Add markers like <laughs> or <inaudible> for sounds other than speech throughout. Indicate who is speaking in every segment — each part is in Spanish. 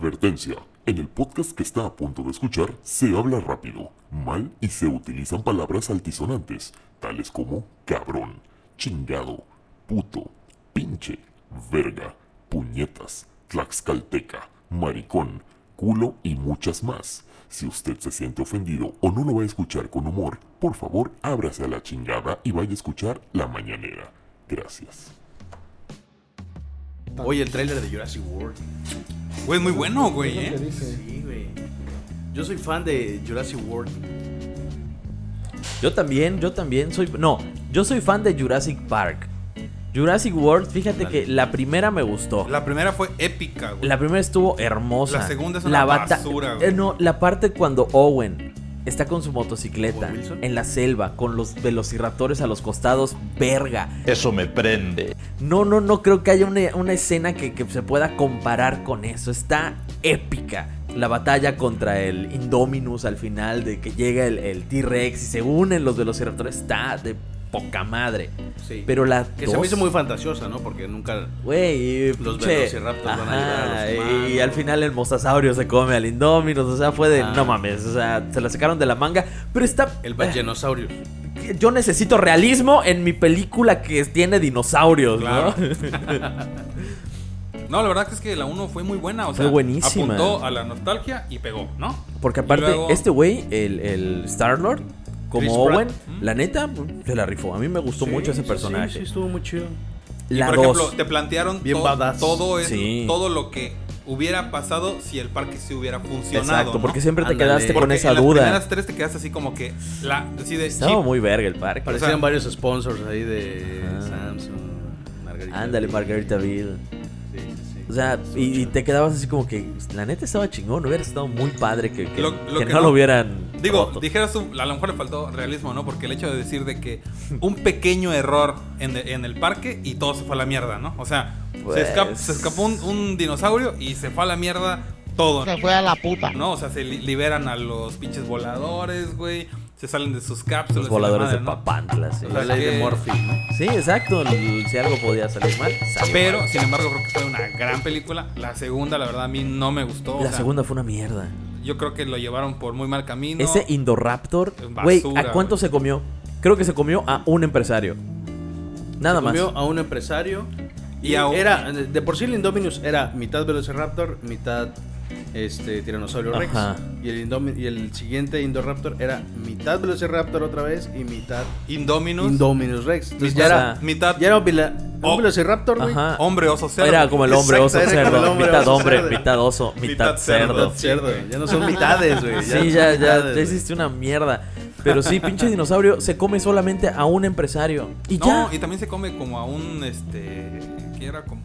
Speaker 1: Advertencia. En el podcast que está a punto de escuchar se habla rápido, mal y se utilizan palabras altisonantes, tales como cabrón, chingado, puto, pinche, verga, puñetas, tlaxcalteca, maricón, culo y muchas más. Si usted se siente ofendido o no lo va a escuchar con humor, por favor ábrase a la chingada y vaya a escuchar La Mañanera. Gracias.
Speaker 2: Oye, el tráiler de Jurassic World. Güey, es muy bueno, güey,
Speaker 3: Es lo que
Speaker 2: ¿eh?
Speaker 3: dice.
Speaker 4: Sí, güey. Yo soy fan de Jurassic World.
Speaker 5: Yo también, yo también soy. No, yo soy fan de Jurassic Park. Jurassic World, fíjate que la primera me gustó. La,
Speaker 2: La primera fue épica, güey.
Speaker 5: primera estuvo hermosa.
Speaker 2: La segunda es una
Speaker 5: bata-
Speaker 2: basura, güey.
Speaker 5: eh, No, la parte cuando Owen está con su motocicleta
Speaker 4: ¿Owen Wilson?
Speaker 5: en la selva con los velociraptores a los costados, verga.
Speaker 6: Eso me prende.
Speaker 5: No, no, no creo que haya una, una escena que, que se pueda comparar con eso. Está épica. La batalla contra el Indominus al final, de que llega el, el T-Rex y se unen los velociraptores, está de poca madre.
Speaker 4: Sí.
Speaker 5: Pero la.
Speaker 4: que se me hizo
Speaker 5: dos,
Speaker 4: muy fantasiosa, ¿no? Porque nunca.
Speaker 5: Güey, y
Speaker 4: Los
Speaker 5: pinche-
Speaker 4: velociraptors van a ayudar a los
Speaker 5: y-
Speaker 4: humanos.
Speaker 5: Y al final el mosasaurio se come al Indominus. O sea, fue de.
Speaker 4: Ah.
Speaker 5: No mames. O sea, se la sacaron de la manga. Pero está. eh,
Speaker 4: El ballenosaurio.
Speaker 5: Yo necesito realismo en mi película que tiene dinosaurios,
Speaker 2: Claro.
Speaker 5: ¿no?
Speaker 2: No, la verdad que es que la 1 fue muy buena, o
Speaker 5: Fue
Speaker 2: sea,
Speaker 5: buenísima.
Speaker 2: apuntó a la nostalgia y pegó, ¿no?
Speaker 5: <laughs> Porque
Speaker 2: Y
Speaker 5: aparte,
Speaker 2: luego-
Speaker 5: este güey, el, el Star-Lord, como
Speaker 2: Chris
Speaker 5: Owen,
Speaker 2: Pratt. Mm.
Speaker 5: la neta, se la rifó. A mí me gustó
Speaker 4: Sí,
Speaker 5: mucho ese
Speaker 4: sí,
Speaker 5: personaje.
Speaker 4: Sí, sí, estuvo muy chido.
Speaker 2: Y,
Speaker 5: La
Speaker 2: por ejemplo,
Speaker 5: 2.
Speaker 2: te plantearon
Speaker 4: Bien
Speaker 2: to-
Speaker 4: badass.
Speaker 2: todo es-
Speaker 5: Sí.
Speaker 2: todo lo que hubiera pasado si el parque se hubiera funcionado.
Speaker 5: Exacto,
Speaker 2: ¿no?
Speaker 5: porque siempre te
Speaker 4: Ándale.
Speaker 5: quedaste con
Speaker 2: Porque
Speaker 5: esa
Speaker 2: en Las
Speaker 5: duda.
Speaker 2: primeras tres te quedaste así como que la así de
Speaker 5: Estaba
Speaker 2: chip.
Speaker 5: muy verga el parque.
Speaker 4: Parecían
Speaker 2: O sea-
Speaker 4: varios sponsors ahí de
Speaker 5: Ah.
Speaker 4: Samsung, Margarita.
Speaker 5: Ándale, Margaritaville.
Speaker 4: Sí, sí, sí.
Speaker 5: O sea,
Speaker 4: Estuvo
Speaker 5: y, y
Speaker 4: chido.
Speaker 5: te quedabas así como que la neta estaba chingón. Hubiera estado muy padre que, que-
Speaker 2: Lo- lo
Speaker 5: que
Speaker 2: que
Speaker 5: no,
Speaker 2: no-
Speaker 5: lo hubieran.
Speaker 2: Digo,
Speaker 5: roto.
Speaker 2: dijeras tú, a lo mejor le faltó realismo, ¿no? Porque el hecho de decir de que un pequeño error en, en el parque y todo se fue a la mierda, ¿no? O sea, se,
Speaker 5: Pues-
Speaker 2: escap- se escapó un, un dinosaurio y se fue a la mierda todo,
Speaker 7: Se fue a la puta.
Speaker 2: ¿no? O sea, se li- liberan a los pinches voladores, güey. Se salen de sus cápsulas. y la
Speaker 5: los voladores
Speaker 2: madre,
Speaker 5: de
Speaker 2: ¿no?
Speaker 5: Papantla. Sí.
Speaker 2: O sea,
Speaker 4: La ley de
Speaker 2: que-
Speaker 4: Murphy, ¿no?
Speaker 5: Sí, exacto. el- Si algo podía salir mal, salió
Speaker 2: Pero,
Speaker 5: mal.
Speaker 2: sin embargo, creo que fue una gran película. La segunda, la verdad, a mí no me gustó. o
Speaker 5: la
Speaker 2: sea,
Speaker 5: segunda fue una mierda.
Speaker 2: Yo creo que lo llevaron por muy mal camino.
Speaker 5: Ese Indoraptor,
Speaker 2: Basura,
Speaker 5: güey, ¿a cuánto
Speaker 2: güey.
Speaker 5: se comió? Creo que se comió a un empresario. Nada más.
Speaker 4: Comió a un empresario.
Speaker 2: Y
Speaker 4: Y,
Speaker 2: a un-
Speaker 4: era, de por sí el Indominus era mitad Velociraptor, mitad este, Tiranosaurio Rex.
Speaker 5: Ajá.
Speaker 4: Y el, Indomi- y el siguiente Indoraptor era mitad Velociraptor otra vez y mitad
Speaker 2: Indominus.
Speaker 4: Indominus Rex. Entonces
Speaker 5: Mitad-
Speaker 4: ya era,
Speaker 2: mitad-
Speaker 4: ya era un, vela- un
Speaker 2: Oh.
Speaker 4: Velociraptor, güey.
Speaker 5: Ajá.
Speaker 2: Hombre oso cerdo.
Speaker 5: Era como el hombre
Speaker 4: Exacto,
Speaker 5: oso
Speaker 4: era como
Speaker 5: cerdo.
Speaker 4: el hombre
Speaker 5: mitad
Speaker 4: oso
Speaker 5: hombre,
Speaker 4: cerdo.
Speaker 5: mitad oso, mitad,
Speaker 2: Mitad cerdo.
Speaker 5: cerdo.
Speaker 4: Mitad cerdo, Ya no son mitades, güey.
Speaker 5: Sí, ya,
Speaker 4: son
Speaker 5: ya,
Speaker 4: mitades,
Speaker 5: ya
Speaker 4: güey.
Speaker 5: hiciste una mierda. Pero sí, pinche dinosaurio se come solamente a un empresario. Y ya.
Speaker 2: No, y también se come como a un, este, que era como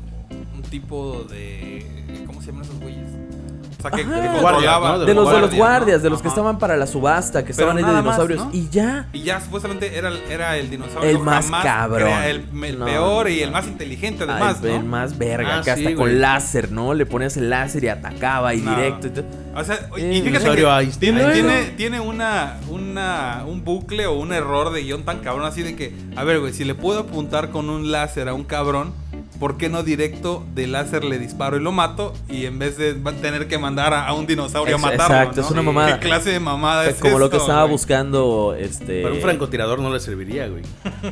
Speaker 2: un tipo de, ¿cómo se llaman esos güeyes? O sea, que,
Speaker 5: Ajá.
Speaker 2: que
Speaker 5: De
Speaker 2: controlaba.
Speaker 4: guardias, ¿no?
Speaker 5: de los de los
Speaker 2: ¿no?
Speaker 5: guardias, de los que
Speaker 2: Ajá.
Speaker 5: estaban para la subasta, que
Speaker 2: Pero
Speaker 5: estaban ahí de
Speaker 2: nada más,
Speaker 5: dinosaurios.
Speaker 2: ¿no?
Speaker 5: Y ya.
Speaker 2: Y ya supuestamente era, el- era el dinosaurio
Speaker 5: El más
Speaker 2: jamás
Speaker 5: cabrón.
Speaker 2: crea- el el
Speaker 5: No,
Speaker 2: peor y
Speaker 5: no.
Speaker 2: el más inteligente
Speaker 5: Ay,
Speaker 2: además,
Speaker 5: el
Speaker 2: ¿no?
Speaker 5: más verga,
Speaker 4: Ah,
Speaker 5: que hasta
Speaker 4: sí,
Speaker 5: con
Speaker 4: güey.
Speaker 5: láser, ¿no? Le ponías el láser y atacaba y
Speaker 2: No.
Speaker 5: directo. y todo.
Speaker 2: O sea, y
Speaker 5: El
Speaker 2: fíjate
Speaker 4: dinosaurio
Speaker 2: que
Speaker 4: Einstein.
Speaker 2: tiene,
Speaker 4: Bueno.
Speaker 2: tiene, tiene una, una, un bucle o un error de guión tan cabrón así de que, a ver, güey, si le puedo apuntar con un láser a un cabrón, ¿por qué no directo de láser le disparo y lo mato? Y en vez de va a tener que mandar a, a un dinosaurio
Speaker 5: Ex-
Speaker 2: a matarlo.
Speaker 5: exacto, es
Speaker 2: ¿no?
Speaker 5: una mamada.
Speaker 2: ¿Qué clase de mamada Ah, es
Speaker 5: como lo que
Speaker 2: esto,
Speaker 5: estaba
Speaker 2: güey?
Speaker 5: buscando este
Speaker 4: Para un francotirador no le serviría, güey.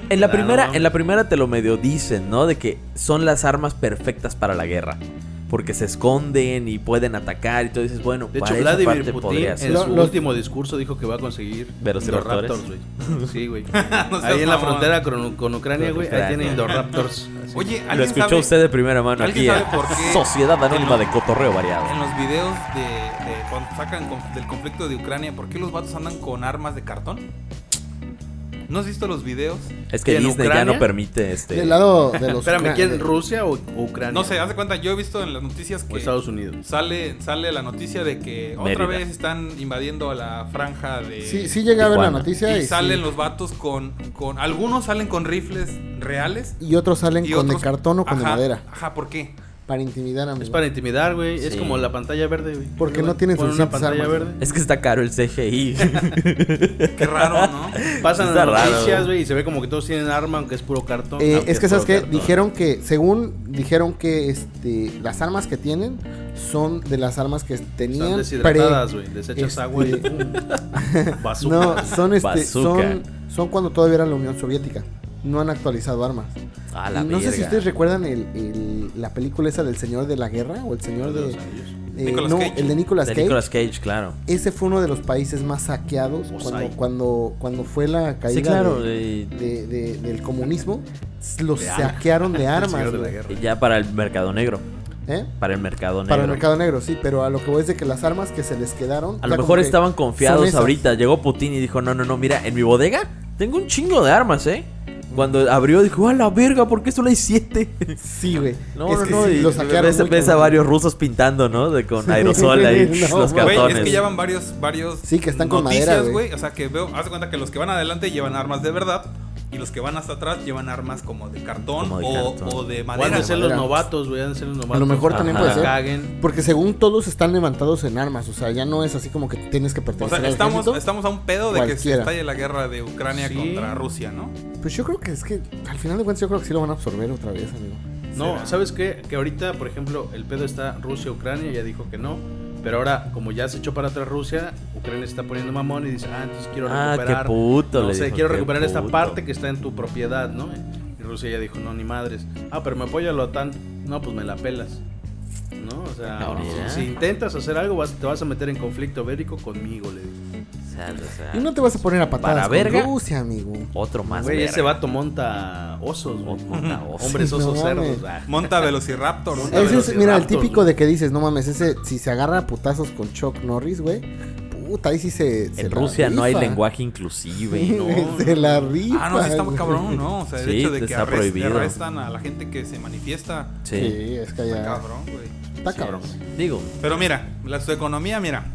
Speaker 5: en la
Speaker 4: Ah,
Speaker 5: primera
Speaker 4: no.
Speaker 5: en la primera te lo medio dicen no de que son las armas perfectas para la guerra porque se esconden y pueden atacar y tú dices bueno
Speaker 4: De hecho,
Speaker 5: para esa
Speaker 4: Vladimir
Speaker 5: parte
Speaker 4: Putin
Speaker 5: podría
Speaker 4: en
Speaker 5: ser
Speaker 3: Lo-
Speaker 4: su
Speaker 3: los-
Speaker 4: último discurso dijo que va a conseguir
Speaker 5: Velociraptores.
Speaker 4: Indoraptors, güey. Sí,
Speaker 5: <laughs>
Speaker 4: güey.
Speaker 2: <laughs> No seas
Speaker 4: ahí en la
Speaker 2: mamón.
Speaker 4: frontera con, con Ucrania,
Speaker 5: Con
Speaker 4: güey, ahí
Speaker 5: Ucrania.
Speaker 4: tiene Indoraptors. Así.
Speaker 2: Oye, ¿alguien
Speaker 5: lo escuchó
Speaker 2: sabe-
Speaker 5: usted de primera mano aquí
Speaker 2: ¿Alguien
Speaker 5: a
Speaker 2: sabe por qué?
Speaker 5: Sociedad Anónima
Speaker 2: En-
Speaker 5: de Cotorreo Variado
Speaker 2: En los videos de, de cuando sacan conf- del conflicto de Ucrania, ¿por qué los vatos andan con armas de cartón? ¿No has visto los videos?
Speaker 5: es que
Speaker 4: ¿Y en
Speaker 5: Disney ya
Speaker 4: Ucrania?
Speaker 5: no permite este
Speaker 3: Del lado de los.
Speaker 4: Espérame,
Speaker 3: ucra-
Speaker 4: ¿quién?
Speaker 3: de-
Speaker 4: ¿Rusia o, o Ucrania?
Speaker 2: No sé, haz de cuenta, yo he visto en las noticias
Speaker 4: O
Speaker 2: que
Speaker 4: Estados Unidos.
Speaker 2: sale, sale la noticia de que
Speaker 5: Mérida.
Speaker 2: otra vez están invadiendo a la franja de...
Speaker 3: Sí, sí llegué a ver la
Speaker 5: Tijuana.
Speaker 3: noticia y,
Speaker 2: y
Speaker 3: sí.
Speaker 2: salen los vatos con, con... Algunos salen con rifles reales
Speaker 3: Y otros salen
Speaker 2: y
Speaker 3: con
Speaker 2: otros...
Speaker 3: de cartón o con de
Speaker 2: Ajá,
Speaker 3: madera.
Speaker 2: Ajá, ¿por qué?
Speaker 3: Para intimidar a mi.
Speaker 4: Es para intimidar, güey. Es
Speaker 5: Sí.
Speaker 4: como la pantalla verde, güey.
Speaker 3: ¿Por qué no tienen
Speaker 4: Ponen
Speaker 3: sus
Speaker 4: una
Speaker 3: simples
Speaker 4: pantalla
Speaker 3: armas?
Speaker 4: verde.
Speaker 5: Es que está caro el
Speaker 3: <laughs>
Speaker 5: CGI.
Speaker 2: Qué raro,
Speaker 5: <laughs>
Speaker 2: ¿no?
Speaker 4: Pasan
Speaker 5: Está
Speaker 4: las
Speaker 5: raro.
Speaker 4: noticias, güey, y se ve como que todos tienen arma, aunque es puro cartón.
Speaker 3: Eh,
Speaker 4: Aunque
Speaker 3: es que,
Speaker 4: puro
Speaker 3: ¿sabes qué?
Speaker 4: cartón.
Speaker 3: Dijeron que, según dijeron que este, las armas que tienen son de las armas que tenían.
Speaker 4: Están
Speaker 3: pre-
Speaker 4: deshidratadas, güey. Les echas
Speaker 3: este,
Speaker 4: agua <laughs> y
Speaker 3: <laughs>
Speaker 4: bazooka.
Speaker 3: No, son, este,
Speaker 5: Bazooka.
Speaker 3: son, son cuando todavía era la Unión Soviética. No han actualizado armas.
Speaker 5: A la
Speaker 3: no sé si
Speaker 5: verga.
Speaker 3: ustedes recuerdan el- el- la película esa del Señor de la Guerra o el Señor de. eh,
Speaker 2: Nicolas
Speaker 3: no,
Speaker 2: Cage.
Speaker 3: el de Nicolas
Speaker 5: De
Speaker 3: Cage.
Speaker 5: Nicolas Cage, claro.
Speaker 3: Ese fue uno de los países más saqueados
Speaker 4: Pues ahí.
Speaker 3: cuando, cuando, cuando fue la caída
Speaker 5: Sí, claro.
Speaker 3: de-
Speaker 5: y-
Speaker 3: de- de- del comunismo. Los
Speaker 5: <laughs>
Speaker 3: saquearon de
Speaker 4: El
Speaker 3: armas.
Speaker 4: señor de la
Speaker 3: güey.
Speaker 4: guerra.
Speaker 5: y ya para el mercado negro.
Speaker 3: ¿Eh?
Speaker 5: Para el mercado negro.
Speaker 3: Para el mercado negro, sí, pero a lo que voy es de que las armas que se les quedaron.
Speaker 5: A lo
Speaker 3: o sea, como
Speaker 5: mejor
Speaker 3: que
Speaker 5: estaban
Speaker 3: son
Speaker 5: confiados
Speaker 3: esas.
Speaker 5: ahorita. Llegó Putin y dijo, no, no, no, mira, en mi bodega tengo un chingo de armas, ¿eh? Cuando abrió dijo, a la verga, ¿por qué solo hay siete?
Speaker 3: Sí, güey.
Speaker 5: No,
Speaker 3: es
Speaker 5: no,
Speaker 3: que
Speaker 5: no,
Speaker 3: sí,
Speaker 5: y
Speaker 3: los saquearon.
Speaker 5: ves,
Speaker 3: muy
Speaker 5: ves a
Speaker 3: cabrón.
Speaker 5: varios rusos pintando, ¿no? De, con
Speaker 3: Sí.
Speaker 5: aerosol ahí,
Speaker 3: <laughs> No,
Speaker 5: los
Speaker 3: güey,
Speaker 5: cartones.
Speaker 2: Güey, es que ya van varios, varios.
Speaker 3: Sí, que están con madera, güey.
Speaker 2: O sea, que veo, haz de cuenta que los que van adelante llevan armas de verdad y los que van hasta atrás llevan armas como de cartón,
Speaker 5: Como de
Speaker 2: o,
Speaker 5: cartón.
Speaker 2: o de
Speaker 4: O han
Speaker 2: madera.
Speaker 4: de ser los
Speaker 3: Madera.
Speaker 4: novatos, güey. Han de ser los novatos.
Speaker 3: A lo mejor también
Speaker 5: Ajá.
Speaker 4: La
Speaker 3: puede ser.
Speaker 4: caguen.
Speaker 3: Porque según todos están levantados en armas, o sea, ya no es así como que tienes que
Speaker 2: O
Speaker 3: pertenecer
Speaker 2: sea,
Speaker 3: al
Speaker 2: estamos,
Speaker 3: ejército.
Speaker 2: estamos a un pedo de que se
Speaker 3: Cualquiera.
Speaker 2: estalle la guerra de Ucrania
Speaker 4: Sí.
Speaker 2: contra Rusia, ¿no?
Speaker 3: Pues yo creo que es que al final de cuentas yo creo que sí lo van a absorber otra vez, amigo.
Speaker 4: No,
Speaker 2: Será.
Speaker 4: ¿sabes qué? Que ahorita, por ejemplo, el pedo está Rusia-Ucrania, ya dijo que no. Pero ahora, como ya se echó para atrás Rusia, Ucrania se está poniendo mamón y dice, ah, entonces quiero
Speaker 5: Ah, qué
Speaker 4: recuperar.
Speaker 5: puto,
Speaker 4: No
Speaker 5: le
Speaker 4: sé,
Speaker 5: dijo,
Speaker 4: quiero
Speaker 5: qué
Speaker 4: recuperar esta
Speaker 5: puto.
Speaker 4: parte que está en tu propiedad, ¿no? Y Rusia ya dijo, no, ni madres. Ah, pero me apoya la OTAN. No, pues me la pelas. ¿No? O sea,
Speaker 5: Ahora
Speaker 4: si-
Speaker 5: ya.
Speaker 4: si, intentas hacer algo, vas- te vas a meter en conflicto bélico conmigo, le dijo.
Speaker 5: O sea, o sea,
Speaker 3: Y no te vas a poner a patadas
Speaker 5: Ah, Para
Speaker 3: con
Speaker 5: verga.
Speaker 3: Rusia, amigo.
Speaker 5: Otro más.
Speaker 4: Güey,
Speaker 5: verga.
Speaker 4: ese vato monta osos, güey.
Speaker 5: Monta osos.
Speaker 4: Hombres
Speaker 5: <laughs>
Speaker 3: Sí,
Speaker 4: osos
Speaker 3: no
Speaker 4: cerdos.
Speaker 3: mames.
Speaker 4: ah.
Speaker 2: Monta Velociraptor. ¿no?
Speaker 4: Monta
Speaker 3: Ese es, mira, el
Speaker 4: velociraptor,
Speaker 3: típico
Speaker 4: güey.
Speaker 3: de que dices, no mames, ese si se agarra a putazos con Chuck Norris, güey, puta, ahí sí se se
Speaker 5: En
Speaker 3: la
Speaker 5: Rusia no hay
Speaker 3: rifa. <laughs>
Speaker 5: lenguaje inclusive.
Speaker 3: Sí,
Speaker 5: ¿no?
Speaker 3: güey, se la rifa.
Speaker 2: Ah, no, sí está
Speaker 3: güey.
Speaker 2: cabrón, ¿no? O sea, el
Speaker 5: Sí,
Speaker 2: hecho de que
Speaker 5: está
Speaker 2: arres-
Speaker 5: prohibido.
Speaker 2: arrestan a la gente que se manifiesta.
Speaker 3: Sí,
Speaker 5: Sí.
Speaker 3: es que
Speaker 2: Está
Speaker 3: ya
Speaker 2: cabrón, güey.
Speaker 3: está cabrón.
Speaker 5: Digo,
Speaker 2: Pero mira, la, su economía, mira.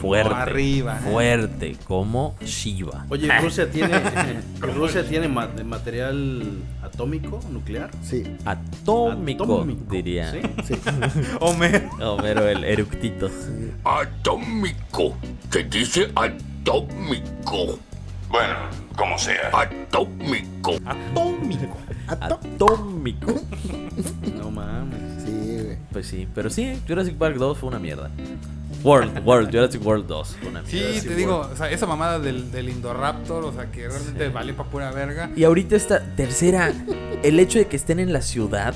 Speaker 5: fuerte.
Speaker 2: Arriba, eh.
Speaker 5: Fuerte, como Shiva.
Speaker 4: Oye, Rusia
Speaker 5: <laughs>
Speaker 4: tiene, Rusia tiene ma- material atómico, nuclear.
Speaker 3: Sí,
Speaker 5: Atómico,
Speaker 4: Atómico,
Speaker 5: diría.
Speaker 4: ¿sí?
Speaker 5: <laughs>
Speaker 3: sí.
Speaker 2: Homero.
Speaker 5: Homero, el eructito.
Speaker 6: Atómico. Se dice atómico. Bueno, como sea. Atómico.
Speaker 2: Atómico.
Speaker 3: Ató-
Speaker 5: Atómico.
Speaker 4: pues, No mames.
Speaker 3: Sí, güey.
Speaker 5: Pues sí, pero sí, Jurassic Park 2 fue una mierda. World, World, Jurassic World 2 fue una
Speaker 2: Sí,
Speaker 5: mierda.
Speaker 2: te digo, o sea, esa mamada del, del Indoraptor, o sea, que realmente vale para pura verga.
Speaker 5: Y ahorita esta tercera, el hecho de que estén en la ciudad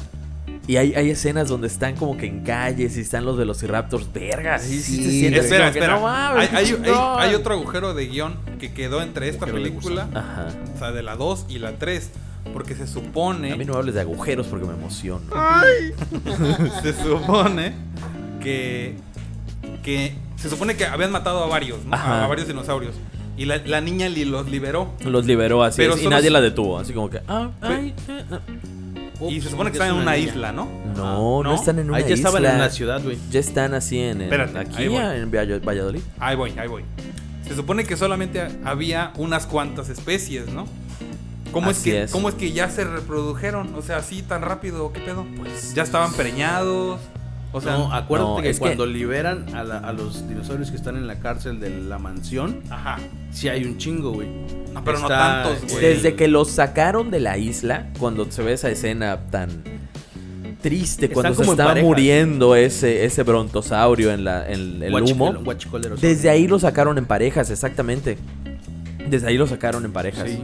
Speaker 5: y hay, hay escenas donde están como que en calles y están los velociraptors, verga, sí, sí, te
Speaker 3: Sí,
Speaker 5: sientes
Speaker 2: Espera,
Speaker 5: como que,
Speaker 2: espera.
Speaker 5: no mames,
Speaker 2: hay, hay-
Speaker 5: qué chingón".
Speaker 2: hay- hay otro agujero de guión que quedó entre esta
Speaker 4: Agujero de
Speaker 2: película,
Speaker 5: Ajá.
Speaker 2: o sea, de la 2 y la 3. Porque se
Speaker 5: A mí
Speaker 2: supone,
Speaker 5: no me hables de agujeros porque me emociono.
Speaker 2: <laughs> se supone que, que. Se supone que habían matado a varios, ¿no?
Speaker 5: Ajá.
Speaker 2: A, a varios dinosaurios. Y la, la niña li- los liberó.
Speaker 5: Los liberó así
Speaker 2: Pero
Speaker 5: es, y
Speaker 2: solo
Speaker 5: nadie
Speaker 2: se-
Speaker 5: la detuvo, así como que, ah,
Speaker 2: Pe-
Speaker 5: ay, eh, no.
Speaker 2: y
Speaker 4: Ups,
Speaker 2: se supone que
Speaker 4: es
Speaker 2: están en una
Speaker 4: niña.
Speaker 2: isla, ¿no?
Speaker 5: No, no,
Speaker 2: ¿no?
Speaker 5: están en una
Speaker 4: Ahí ya estaban
Speaker 5: isla.
Speaker 4: en la ciudad, güey.
Speaker 5: Ya están así en, en-
Speaker 2: Espérate,
Speaker 5: aquí
Speaker 2: ahí voy.
Speaker 5: en Vallo- Valladolid.
Speaker 2: Ahí voy, ahí voy. Se supone que solamente había unas cuantas especies, ¿no? ¿Cómo es,
Speaker 5: Así
Speaker 2: que,
Speaker 5: es.
Speaker 2: ¿Cómo es que ya se reprodujeron? O sea, así tan rápido, ¿qué pedo?
Speaker 5: Pues-
Speaker 2: ya estaban preñados. O sea,
Speaker 4: no, acuérdate
Speaker 5: no,
Speaker 4: que
Speaker 5: es que-
Speaker 4: cuando liberan a, la- a los dinosaurios que están en la cárcel de la mansión,
Speaker 2: ajá.
Speaker 4: sí hay un chingo, güey.
Speaker 2: No, pero no
Speaker 4: Está-
Speaker 2: tantos, güey.
Speaker 5: Desde que los sacaron de la isla, cuando se ve esa escena tan triste,
Speaker 4: Están
Speaker 5: cuando se
Speaker 4: como en
Speaker 5: está
Speaker 4: pareja.
Speaker 5: muriendo ese, ese brontosaurio en, la, en el humo.
Speaker 4: Guachicolero- guachicoleros.
Speaker 5: Desde ahí lo sacaron en parejas, exactamente. Desde ahí lo sacaron en parejas.
Speaker 4: Sí.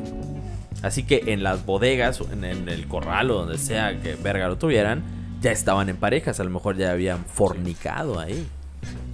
Speaker 5: Así que en las bodegas, en, en el corral o donde sea que verga lo tuvieran, ya estaban en parejas. A lo mejor ya habían fornicado ahí.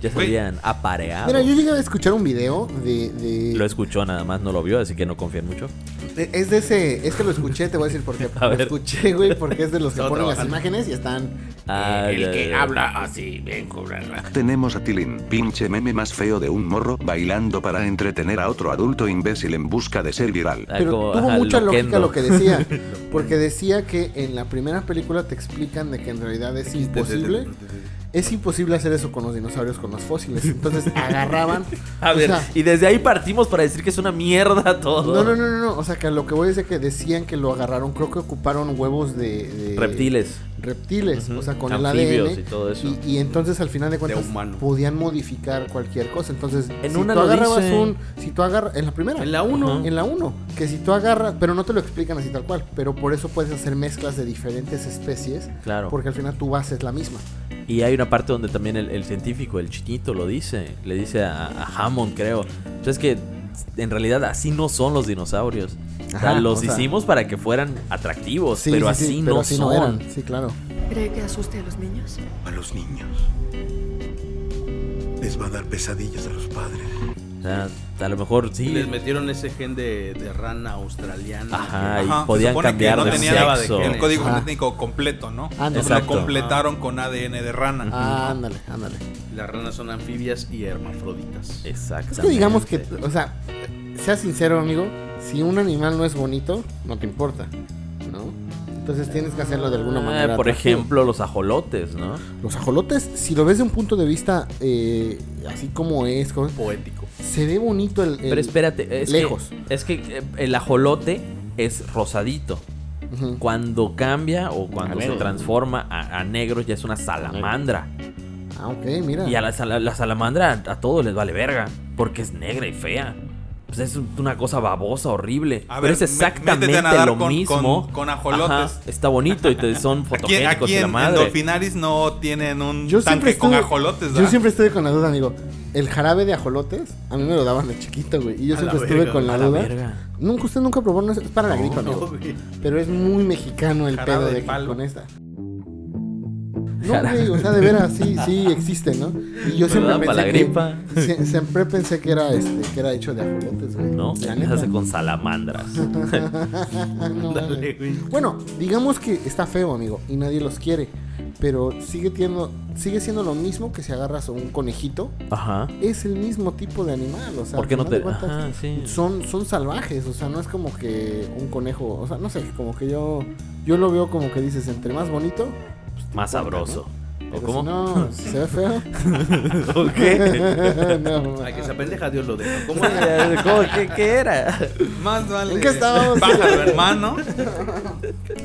Speaker 5: Ya se
Speaker 2: Güey.
Speaker 5: habían apareado.
Speaker 3: Mira, yo llegué a escuchar un video de. de-
Speaker 5: Ah, Lo escuchó nada más, no lo vio, así que no confían mucho.
Speaker 3: de- es de ese. Es que lo escuché, te voy a decir por qué.
Speaker 5: <laughs> A ver.
Speaker 3: Lo escuché, güey, porque es de los que
Speaker 4: Estaba
Speaker 3: ponen las
Speaker 4: trabajando.
Speaker 3: imágenes y están.
Speaker 5: Ah,
Speaker 6: el
Speaker 5: ya,
Speaker 6: que
Speaker 5: ya.
Speaker 6: habla así, ven cobrarla.
Speaker 7: Tenemos a Tilín, pinche meme más feo de un morro bailando para entretener a otro adulto imbécil en busca de ser viral.
Speaker 5: Ah,
Speaker 3: Pero
Speaker 5: como,
Speaker 3: tuvo
Speaker 5: ajá,
Speaker 3: mucha
Speaker 5: loquendo.
Speaker 3: lógica lo que
Speaker 5: <laughs>
Speaker 3: decía. Porque decía que en la primera película te explican de que en realidad es imposible es imposible hacer eso con los dinosaurios, con los
Speaker 5: <laughs>
Speaker 3: fósiles. Entonces agarraban.
Speaker 5: A
Speaker 3: o
Speaker 5: ver,
Speaker 3: sea,
Speaker 5: y desde ahí partimos para decir que es una mierda <laughs> todo.
Speaker 3: no, no, no, no, no. O sea, que lo que voy a decir es que decían que lo agarraron, creo que ocuparon huevos de. de-
Speaker 5: Reptiles.
Speaker 3: Reptiles,
Speaker 5: Ujú,
Speaker 3: o sea, con el
Speaker 5: anfibios
Speaker 3: ADN.
Speaker 5: y todo eso.
Speaker 3: Y, y entonces al final de cuentas
Speaker 4: humano.
Speaker 3: podían modificar cualquier cosa. Entonces,
Speaker 5: En
Speaker 3: si
Speaker 5: una
Speaker 3: tú
Speaker 5: lo
Speaker 3: agarrabas
Speaker 5: dicen.
Speaker 3: un. Si tú agarras. En la primera.
Speaker 4: En la 1.
Speaker 3: En la 1, que si tú agarras, pero no te lo explican así tal cual, pero por eso puedes hacer mezclas de diferentes especies,
Speaker 5: Claro.
Speaker 3: porque al final tu base es la misma.
Speaker 5: Y hay una parte donde también el, el científico, el chiquito, lo dice. Le dice a, a Hammond, creo. O sea, es que en realidad así no son los dinosaurios. O sea,
Speaker 3: Ajá,
Speaker 5: los
Speaker 3: o sea-
Speaker 5: hicimos para que fueran atractivos,
Speaker 3: Sí,
Speaker 5: Pues, pero,
Speaker 3: sí,
Speaker 5: así
Speaker 3: sí,
Speaker 5: no son.
Speaker 3: eran. Sí, claro.
Speaker 8: ¿Cree que asuste a los niños?
Speaker 9: A los niños. Les va a dar pesadillas a los padres.
Speaker 5: O sea, a lo mejor sí.
Speaker 4: Les metieron ese gen de, de rana australiana.
Speaker 5: Ajá, y
Speaker 2: Ajá, se
Speaker 5: podían
Speaker 2: supone que
Speaker 5: cambiar
Speaker 2: no
Speaker 5: de
Speaker 2: tenían
Speaker 5: sexo.
Speaker 4: de
Speaker 2: El código
Speaker 3: Ajá.
Speaker 2: genético completo, ¿no?
Speaker 3: Ah, no.
Speaker 2: Entonces lo
Speaker 5: Exacto.
Speaker 2: completaron con ADN de rana.
Speaker 3: ándale, ándale.
Speaker 4: Las ranas son anfibias y hermafroditas.
Speaker 5: Exactamente.
Speaker 3: Es que digamos que, o sea, sea sincero, amigo, si un animal no es bonito, no te importa, ¿no? Entonces tienes que hacerlo de alguna
Speaker 5: Ah,
Speaker 3: manera.
Speaker 5: por
Speaker 3: atractivo.
Speaker 5: ejemplo, los ajolotes, ¿no?
Speaker 3: los ajolotes, si lo ves de un punto de vista eh, así como es, como-
Speaker 4: Poético.
Speaker 3: se ve bonito el. el-
Speaker 5: Pero espérate, es
Speaker 3: lejos.
Speaker 5: Que, es que eh, el ajolote es rosadito.
Speaker 3: Ujú.
Speaker 5: Cuando cambia o cuando se
Speaker 9: negro.
Speaker 5: transforma a, a negro ya es una salamandra.
Speaker 3: Ah, ok, mira.
Speaker 5: Y a la, sala- la salamandra a, a todos les vale verga. Porque es negra y fea. Pues es un- una cosa babosa, horrible.
Speaker 2: A ver,
Speaker 5: Pero es
Speaker 2: mé- métete
Speaker 5: exactamente
Speaker 2: a nadar
Speaker 5: lo
Speaker 2: con-
Speaker 5: mismo.
Speaker 2: con- con ajolotes.
Speaker 5: está bonito y
Speaker 2: <laughs>
Speaker 5: te, son
Speaker 2: Aquí,
Speaker 5: fotogénicos
Speaker 2: aquí
Speaker 5: y la
Speaker 2: en, en
Speaker 5: madre.
Speaker 2: Dolfinaris no tienen un
Speaker 3: Yo
Speaker 2: tanque
Speaker 3: siempre
Speaker 2: con
Speaker 3: estuve-
Speaker 2: ajolotes,
Speaker 3: Yo
Speaker 2: ¿verdad?
Speaker 3: siempre estuve con la duda, amigo. El jarabe de ajolotes, a mí me lo daban de chiquito, güey. Y yo
Speaker 4: A
Speaker 3: siempre
Speaker 4: la
Speaker 3: estuve
Speaker 4: verga,
Speaker 3: con
Speaker 5: a
Speaker 3: la
Speaker 5: la
Speaker 3: duda.
Speaker 5: verga.
Speaker 3: nunca, usted nunca probó, no es, es para la gripa,
Speaker 4: <laughs> No,
Speaker 3: amigo.
Speaker 4: güey.
Speaker 3: Pero es muy mexicano el
Speaker 2: Jarabe
Speaker 3: pedo
Speaker 2: de
Speaker 3: de que
Speaker 2: palo.
Speaker 3: con esta. No,
Speaker 5: Jarabe.
Speaker 3: güey, o sea, de veras, sí, sí, existe, ¿no? Y yo
Speaker 5: Me lo
Speaker 3: siempre
Speaker 5: daban
Speaker 3: pensé
Speaker 5: para la
Speaker 3: que,
Speaker 5: gripa.
Speaker 3: sie- siempre pensé que era este, que era hecho de ajolotes, güey.
Speaker 5: ¿No?
Speaker 3: La
Speaker 5: Se
Speaker 3: neta. Ah,
Speaker 5: hace con salamandras.
Speaker 3: No,
Speaker 4: Dale,
Speaker 3: mames.
Speaker 4: güey.
Speaker 3: Bueno, digamos que está feo, amigo, y nadie los quiere. Pero sigue, tiendo- sigue siendo lo mismo que si agarras a un conejito.
Speaker 5: Ajá.
Speaker 3: Es el mismo tipo de animal, o sea.
Speaker 5: ¿Por qué
Speaker 3: al
Speaker 5: no
Speaker 3: final
Speaker 5: te.?
Speaker 3: de cuentas,
Speaker 5: Ajá, sí.
Speaker 3: son, son salvajes, o sea, no es como que un conejo, o sea, no sé, como que yo, yo lo veo como que dices, entre más bonito, pues, te
Speaker 5: Más
Speaker 3: importa, ¿no?
Speaker 5: sabroso. ¿O
Speaker 3: Pero
Speaker 5: cómo?
Speaker 3: si no, si se
Speaker 5: <laughs>
Speaker 3: ve feo.
Speaker 5: ¿O qué?
Speaker 3: no,
Speaker 4: Ay, que
Speaker 3: ma-
Speaker 4: se apendeja Dios lo deja. ¿Cómo era?
Speaker 5: ¿Cómo? ¿Qué, qué era?
Speaker 2: Más vale.
Speaker 3: ¿En qué estábamos?
Speaker 2: Pájaro, hermano.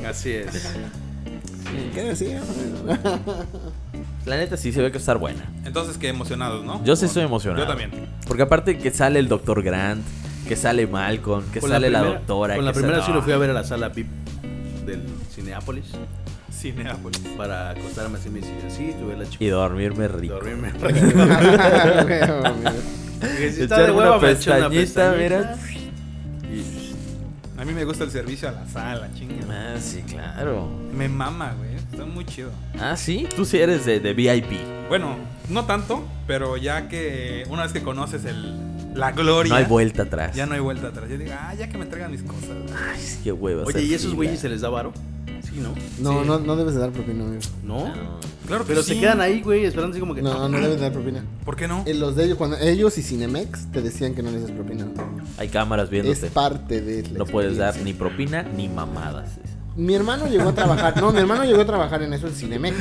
Speaker 4: Así es.
Speaker 3: ¿Qué decía? <laughs>
Speaker 5: La neta sí se ve que va a estar buena.
Speaker 2: Entonces, qué emocionados, ¿no?
Speaker 5: Yo sí estoy emocionado.
Speaker 2: Yo también.
Speaker 5: Porque aparte que sale el Dr. Grant, que sale Malcolm, que
Speaker 4: Con
Speaker 5: sale la,
Speaker 4: primera-
Speaker 5: doctora.
Speaker 4: Con la
Speaker 5: que
Speaker 4: primera
Speaker 5: sale-
Speaker 4: sí lo fui a ver a la sala VIP del Cineápolis
Speaker 2: Cineápolis.
Speaker 4: para acostarme así en mi silla. Sí, tuve la
Speaker 5: Y
Speaker 4: chica.
Speaker 5: dormirme rico.
Speaker 4: Dormirme. <laughs>
Speaker 3: <laughs> Pero
Speaker 4: Dije, si está
Speaker 5: Echar
Speaker 4: de
Speaker 5: una
Speaker 4: hueva, me echo una
Speaker 5: pestañita, mira.
Speaker 4: pestañita.
Speaker 2: A mí me gusta el servicio a la sala, chinga.
Speaker 5: Ah, sí, claro.
Speaker 2: Me mama, güey. Está muy chido.
Speaker 5: Ah, sí, tú sí eres de, de VIP.
Speaker 2: Bueno, no tanto, pero ya que una vez que conoces el, la gloria,
Speaker 5: No hay vuelta atrás.
Speaker 2: ya no hay vuelta atrás. Yo digo, ah, ya que me traigan mis cosas.
Speaker 5: Ay, qué hueva.
Speaker 4: Oye,
Speaker 5: hacer
Speaker 4: ¿y esos
Speaker 5: fila.
Speaker 4: güeyes se les da varo? Sí, ¿no?
Speaker 3: no,
Speaker 2: Sí.
Speaker 3: no, no debes de dar propina, amigo.
Speaker 4: ¿No?
Speaker 5: No.
Speaker 2: Claro que
Speaker 4: Pero
Speaker 2: sí.
Speaker 4: se quedan ahí, güey, esperando así como que...
Speaker 3: No, no debes de dar propina.
Speaker 2: ¿Por qué no?
Speaker 3: Eh, Los de ellos, cuando ellos y Cinemex te decían que no les des propina.
Speaker 5: Hay cámaras
Speaker 3: Es
Speaker 5: viéndote.
Speaker 3: parte de la
Speaker 5: No puedes dar
Speaker 3: experiencia.
Speaker 5: ni propina ni mamadas.
Speaker 3: Mi hermano llegó a trabajar, no, mi hermano llegó a trabajar en eso en Cinemex.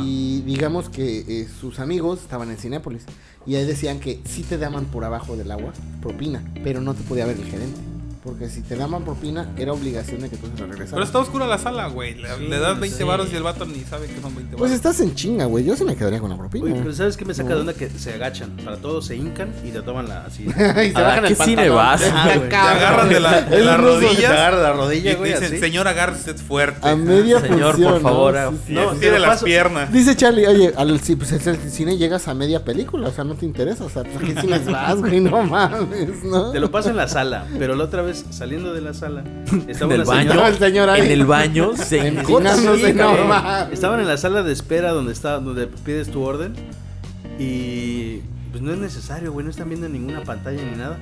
Speaker 3: Y digamos que eh, sus amigos estaban en Cinépolis. Y ahí decían que si te daban por abajo del agua, propina, pero no te podía ver el gerente. Porque si te daban propina, era obligación de que tú se la regresaras.
Speaker 2: Pero está oscura la sala, güey. Le, le das 20
Speaker 5: sí.
Speaker 2: varos y el vato ni sabe que son 20 varos.
Speaker 3: Pues estás en chinga, güey. Yo se me quedaría con la propina.
Speaker 4: Oye, pero ¿sabes qué me saca de onda? Que se agachan. Para todos se hincan y te toman la así. Ah,
Speaker 3: y
Speaker 5: ¿A qué cine vas?
Speaker 3: Ah,
Speaker 4: Te
Speaker 2: Te
Speaker 3: cabrón.
Speaker 2: agarran de, la, de
Speaker 3: Es
Speaker 2: las
Speaker 3: un ruso.
Speaker 2: rodillas.
Speaker 4: Te agarran la
Speaker 2: y
Speaker 4: rodilla,
Speaker 2: te
Speaker 4: güey,
Speaker 2: dicen,
Speaker 4: así.
Speaker 2: señor, agárrese fuerte.
Speaker 3: A media
Speaker 5: Señor,
Speaker 3: función,
Speaker 5: por
Speaker 3: ¿no?
Speaker 5: favor,
Speaker 3: Sí, sí.
Speaker 2: no,
Speaker 4: sí,
Speaker 2: tiene
Speaker 4: lo
Speaker 2: las
Speaker 4: paso.
Speaker 2: piernas.
Speaker 3: Dice Charlie, oye, al, ci- pues, es el cine llegas a media película, o sea, no te interesa, o sea, ¿a qué cines vas, güey? No mames, ¿no?
Speaker 4: Te lo paso en la sala, pero la otra vez saliendo de la
Speaker 3: <laughs>
Speaker 4: sala estaba
Speaker 5: En el
Speaker 4: una
Speaker 5: baño.
Speaker 4: señora-
Speaker 3: No, el señor ahí.
Speaker 5: En el
Speaker 3: <laughs>
Speaker 5: baño se Sí,
Speaker 3: Empinándose, <laughs> no
Speaker 5: cabrón.
Speaker 3: mames.
Speaker 4: Estaban en la sala de espera donde está donde pides tu orden y pues no es necesario, güey, no están viendo ninguna pantalla ni nada.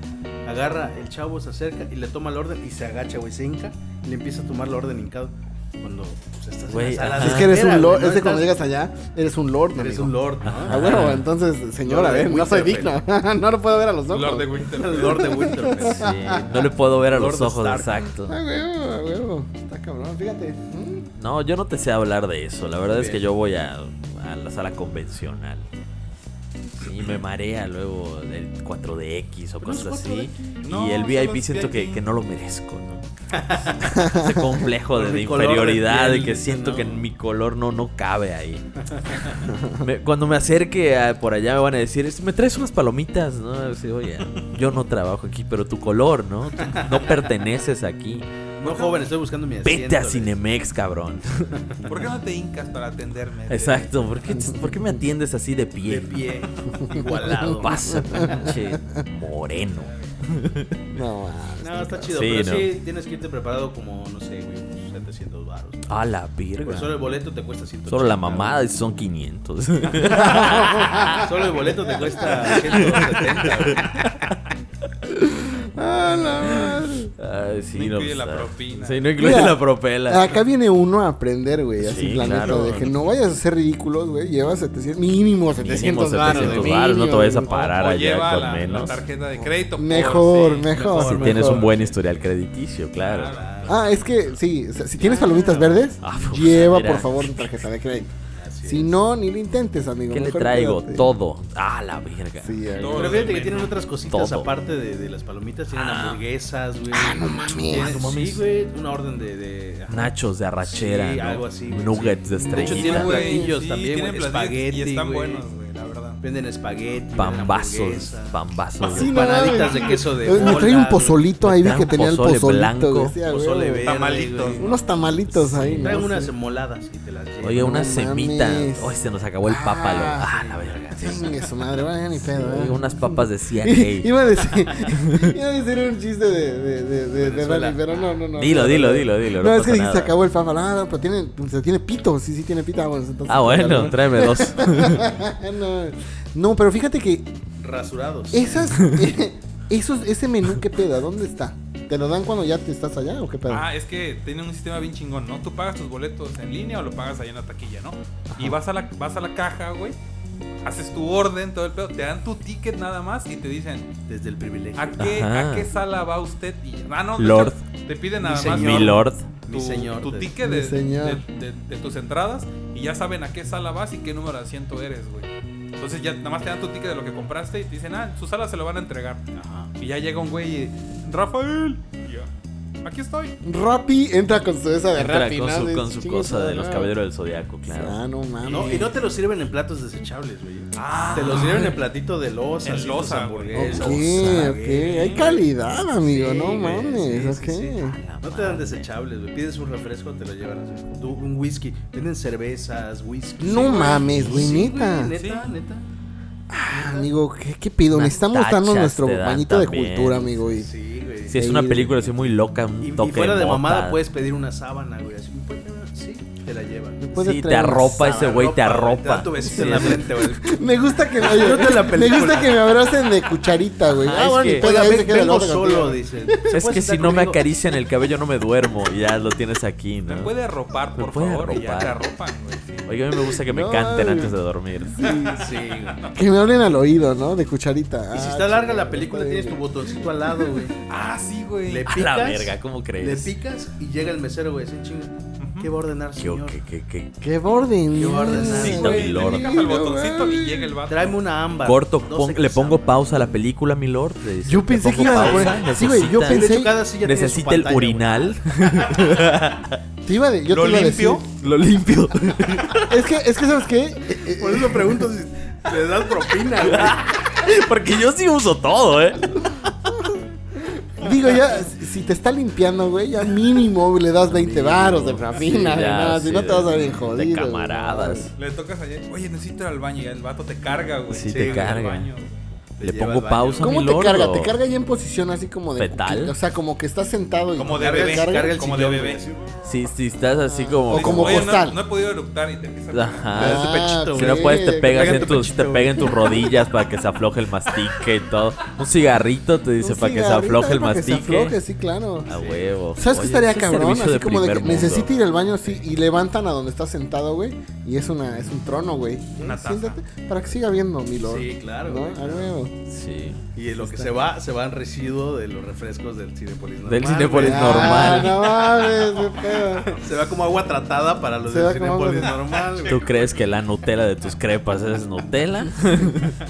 Speaker 4: Agarra el chavo, se acerca y le toma la orden y se agacha, güey, se hinca y le empieza a tomar la orden hincado cuando pues, estás
Speaker 5: Güey,
Speaker 4: en la sala.
Speaker 5: ajá.
Speaker 4: de
Speaker 3: Es que eres
Speaker 4: espera,
Speaker 3: un
Speaker 4: güey,
Speaker 3: lord,
Speaker 4: no
Speaker 3: es que cuando
Speaker 4: estás-
Speaker 3: llegas allá, eres un lord,
Speaker 4: eres
Speaker 3: amigo.
Speaker 4: un lord, ¿no?
Speaker 3: Ah, bueno, entonces, señora,
Speaker 4: Lord de
Speaker 3: eh, no soy digna.
Speaker 4: Winterfell.
Speaker 3: <laughs> no lo puedo ver a los ojos.
Speaker 2: Lord de Winter.
Speaker 4: <laughs> El Lord de Winterfell.
Speaker 5: Sí, no le puedo ver a los
Speaker 4: Lord
Speaker 5: ojos,
Speaker 4: Stark.
Speaker 5: exacto.
Speaker 3: Ah, huevo, a huevo. Está cabrón, fíjate. Mm.
Speaker 5: No, yo no te sé hablar de eso. La verdad es que yo voy a, a la sala convencional. Sí, me marea luego el 4DX o cosas así.
Speaker 2: No,
Speaker 5: y el
Speaker 2: solo
Speaker 5: VIP
Speaker 2: es
Speaker 5: siento que,
Speaker 2: VIP.
Speaker 5: que no lo merezco, ¿no? Ese complejo de,
Speaker 4: Por
Speaker 5: de
Speaker 4: mi color de
Speaker 5: inferioridad, de,
Speaker 4: piel,
Speaker 5: que siento
Speaker 4: ¿no?
Speaker 5: que en mi color no, no cabe ahí. Me- cuando me acerque a- por allá me van a decir, "Es- me traes unas palomitas, ¿no? Así, Oye, yo no trabajo aquí, pero tu color, ¿no? Tú no perteneces aquí.
Speaker 4: No, joven, estoy buscando mi asiento.
Speaker 5: Vete a
Speaker 4: le-
Speaker 5: Cinemex, cabrón.
Speaker 2: ¿Por qué no te hincas para atenderme?
Speaker 5: Exacto, ¿por qué, por qué me atiendes así de
Speaker 4: De
Speaker 5: pie?
Speaker 4: pie, igualado.
Speaker 5: Pasa, pinche moreno.
Speaker 3: No, ah,
Speaker 4: No, está chido,
Speaker 5: Sí,
Speaker 4: pero
Speaker 5: no.
Speaker 4: sí tienes que irte preparado como, no sé, güey, unos 700 baros.
Speaker 5: A la
Speaker 4: Pero
Speaker 5: virga.
Speaker 4: solo el boleto te cuesta 180.
Speaker 5: Solo la mamada son 500.
Speaker 4: Ah, Solo el boleto te
Speaker 5: <laughs>
Speaker 4: cuesta 170. güey.
Speaker 5: ah, Ay, sí,
Speaker 2: No incluye
Speaker 5: pues,
Speaker 2: la
Speaker 5: ah,
Speaker 2: propina.
Speaker 5: Sí, no incluye
Speaker 3: Mira, Ah,
Speaker 5: la propela.
Speaker 3: Acá viene uno a aprender, güey. Así,
Speaker 5: Sí,
Speaker 3: la
Speaker 5: claro.
Speaker 3: neta, de que no vayas a ser ridículos, güey. Llevas 700, mínimo 700 varos,
Speaker 5: 700
Speaker 3: güey,
Speaker 5: varos, no te vayas a
Speaker 3: mínimo.
Speaker 5: parar
Speaker 2: o
Speaker 5: allá
Speaker 2: lleva
Speaker 5: con
Speaker 2: la, la
Speaker 5: menos.
Speaker 2: tarjeta de crédito. por
Speaker 3: Mejor,
Speaker 2: si-
Speaker 3: mejor.
Speaker 5: si
Speaker 3: mejor.
Speaker 5: tienes un buen historial crediticio, claro.
Speaker 3: Ah, es que sí, o sea, si tienes palomitas verdes,
Speaker 5: Ah, pues,
Speaker 3: lleva
Speaker 5: mira.
Speaker 3: por favor tu tarjeta de crédito. Si no, ni lo intentes, amigo.
Speaker 5: ¿Qué le
Speaker 3: mejor
Speaker 5: traigo?
Speaker 3: quédate.
Speaker 5: Todo. Ah, la virga.
Speaker 3: Sí, ya, güey.
Speaker 4: Pero fíjate que tienen otras cositas
Speaker 5: Todo. Ah,
Speaker 4: aparte de, de las palomitas. Tienen hamburguesas, güey.
Speaker 3: mames.
Speaker 4: Tienen- Sí, güey, una orden de... de ajá.
Speaker 5: Nachos de arrachera.
Speaker 4: Sí,
Speaker 5: ¿no?
Speaker 4: algo así, güey,
Speaker 5: Nuggets de
Speaker 4: sí.
Speaker 2: De hecho,
Speaker 4: Y tiene-
Speaker 2: tienen
Speaker 5: estrellita.
Speaker 2: güey,
Speaker 4: platillos
Speaker 2: sí,
Speaker 4: también,
Speaker 2: tienen
Speaker 4: güey,
Speaker 2: platillos Y
Speaker 4: espagueti,
Speaker 2: están
Speaker 4: güey.
Speaker 2: buenos, güey, la verdad.
Speaker 4: Venden espagueti, venden
Speaker 5: Bambazos.
Speaker 4: hamburguesa.
Speaker 5: Bambazos.
Speaker 3: Sí, no
Speaker 4: Empanaditas
Speaker 3: mames.
Speaker 4: de queso de
Speaker 3: Eh, Me trae un
Speaker 4: bola,
Speaker 3: pozolito
Speaker 5: güey.
Speaker 3: ahí,
Speaker 5: Me
Speaker 3: vi que
Speaker 5: traen
Speaker 3: tenía el
Speaker 5: pozole
Speaker 3: pozolito. güey,
Speaker 5: blanco,
Speaker 3: sí, a
Speaker 4: pozole
Speaker 3: huevo.
Speaker 4: verde,
Speaker 2: Tamalitos,
Speaker 4: güey.
Speaker 3: Unos tamalitos ahí. ¿no?
Speaker 4: Traen unas
Speaker 3: Sí.
Speaker 4: moladas y te las llevan.
Speaker 5: Oye, unas
Speaker 3: No
Speaker 5: semitas.
Speaker 3: mames.
Speaker 5: Ay, se nos acabó el pápalo.
Speaker 3: Ah,
Speaker 5: Ah, la verga. sí.
Speaker 3: Chingue su madre, vaya ni pedo.
Speaker 5: Oye,
Speaker 3: ¿eh? <laughs>
Speaker 5: unas papas de
Speaker 3: I-
Speaker 5: CIA.
Speaker 3: Iba a decir, <laughs> iba a decir un chiste de, de, de, de- de
Speaker 4: Venezuela.
Speaker 3: Dani, pero no, no, no.
Speaker 5: Dilo,
Speaker 3: no,
Speaker 5: dilo,
Speaker 3: no.
Speaker 5: dilo, dilo.
Speaker 3: No,
Speaker 5: No,
Speaker 3: es
Speaker 5: pasa
Speaker 3: que dijiste,
Speaker 5: nada.
Speaker 3: se acabó el fafa. No, no, pero tiene, se tiene pito. Sí, sí, tiene pito. Ah, bueno, entonces-
Speaker 5: Ah, bueno, tráeme dos.
Speaker 3: <laughs> no, no, pero fíjate que
Speaker 4: Rasurados.
Speaker 3: esas, <laughs> eh, esos, ese menú, ¿qué pedo? ¿A ¿Dónde está? ¿Te lo dan cuando ya te estás allá o qué pedo?
Speaker 2: Ah, es que tienen un sistema bien chingón, ¿no? Tú pagas tus boletos en línea o lo pagas ahí en la taquilla, ¿no? Y vas a la, vas a la caja, güey. Haces tu orden, todo el pedo. Te dan tu ticket nada más y te dicen,
Speaker 4: Desde el privilegio.
Speaker 2: ¿a qué,
Speaker 5: Ajá.
Speaker 2: ¿a qué sala va usted? Y, ah, no, de
Speaker 5: Lord.
Speaker 2: hecho, Te piden nada más
Speaker 4: señor.
Speaker 5: Mi lord.
Speaker 4: Mi señor.
Speaker 2: tu
Speaker 4: te-
Speaker 2: ticket
Speaker 3: Mi
Speaker 2: de,
Speaker 3: señor.
Speaker 2: de- de- de tus entradas y ya saben a qué sala vas y qué número de asiento eres, güey. Entonces ya nada más te dan tu ticket de lo que compraste y te dicen, ah, en su sala se lo van a entregar.
Speaker 4: Ajá.
Speaker 2: Y ya llega un güey y, Rafael, y yo, aquí estoy.
Speaker 3: Rappi entra con su esa de
Speaker 5: Entra
Speaker 3: Rappi,
Speaker 5: con
Speaker 3: ¿no?
Speaker 5: su,
Speaker 3: De-
Speaker 5: con su
Speaker 3: chingue
Speaker 5: cosa de los
Speaker 3: madre.
Speaker 5: caballeros del zodiaco, claro.
Speaker 3: Ah, no mames.
Speaker 4: No, y no te lo sirven en platos desechables, güey. te lo sirven en platito de losa,
Speaker 2: En
Speaker 4: así, tus
Speaker 2: loza,
Speaker 4: hamburguesas.
Speaker 3: Ok, ok. Hay calidad, amigo.
Speaker 4: Sí,
Speaker 3: no
Speaker 4: güey,
Speaker 3: mames.
Speaker 4: sí, sí,
Speaker 3: ok.
Speaker 4: sí.
Speaker 5: La
Speaker 4: No te dan
Speaker 5: madre.
Speaker 4: desechables, güey. Pides un refresco, te lo llevan así. Du- Un whisky. Tienen cervezas, whisky.
Speaker 3: No
Speaker 4: güey.
Speaker 3: mames, güey, neta.
Speaker 4: Neta,
Speaker 2: Sí.
Speaker 4: neta.
Speaker 3: Ah, amigo, ¿qué, qué pido?
Speaker 5: Unas
Speaker 3: Necesitamos darnos
Speaker 5: tachas
Speaker 3: nuestro
Speaker 5: te dan
Speaker 3: bañito de
Speaker 5: también.
Speaker 3: cultura, amigo. Y...
Speaker 4: Sí, güey.
Speaker 5: Si es una
Speaker 3: Sí.
Speaker 5: película así muy loca, un
Speaker 4: Y, y
Speaker 5: toque
Speaker 4: fuera de
Speaker 5: mota.
Speaker 4: mamada puedes pedir una sábana, güey. Así, ¿me puede traer una? Sí, te la llevan.
Speaker 3: ¿Me puedes
Speaker 5: Sí, te
Speaker 3: traer unas
Speaker 5: arropa ese güey, te
Speaker 4: Te da
Speaker 5: arropa.
Speaker 4: tu besito
Speaker 5: Sí,
Speaker 4: en la
Speaker 5: sí.
Speaker 4: frente, güey.
Speaker 3: Me gusta que me, me
Speaker 4: película.
Speaker 3: gusta que me abracen de cucharita, güey.
Speaker 5: Ah,
Speaker 3: Ah,
Speaker 5: es
Speaker 3: bueno,
Speaker 5: que-
Speaker 3: ni pedo,
Speaker 4: Oiga,
Speaker 3: ahí
Speaker 4: ven-
Speaker 3: se queda la
Speaker 4: vengo
Speaker 3: otra contigo.
Speaker 4: solo, dice.
Speaker 5: Es que si no me acarician el cabello no me duermo. Ya lo tienes aquí,
Speaker 2: ¿Me
Speaker 5: ¿no?
Speaker 2: puede arropar,
Speaker 5: ¿Me
Speaker 2: por
Speaker 5: puede
Speaker 2: favor? Y ya te
Speaker 5: arropar?
Speaker 2: arropan, güey.
Speaker 5: <laughs>
Speaker 2: sí.
Speaker 5: Oye, a mí me gusta que me
Speaker 3: No,
Speaker 5: canten
Speaker 3: güey.
Speaker 5: antes de dormir.
Speaker 4: Sí, güey.
Speaker 3: Que me hablen al oído, ¿no? De cucharita.
Speaker 4: Y si
Speaker 3: Ah,
Speaker 4: está larga
Speaker 3: chingada,
Speaker 4: la película,
Speaker 3: está
Speaker 4: tienes tu
Speaker 3: bien.
Speaker 4: botoncito al lado, güey.
Speaker 2: Ah, sí, güey.
Speaker 4: Le
Speaker 5: <laughs> A
Speaker 4: picas.
Speaker 5: la verga, ¿cómo
Speaker 4: Le
Speaker 5: crees?
Speaker 4: picas y llega el mesero, güey. Se chinga. ¿Qué va a ordenar,
Speaker 5: ¿Qué,
Speaker 4: señor?
Speaker 5: qué, qué, qué?
Speaker 3: Qué borden.
Speaker 4: Qué borden,
Speaker 3: mierda,
Speaker 5: sí,
Speaker 2: Sí,
Speaker 5: no,
Speaker 3: güey.
Speaker 5: mi
Speaker 2: güey. Le
Speaker 5: lord.
Speaker 2: picas al botoncito y llega el vato.
Speaker 4: Tráeme una ámbar.
Speaker 5: Corto,
Speaker 4: no sé
Speaker 5: pon-
Speaker 4: qué
Speaker 5: le
Speaker 4: es
Speaker 5: pongo
Speaker 4: ámbar.
Speaker 5: pausa a la película, mi lord. Le dice,
Speaker 3: Yo
Speaker 5: le
Speaker 3: pensé que
Speaker 5: pongo
Speaker 3: ibas a
Speaker 5: pausa,
Speaker 3: poner- sí, güey, yo
Speaker 5: necesita-
Speaker 4: De hecho,
Speaker 3: pensé-
Speaker 4: cada silla tiene su
Speaker 5: Necesita el
Speaker 4: pantalla, güey.
Speaker 5: urinal.
Speaker 3: Te iba de, yo
Speaker 2: ¿Lo
Speaker 3: te iba a
Speaker 2: limpio?
Speaker 3: decir.
Speaker 5: Lo limpio. <laughs>
Speaker 3: Es que, es que, ¿sabes qué? Eh, eh,
Speaker 4: <laughs> Por eso pregunto si le das propina, güey.
Speaker 5: Porque yo sí uso todo, ¿eh?
Speaker 3: Digo, ya, si te está limpiando, güey, ya mínimo le das 20 varos de rafina, güey.
Speaker 5: Ya,
Speaker 3: no,
Speaker 5: sí,
Speaker 3: si no te vas a ver bien
Speaker 5: de-
Speaker 3: jodido.
Speaker 5: De
Speaker 3: güey.
Speaker 5: camaradas.
Speaker 2: Le tocas allá. Oye, necesito ir al baño. Y el vato te carga, güey.
Speaker 5: Sí,
Speaker 2: Sí,
Speaker 5: te
Speaker 2: al
Speaker 5: carga.
Speaker 2: baño, güey.
Speaker 4: Te
Speaker 5: Le
Speaker 4: lleva
Speaker 5: pongo
Speaker 4: al baño.
Speaker 5: pausa,
Speaker 3: ¿Cómo
Speaker 5: mi
Speaker 3: te
Speaker 5: lord,
Speaker 3: carga?
Speaker 5: o-
Speaker 3: ¿Te carga ya en posición así como de...
Speaker 5: ¿Fetal?
Speaker 3: cuquillo? O sea, como que estás sentado y...
Speaker 2: Como de
Speaker 3: te
Speaker 2: bebé.
Speaker 3: carga.
Speaker 4: carga el
Speaker 2: como
Speaker 4: sillón,
Speaker 2: de
Speaker 4: güey,
Speaker 2: bebé.
Speaker 4: así.
Speaker 5: Sí, sí, estás así como...
Speaker 3: O
Speaker 2: Dices,
Speaker 3: como
Speaker 2: "Oye,
Speaker 3: costal".
Speaker 2: No, no he podido eructar y te empieza a
Speaker 5: Ajá.
Speaker 3: Ah,
Speaker 4: tu este pechito,
Speaker 5: Si no
Speaker 3: sí,
Speaker 5: puedes, te
Speaker 3: que
Speaker 5: pegas
Speaker 4: pega
Speaker 5: en
Speaker 4: tu
Speaker 5: tus, te
Speaker 4: pechito,
Speaker 5: pega en tus rodillas para que se afloje el mastique y todo. Un cigarrito te dice
Speaker 3: Un
Speaker 5: para que se
Speaker 3: cigarrito,
Speaker 5: afloje el
Speaker 3: para que se afloje,
Speaker 5: mastique.
Speaker 3: sí, claro.
Speaker 5: A huevo.
Speaker 3: ¿Sabes
Speaker 5: Oye,
Speaker 3: qué estaría
Speaker 5: ese es
Speaker 3: cabrón?
Speaker 5: servicio
Speaker 3: Así como de que
Speaker 5: primer mundo.
Speaker 3: necesito ir al baño así y levantan a donde estás sentado, güey. Y es una es un trono, güey.
Speaker 2: Una taza.
Speaker 3: Siéntate para que siga viendo, mi lord.
Speaker 4: Sí, claro,
Speaker 3: ¿No?
Speaker 4: güey.
Speaker 3: A huevo.
Speaker 5: Sí.
Speaker 4: Y lo que se va, se va en residuo de los refrescos del Cinepolis.
Speaker 5: Del
Speaker 4: normal,
Speaker 5: Cinépolis
Speaker 4: güey.
Speaker 3: Ah,
Speaker 5: normal.
Speaker 3: no mames, qué pedo.
Speaker 4: Se va como agua tratada para los
Speaker 3: Se
Speaker 4: del
Speaker 3: va como agua
Speaker 4: Cinepolis
Speaker 3: tratada.
Speaker 5: <laughs>
Speaker 4: normal. güey.
Speaker 5: ¿Tú crees que la Nutella de tus crepas es Nutella?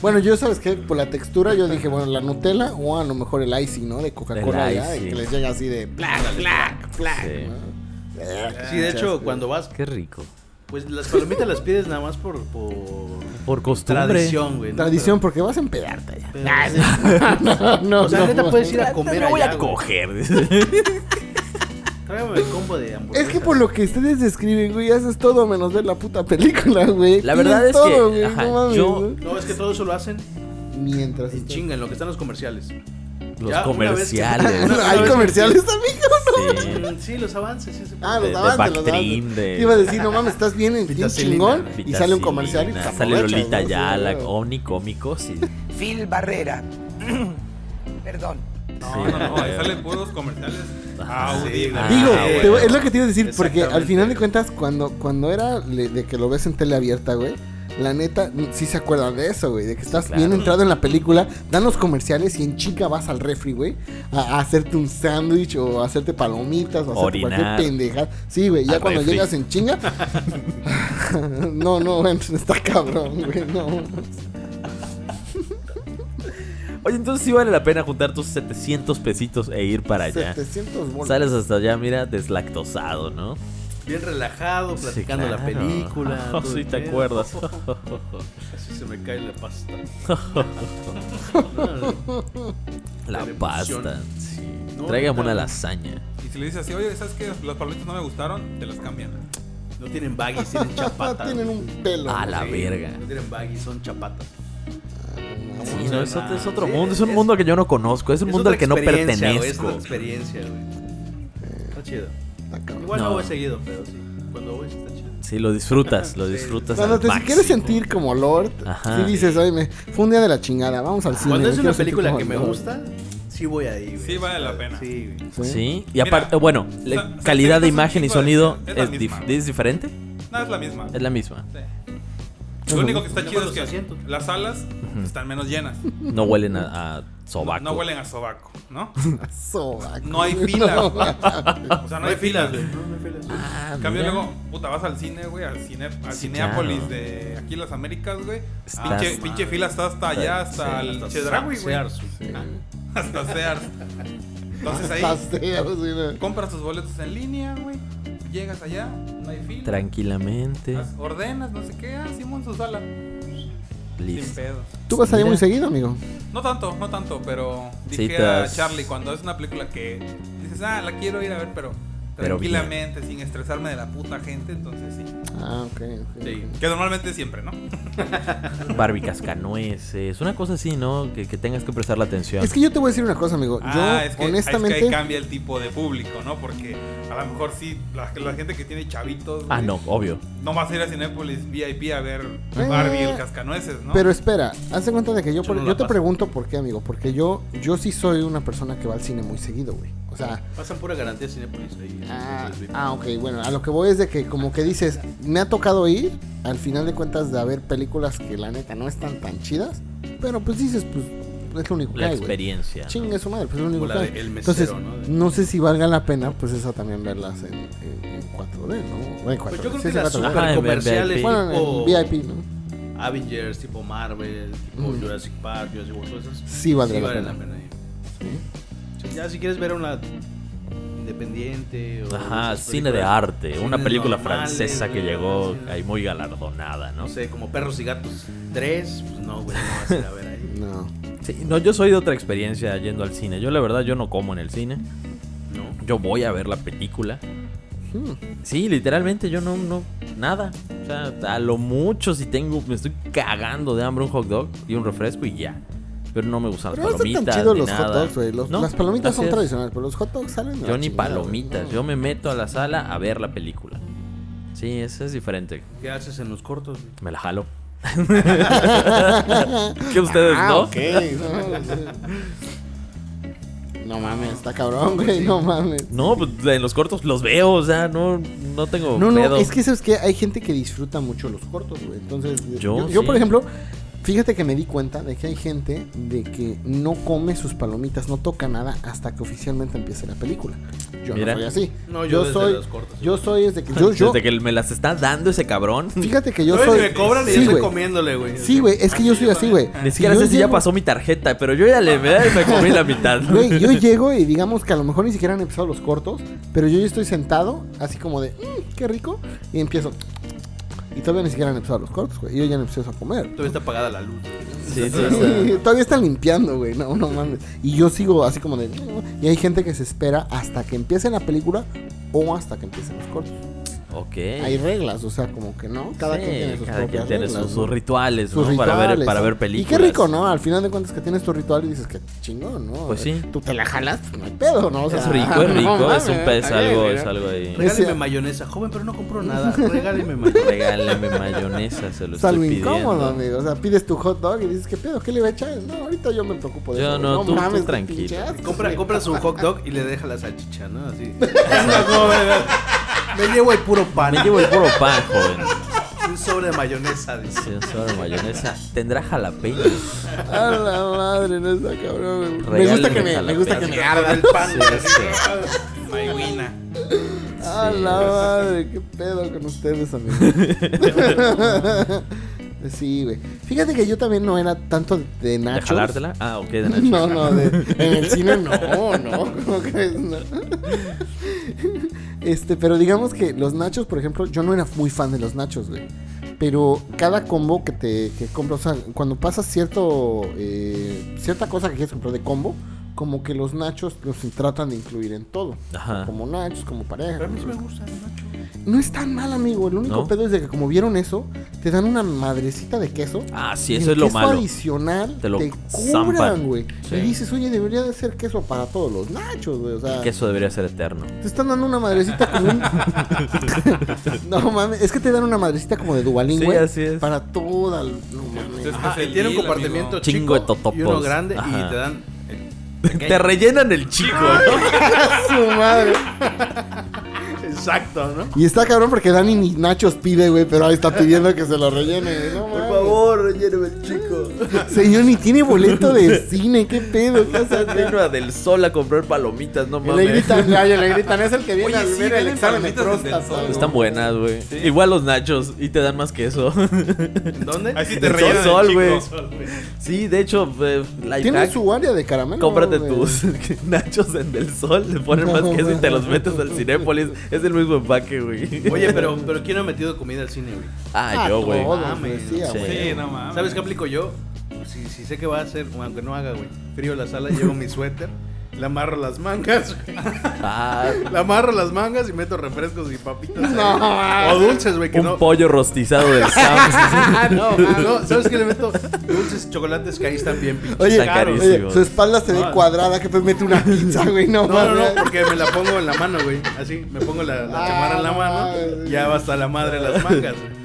Speaker 3: Bueno, yo sabes que por la textura yo dije, bueno, la Nutella o a lo mejor el icing, ¿no? De Coca-Cola
Speaker 5: El
Speaker 3: ya,
Speaker 5: icing.
Speaker 3: y que les llega así de black, black, black.
Speaker 5: Sí.
Speaker 4: Sí, de hecho, cuando vas,
Speaker 5: Qué rico.
Speaker 4: pues las palomitas las pides nada más por, por
Speaker 5: Por costumbre.
Speaker 4: tradición, güey. ¿no?
Speaker 3: Tradición, porque vas a empedarte allá.
Speaker 4: Pero-
Speaker 3: Nah, <laughs> No, no,
Speaker 4: O sea,
Speaker 3: no,
Speaker 4: neta
Speaker 3: no.
Speaker 4: puedes ir a
Speaker 5: No
Speaker 4: comer
Speaker 5: voy
Speaker 4: allá,
Speaker 5: a
Speaker 4: güey.
Speaker 5: coger.
Speaker 4: Tráigame el combo de hamburguesas.
Speaker 3: Es que por lo que ustedes describen, güey, haces todo menos ver la puta película, güey.
Speaker 5: La verdad
Speaker 3: Tienes
Speaker 5: es que,
Speaker 3: todo, güey,
Speaker 5: ajá,
Speaker 3: no mames,
Speaker 5: yo-
Speaker 3: güey.
Speaker 4: No, es que todo eso lo hacen
Speaker 3: Mientras
Speaker 4: en
Speaker 5: Este.
Speaker 3: estás-
Speaker 4: chinga, en lo que están los comerciales.
Speaker 5: Eh. Los
Speaker 4: Ya, una vez que-
Speaker 5: <laughs>
Speaker 4: Una-
Speaker 5: comerciales.
Speaker 3: Hay
Speaker 4: una vez que-
Speaker 3: comerciales también.
Speaker 5: sí.
Speaker 4: Mm, Sí, los avances. Sí, se
Speaker 3: Ah,
Speaker 5: de-
Speaker 3: los
Speaker 5: de
Speaker 3: avances, los
Speaker 5: Bactrim,
Speaker 3: avances.
Speaker 5: de-
Speaker 3: Te iba a decir, no mames, estás bien, bien
Speaker 4: Vitacilina.
Speaker 3: chingón. Y sale un
Speaker 5: Vitacilina,
Speaker 3: comercial y te
Speaker 5: Sale
Speaker 3: aprovechas,
Speaker 5: Lolita
Speaker 3: ¿no?
Speaker 5: ya,
Speaker 3: Sí,
Speaker 5: la
Speaker 3: güey.
Speaker 5: Omni Cómicos y...
Speaker 10: Phil Barrera. Perdón.
Speaker 2: No, no, no, ahí salen puros comerciales. Audi.
Speaker 4: Ah,
Speaker 3: Digo,
Speaker 5: güey.
Speaker 3: te- es lo que te iba a decir, porque
Speaker 4: Exactamente.
Speaker 3: al final de cuentas, cuando, cuando era le- de que lo ves en tele abierta, güey, la neta, mm, sí se acuerdan de eso, güey, de que estás
Speaker 5: claro.
Speaker 3: bien entrado en la película, dan los comerciales y en chica vas al refri, güey, a, a hacerte un sándwich o a hacerte palomitas o a hacerte
Speaker 5: Orinar.
Speaker 3: cualquier pendeja. Sí, güey, ya
Speaker 5: Al
Speaker 3: cuando
Speaker 5: refri.
Speaker 3: llegas en chinga. <laughs> no, no, güey, <laughs> está cabrón, güey, no.
Speaker 5: Oye, entonces sí vale la pena juntar tus 700 pesitos e ir para allá.
Speaker 3: 700 bolas.
Speaker 5: Sales hasta allá, mira, deslactosado, ¿no?
Speaker 4: Bien relajado,
Speaker 5: Sí,
Speaker 4: platicando la
Speaker 5: claro. <laughs>
Speaker 4: película.
Speaker 5: Oh,
Speaker 4: todo
Speaker 5: sí,
Speaker 4: el
Speaker 5: te
Speaker 4: pedo.
Speaker 5: acuerdas.
Speaker 4: Así se me cae la pasta.
Speaker 5: <laughs> La
Speaker 4: Televisión.
Speaker 5: pasta. Sí.
Speaker 4: No,
Speaker 5: Tráigame
Speaker 4: neta.
Speaker 5: una lasaña.
Speaker 2: Y si le dices así, oye, ¿sabes qué? Las palomitas no me gustaron, te las cambian.
Speaker 4: No tienen baggies,
Speaker 3: <laughs>
Speaker 4: tienen
Speaker 3: Ah,
Speaker 4: chapatas.
Speaker 3: <laughs> tienen un pelo.
Speaker 5: A la
Speaker 4: Sí,
Speaker 5: verga.
Speaker 4: No tienen baggies, son chapatas.
Speaker 3: Ah,
Speaker 5: Sí, no, es, otro- es otro
Speaker 4: Sí,
Speaker 5: mundo. Es un
Speaker 4: es-
Speaker 5: mundo que yo no conozco. Es un mundo
Speaker 4: otra
Speaker 5: al que no
Speaker 4: experiencia, güey,
Speaker 5: pertenezco.
Speaker 4: Es otra experiencia, güey. Está chido.
Speaker 3: Está cabrón.
Speaker 4: Igual no.
Speaker 5: No.
Speaker 4: voy seguido, pero sí. Cuando voy, sí está chido.
Speaker 5: Sí, lo disfrutas. Lo
Speaker 4: Sí.
Speaker 5: disfrutas.
Speaker 3: Cuando
Speaker 5: al
Speaker 3: te quieres
Speaker 5: máximo.
Speaker 3: sentir como Lord,
Speaker 5: Ajá.
Speaker 3: sí dices, oye, me, fue un día de la chingada, vamos al cine.
Speaker 4: Ah, Cuando
Speaker 3: me
Speaker 4: es una
Speaker 3: quiero sentir
Speaker 4: película
Speaker 3: como
Speaker 4: que me
Speaker 3: Lord".
Speaker 4: gusta, sí voy ahí, güey.
Speaker 2: Sí vale la pena.
Speaker 4: Sí, güey.
Speaker 3: Sí.
Speaker 5: Sí, y
Speaker 2: Mira,
Speaker 5: aparte, bueno, la
Speaker 2: o sea,
Speaker 5: calidad de
Speaker 2: es un
Speaker 5: imagen y
Speaker 2: tipo de-
Speaker 5: sonido
Speaker 2: es la
Speaker 5: es,
Speaker 2: misma.
Speaker 5: dif- es diferente,
Speaker 2: No, es la misma.
Speaker 5: es la misma.
Speaker 2: Lo único que está
Speaker 4: Nada
Speaker 2: chido
Speaker 4: más los
Speaker 2: es que
Speaker 4: asientos.
Speaker 2: las salas están menos llenas.
Speaker 5: No huelen a, a sobaco.
Speaker 2: No huelen a sobaco, ¿no?
Speaker 3: Sobaco.
Speaker 2: No
Speaker 3: <laughs>
Speaker 2: hay filas. O sea, no,
Speaker 4: No
Speaker 2: hay filas, güey.
Speaker 4: No, no hay filas.
Speaker 5: Ah,
Speaker 2: En cambio,
Speaker 5: mira.
Speaker 2: luego, puta, vas al cine, güey, al, cine, al
Speaker 5: Sí,
Speaker 2: Cineápolis
Speaker 5: claro.
Speaker 2: de aquí las Américas, güey.
Speaker 5: Estás
Speaker 2: Pinche,
Speaker 5: mal.
Speaker 2: pinche fila está hasta allá, hasta el Chedraui, güey.
Speaker 4: Sears,
Speaker 2: Hasta Sears. Entonces ahí
Speaker 3: Pasteos, güey, no.
Speaker 2: compras tus boletos en línea, güey. Llegas allá, no hay fila.
Speaker 5: Tranquilamente,
Speaker 2: haz- Ordenas, no sé qué, ah, Simón su sala. Sin
Speaker 5: listo.
Speaker 2: pedo.
Speaker 3: Tú vas allá
Speaker 5: Mira.
Speaker 3: muy seguido, amigo.
Speaker 2: No tanto, no tanto, pero
Speaker 5: Sí,
Speaker 2: dijera
Speaker 5: estás-
Speaker 2: Charlie, cuando es una película que dices, ah, la quiero ir a ver, pero
Speaker 5: Pero bien.
Speaker 2: tranquilamente, sin estresarme de la puta gente, entonces sí.
Speaker 3: Ah, ok. ok.
Speaker 4: Sí.
Speaker 2: Que normalmente siempre, ¿no?
Speaker 5: Barbie cascanueces, una cosa así, ¿no? Que, que tengas que prestar la atención.
Speaker 3: Es que yo te voy a decir una cosa, amigo.
Speaker 2: ah,
Speaker 3: yo,
Speaker 2: es que,
Speaker 3: honestamente.
Speaker 2: es que ahí cambia el tipo de público, ¿no? Porque a lo mejor sí, la, la gente que tiene chavitos.
Speaker 5: Ah,
Speaker 2: güey,
Speaker 5: no, obvio.
Speaker 2: No vas a ir a Cinépolis VIP a ver Barbie y el cascanueces, ¿no?
Speaker 3: Eh, Pero espera, haz de cuenta de que yo,
Speaker 4: Yo
Speaker 3: por-
Speaker 4: no la
Speaker 3: yo te
Speaker 4: paso.
Speaker 3: pregunto por qué, amigo. Porque yo, yo sí soy una persona que va al cine muy seguido, güey. O sea,
Speaker 4: Pasan pura garantía Cinepolis ahí.
Speaker 3: Ah,
Speaker 4: Entonces, güey.
Speaker 3: ah, ok, bueno, a lo que voy es de que como que dices, me ha tocado ir al final de cuentas de haber películas que la neta no están tan chidas, pero pues dices, pues es lo único que
Speaker 5: La
Speaker 3: hay, güey.
Speaker 5: experiencia. ¿no?
Speaker 3: Chingue su madre, pues es lo único
Speaker 4: Como
Speaker 3: que
Speaker 4: la
Speaker 3: hay.
Speaker 4: de El Mesero,
Speaker 3: Entonces,
Speaker 4: ¿no? De-
Speaker 3: no sé si valga la pena, pues esa también verlas en, en- en 4D, ¿no? Bueno, en 4D,
Speaker 4: Pues yo creo
Speaker 3: sí,
Speaker 4: que
Speaker 3: sí,
Speaker 4: las
Speaker 3: 4D.
Speaker 5: Ajá,
Speaker 4: super
Speaker 5: en
Speaker 4: comerciales
Speaker 5: VIP.
Speaker 3: Bueno,
Speaker 4: tipo
Speaker 3: en VIP, ¿no?
Speaker 4: Avengers, tipo Marvel, tipo
Speaker 3: Ujú.
Speaker 4: Jurassic Park, Jurassic World, todas esas.
Speaker 3: Sí valdría la
Speaker 4: vale
Speaker 3: pena.
Speaker 4: la pena ir. Sí, Ya si quieres ver una independiente o
Speaker 5: Ajá,
Speaker 4: esas
Speaker 5: cine de
Speaker 4: películas,
Speaker 5: arte, una
Speaker 4: cines
Speaker 5: película
Speaker 4: normales,
Speaker 5: francesa que
Speaker 4: güey,
Speaker 5: llegó
Speaker 4: cines-
Speaker 5: ahí muy galardonada, ¿no?
Speaker 4: No sé, como perros y gatos 3, pues no, güey, no vas a ir a ver ahí.
Speaker 3: No.
Speaker 5: Sí, no, yo soy de otra experiencia yendo al cine. Yo la verdad, yo no como en el cine.
Speaker 4: No.
Speaker 5: Yo voy a ver la película.
Speaker 3: Hmm.
Speaker 5: Sí, literalmente yo no, no, nada. O sea, a lo mucho si tengo, me estoy cagando de hambre un hot dog y un refresco y ya. Pero no me gustan las
Speaker 3: Pero no están
Speaker 5: palomitas.
Speaker 3: tan chidos
Speaker 5: ni
Speaker 3: los hot
Speaker 5: nada.
Speaker 3: dogs, güey. Los-
Speaker 5: No,
Speaker 3: Las palomitas son
Speaker 5: así es.
Speaker 3: tradicionales, pero los hot dogs salen. de
Speaker 5: Yo
Speaker 3: la
Speaker 5: ni
Speaker 3: chingada, güey.
Speaker 5: palomitas,
Speaker 3: No.
Speaker 5: yo me meto a la sala a ver la película. Sí, eso es diferente.
Speaker 4: ¿Qué haces en los cortos? güey?
Speaker 5: Me la jalo. ¿Qué ustedes
Speaker 3: Ah,
Speaker 5: no?
Speaker 3: ok, no, No mames, está cabrón, güey, no mames.
Speaker 5: No, pues en los cortos los veo, o sea, no, no tengo
Speaker 3: No, no,
Speaker 5: pedo.
Speaker 3: es que sabes que hay gente que disfruta mucho los cortos, güey. Entonces,
Speaker 5: Yo
Speaker 3: yo, yo,
Speaker 5: sí.
Speaker 3: por ejemplo, Fíjate que me di cuenta de que hay gente de que no come sus palomitas, no toca nada hasta que oficialmente empiece la película. Yo
Speaker 5: Mira.
Speaker 3: no soy así.
Speaker 4: No, yo
Speaker 3: yo,
Speaker 4: desde
Speaker 3: soy
Speaker 4: las cortas,
Speaker 3: yo soy desde que yo, yo
Speaker 5: Desde que me las está dando ese cabrón.
Speaker 3: fíjate que yo
Speaker 4: Oye,
Speaker 3: soy
Speaker 4: me cobran y
Speaker 3: sí,
Speaker 4: yo estoy
Speaker 3: güey.
Speaker 4: comiéndole, güey.
Speaker 3: Sí, güey, es que yo soy así, güey.
Speaker 5: Ni siquiera
Speaker 3: yo
Speaker 5: sé si ya
Speaker 3: llego-
Speaker 5: pasó mi tarjeta, pero yo ya le me, me comí la mitad.
Speaker 3: Güey,
Speaker 5: <laughs>
Speaker 3: yo llego y digamos que a lo mejor ni siquiera han empezado los cortos, pero yo ya estoy sentado, así como de, "Mm, qué rico, y empiezo. Y todavía ni siquiera han empezado los cortos, güey. Yo ya no empiezo a comer.
Speaker 4: Todavía está apagada la luz. güey.
Speaker 5: Sí, sí,
Speaker 3: Sí, <laughs> todavía están limpiando, güey. No, no mames. Y yo sigo así como de. Y hay gente que se espera hasta que empiece la película o hasta que empiecen los cortos.
Speaker 5: Ok.
Speaker 3: Hay reglas, o sea, como que no. Cada
Speaker 5: Sí,
Speaker 3: quien tiene sus
Speaker 5: cada
Speaker 3: propias
Speaker 5: quien tiene
Speaker 3: reglas,
Speaker 5: sus,
Speaker 3: ¿no?
Speaker 5: sus rituales,
Speaker 3: Sus
Speaker 5: Pues ¿no? Para ver,
Speaker 3: rituales.
Speaker 5: para ver
Speaker 3: Y
Speaker 5: películas.
Speaker 3: qué rico, ¿no? Al final de cuentas que tienes tu ritual y dices que chingón, ¿no?
Speaker 5: Pues sí.
Speaker 3: Tú te la jalas, pues, no hay pedo, ¿no? O sea,
Speaker 5: Es
Speaker 3: <laughs>
Speaker 5: rico, es
Speaker 3: no
Speaker 5: rico,
Speaker 3: mames,
Speaker 5: es un pez,
Speaker 3: está bien,
Speaker 5: algo,
Speaker 3: mira.
Speaker 5: es algo ahí.
Speaker 4: Regáleme
Speaker 3: Ese-
Speaker 4: mayonesa, joven, pero no compró
Speaker 3: <laughs>
Speaker 4: nada. Regáleme mayonesa.
Speaker 5: Regáleme mayonesa, se lo
Speaker 3: Es algo
Speaker 5: estoy
Speaker 3: incómodo,
Speaker 5: pidiendo.
Speaker 3: amigo. O sea, pides tu hot dog y dices, ¿qué pedo? ¿Qué le voy a echar? No, ahorita yo me preocupo de
Speaker 5: Yo
Speaker 3: eso.
Speaker 5: no, tú- tú
Speaker 3: qué
Speaker 5: tranquilo.
Speaker 3: pinche asco,
Speaker 4: Compra,
Speaker 3: güey.
Speaker 4: compra su hot dog y le deja la salchicha, ¿no? Así. <laughs> Me llevo el puro pan.
Speaker 5: Me llevo el puro pan, joven.
Speaker 4: un sobre de mayonesa. Dice.
Speaker 5: Sí, un sobre de mayonesa. Tendrá jalapeño.
Speaker 3: <laughs> A la madre, no está cabrón. güey. Me
Speaker 5: Regálenme
Speaker 3: gusta que me, me gusta que me
Speaker 5: jalapeños.
Speaker 3: arda.
Speaker 4: El pan.
Speaker 2: Maywina.
Speaker 3: A
Speaker 5: Sí.
Speaker 3: la madre, qué pedo con ustedes,
Speaker 5: <laughs>
Speaker 3: amigos. <laughs> sí, güey. Fíjate que yo también no era tanto de
Speaker 5: ¿De
Speaker 3: nachos.
Speaker 5: jalártela? Ah, ok, de nachos.
Speaker 3: No, no, de- en el cine no, no, ¿cómo crees? No. Este, pero digamos que los nachos, por ejemplo, yo no era muy fan de los nachos, güey. Pero cada combo que te que compras, o sea, cuando pasas cierto, eh, cierta cosa que quieres comprar de combo, como que los nachos los tratan de incluir en todo.
Speaker 5: Ajá.
Speaker 3: Como nachos, como pareja.
Speaker 4: Pero a mí sí
Speaker 3: como-
Speaker 4: me gusta el nacho.
Speaker 3: No es tan mal, amigo. El único
Speaker 5: ¿No?
Speaker 3: pedo es de que como vieron eso, te dan una madrecita de queso.
Speaker 5: Ah, sí,
Speaker 3: Y
Speaker 5: eso
Speaker 3: el
Speaker 5: es lo
Speaker 3: queso
Speaker 5: malo.
Speaker 3: adicional
Speaker 5: Te
Speaker 3: te,
Speaker 5: lo zampan.
Speaker 3: cobran, güey.
Speaker 5: Sí.
Speaker 3: Y dices, oye, debería de ser queso para todos los nachos, güey. O sea,
Speaker 5: Que eso debería ser eterno.
Speaker 3: te están dando una madrecita
Speaker 5: <laughs>
Speaker 3: como un... no mames, es que te dan una madrecita como de dubalín,
Speaker 5: Sí,
Speaker 3: güey.
Speaker 5: así es.
Speaker 3: Para toda... el- No mames.
Speaker 4: Ah, y tiene un compartimiento
Speaker 5: amigo. Chingo de
Speaker 4: chico
Speaker 5: totopos.
Speaker 4: y uno grande
Speaker 5: Ajá.
Speaker 4: y te dan el
Speaker 5: Te rellenan el chico, ¿no?
Speaker 3: <laughs> Su madre.
Speaker 4: Exacto, ¿no?
Speaker 3: Y está cabrón porque Dani ni nachos pide, güey, pero ahí está pidiendo que se lo rellene. güey. No,
Speaker 4: Por
Speaker 3: mames.
Speaker 4: favor, relléneme el chico.
Speaker 3: Señor, ni tiene boleto de
Speaker 5: <laughs>
Speaker 3: cine, qué pedo. ¿Qué hace?
Speaker 5: Vino a del sol a comprar palomitas, no
Speaker 3: Y le
Speaker 5: mames.
Speaker 3: gritan, ay, le gritan, es el que viene
Speaker 2: Oye,
Speaker 3: a
Speaker 2: sí,
Speaker 3: ver el
Speaker 2: venden
Speaker 3: examen de
Speaker 2: palomitas en Del
Speaker 3: próstata.
Speaker 2: Sol.
Speaker 3: güey.
Speaker 5: Están buenas, güey. Igual los nachos y te dan más que eso. <laughs>
Speaker 4: ¿En dónde?
Speaker 2: Ahí sí te
Speaker 5: Del
Speaker 2: rellenan el
Speaker 5: sol,
Speaker 2: chico.
Speaker 5: güey. Sí, de hecho, eh, life
Speaker 3: Tienen
Speaker 5: hack,
Speaker 3: su área de caramelo.
Speaker 5: Cómprate
Speaker 3: güey.
Speaker 5: tus <laughs> nachos en Del Sol, le ponen más queso y te los metes al Cinépolis. Es el mismo empaque, güey.
Speaker 4: Oye, pero, pero ¿quién no ha metido comida al cine, güey?
Speaker 5: <laughs> Ah,
Speaker 3: Ah,
Speaker 5: yo, güey.
Speaker 3: todos,
Speaker 4: Mames.
Speaker 3: sí, a
Speaker 5: Sí.
Speaker 3: huevo.
Speaker 2: Sí, no mames.
Speaker 4: ¿Sabes qué aplico yo? Si, si sé que va a hacer, aunque no haga, güey, frío en la sala, llevo mi suéter, le amarro las mangas, güey.
Speaker 5: Ah,
Speaker 4: le amarro las mangas y meto refrescos y papitas. ahí.
Speaker 3: No, mames.
Speaker 4: o dulces, güey, que
Speaker 5: un
Speaker 4: no.
Speaker 5: pollo rostizado del Sam's.
Speaker 3: Ah, no,
Speaker 4: Ah,
Speaker 3: mames.
Speaker 4: no, ¿sabes qué le meto? Dulces, chocolates que ahí están bien pinches.
Speaker 3: Oye,
Speaker 5: Está carísimo.
Speaker 3: oye, su espalda se ve cuadrada que te mete una pizza, güey. No,
Speaker 4: No, no,
Speaker 3: mames.
Speaker 4: no, porque me la pongo en la mano, güey. Así, me pongo la, la
Speaker 3: Ah,
Speaker 4: chamarra en la
Speaker 3: no
Speaker 4: mano,
Speaker 3: mames.
Speaker 4: ya va hasta la madre las mangas. güey.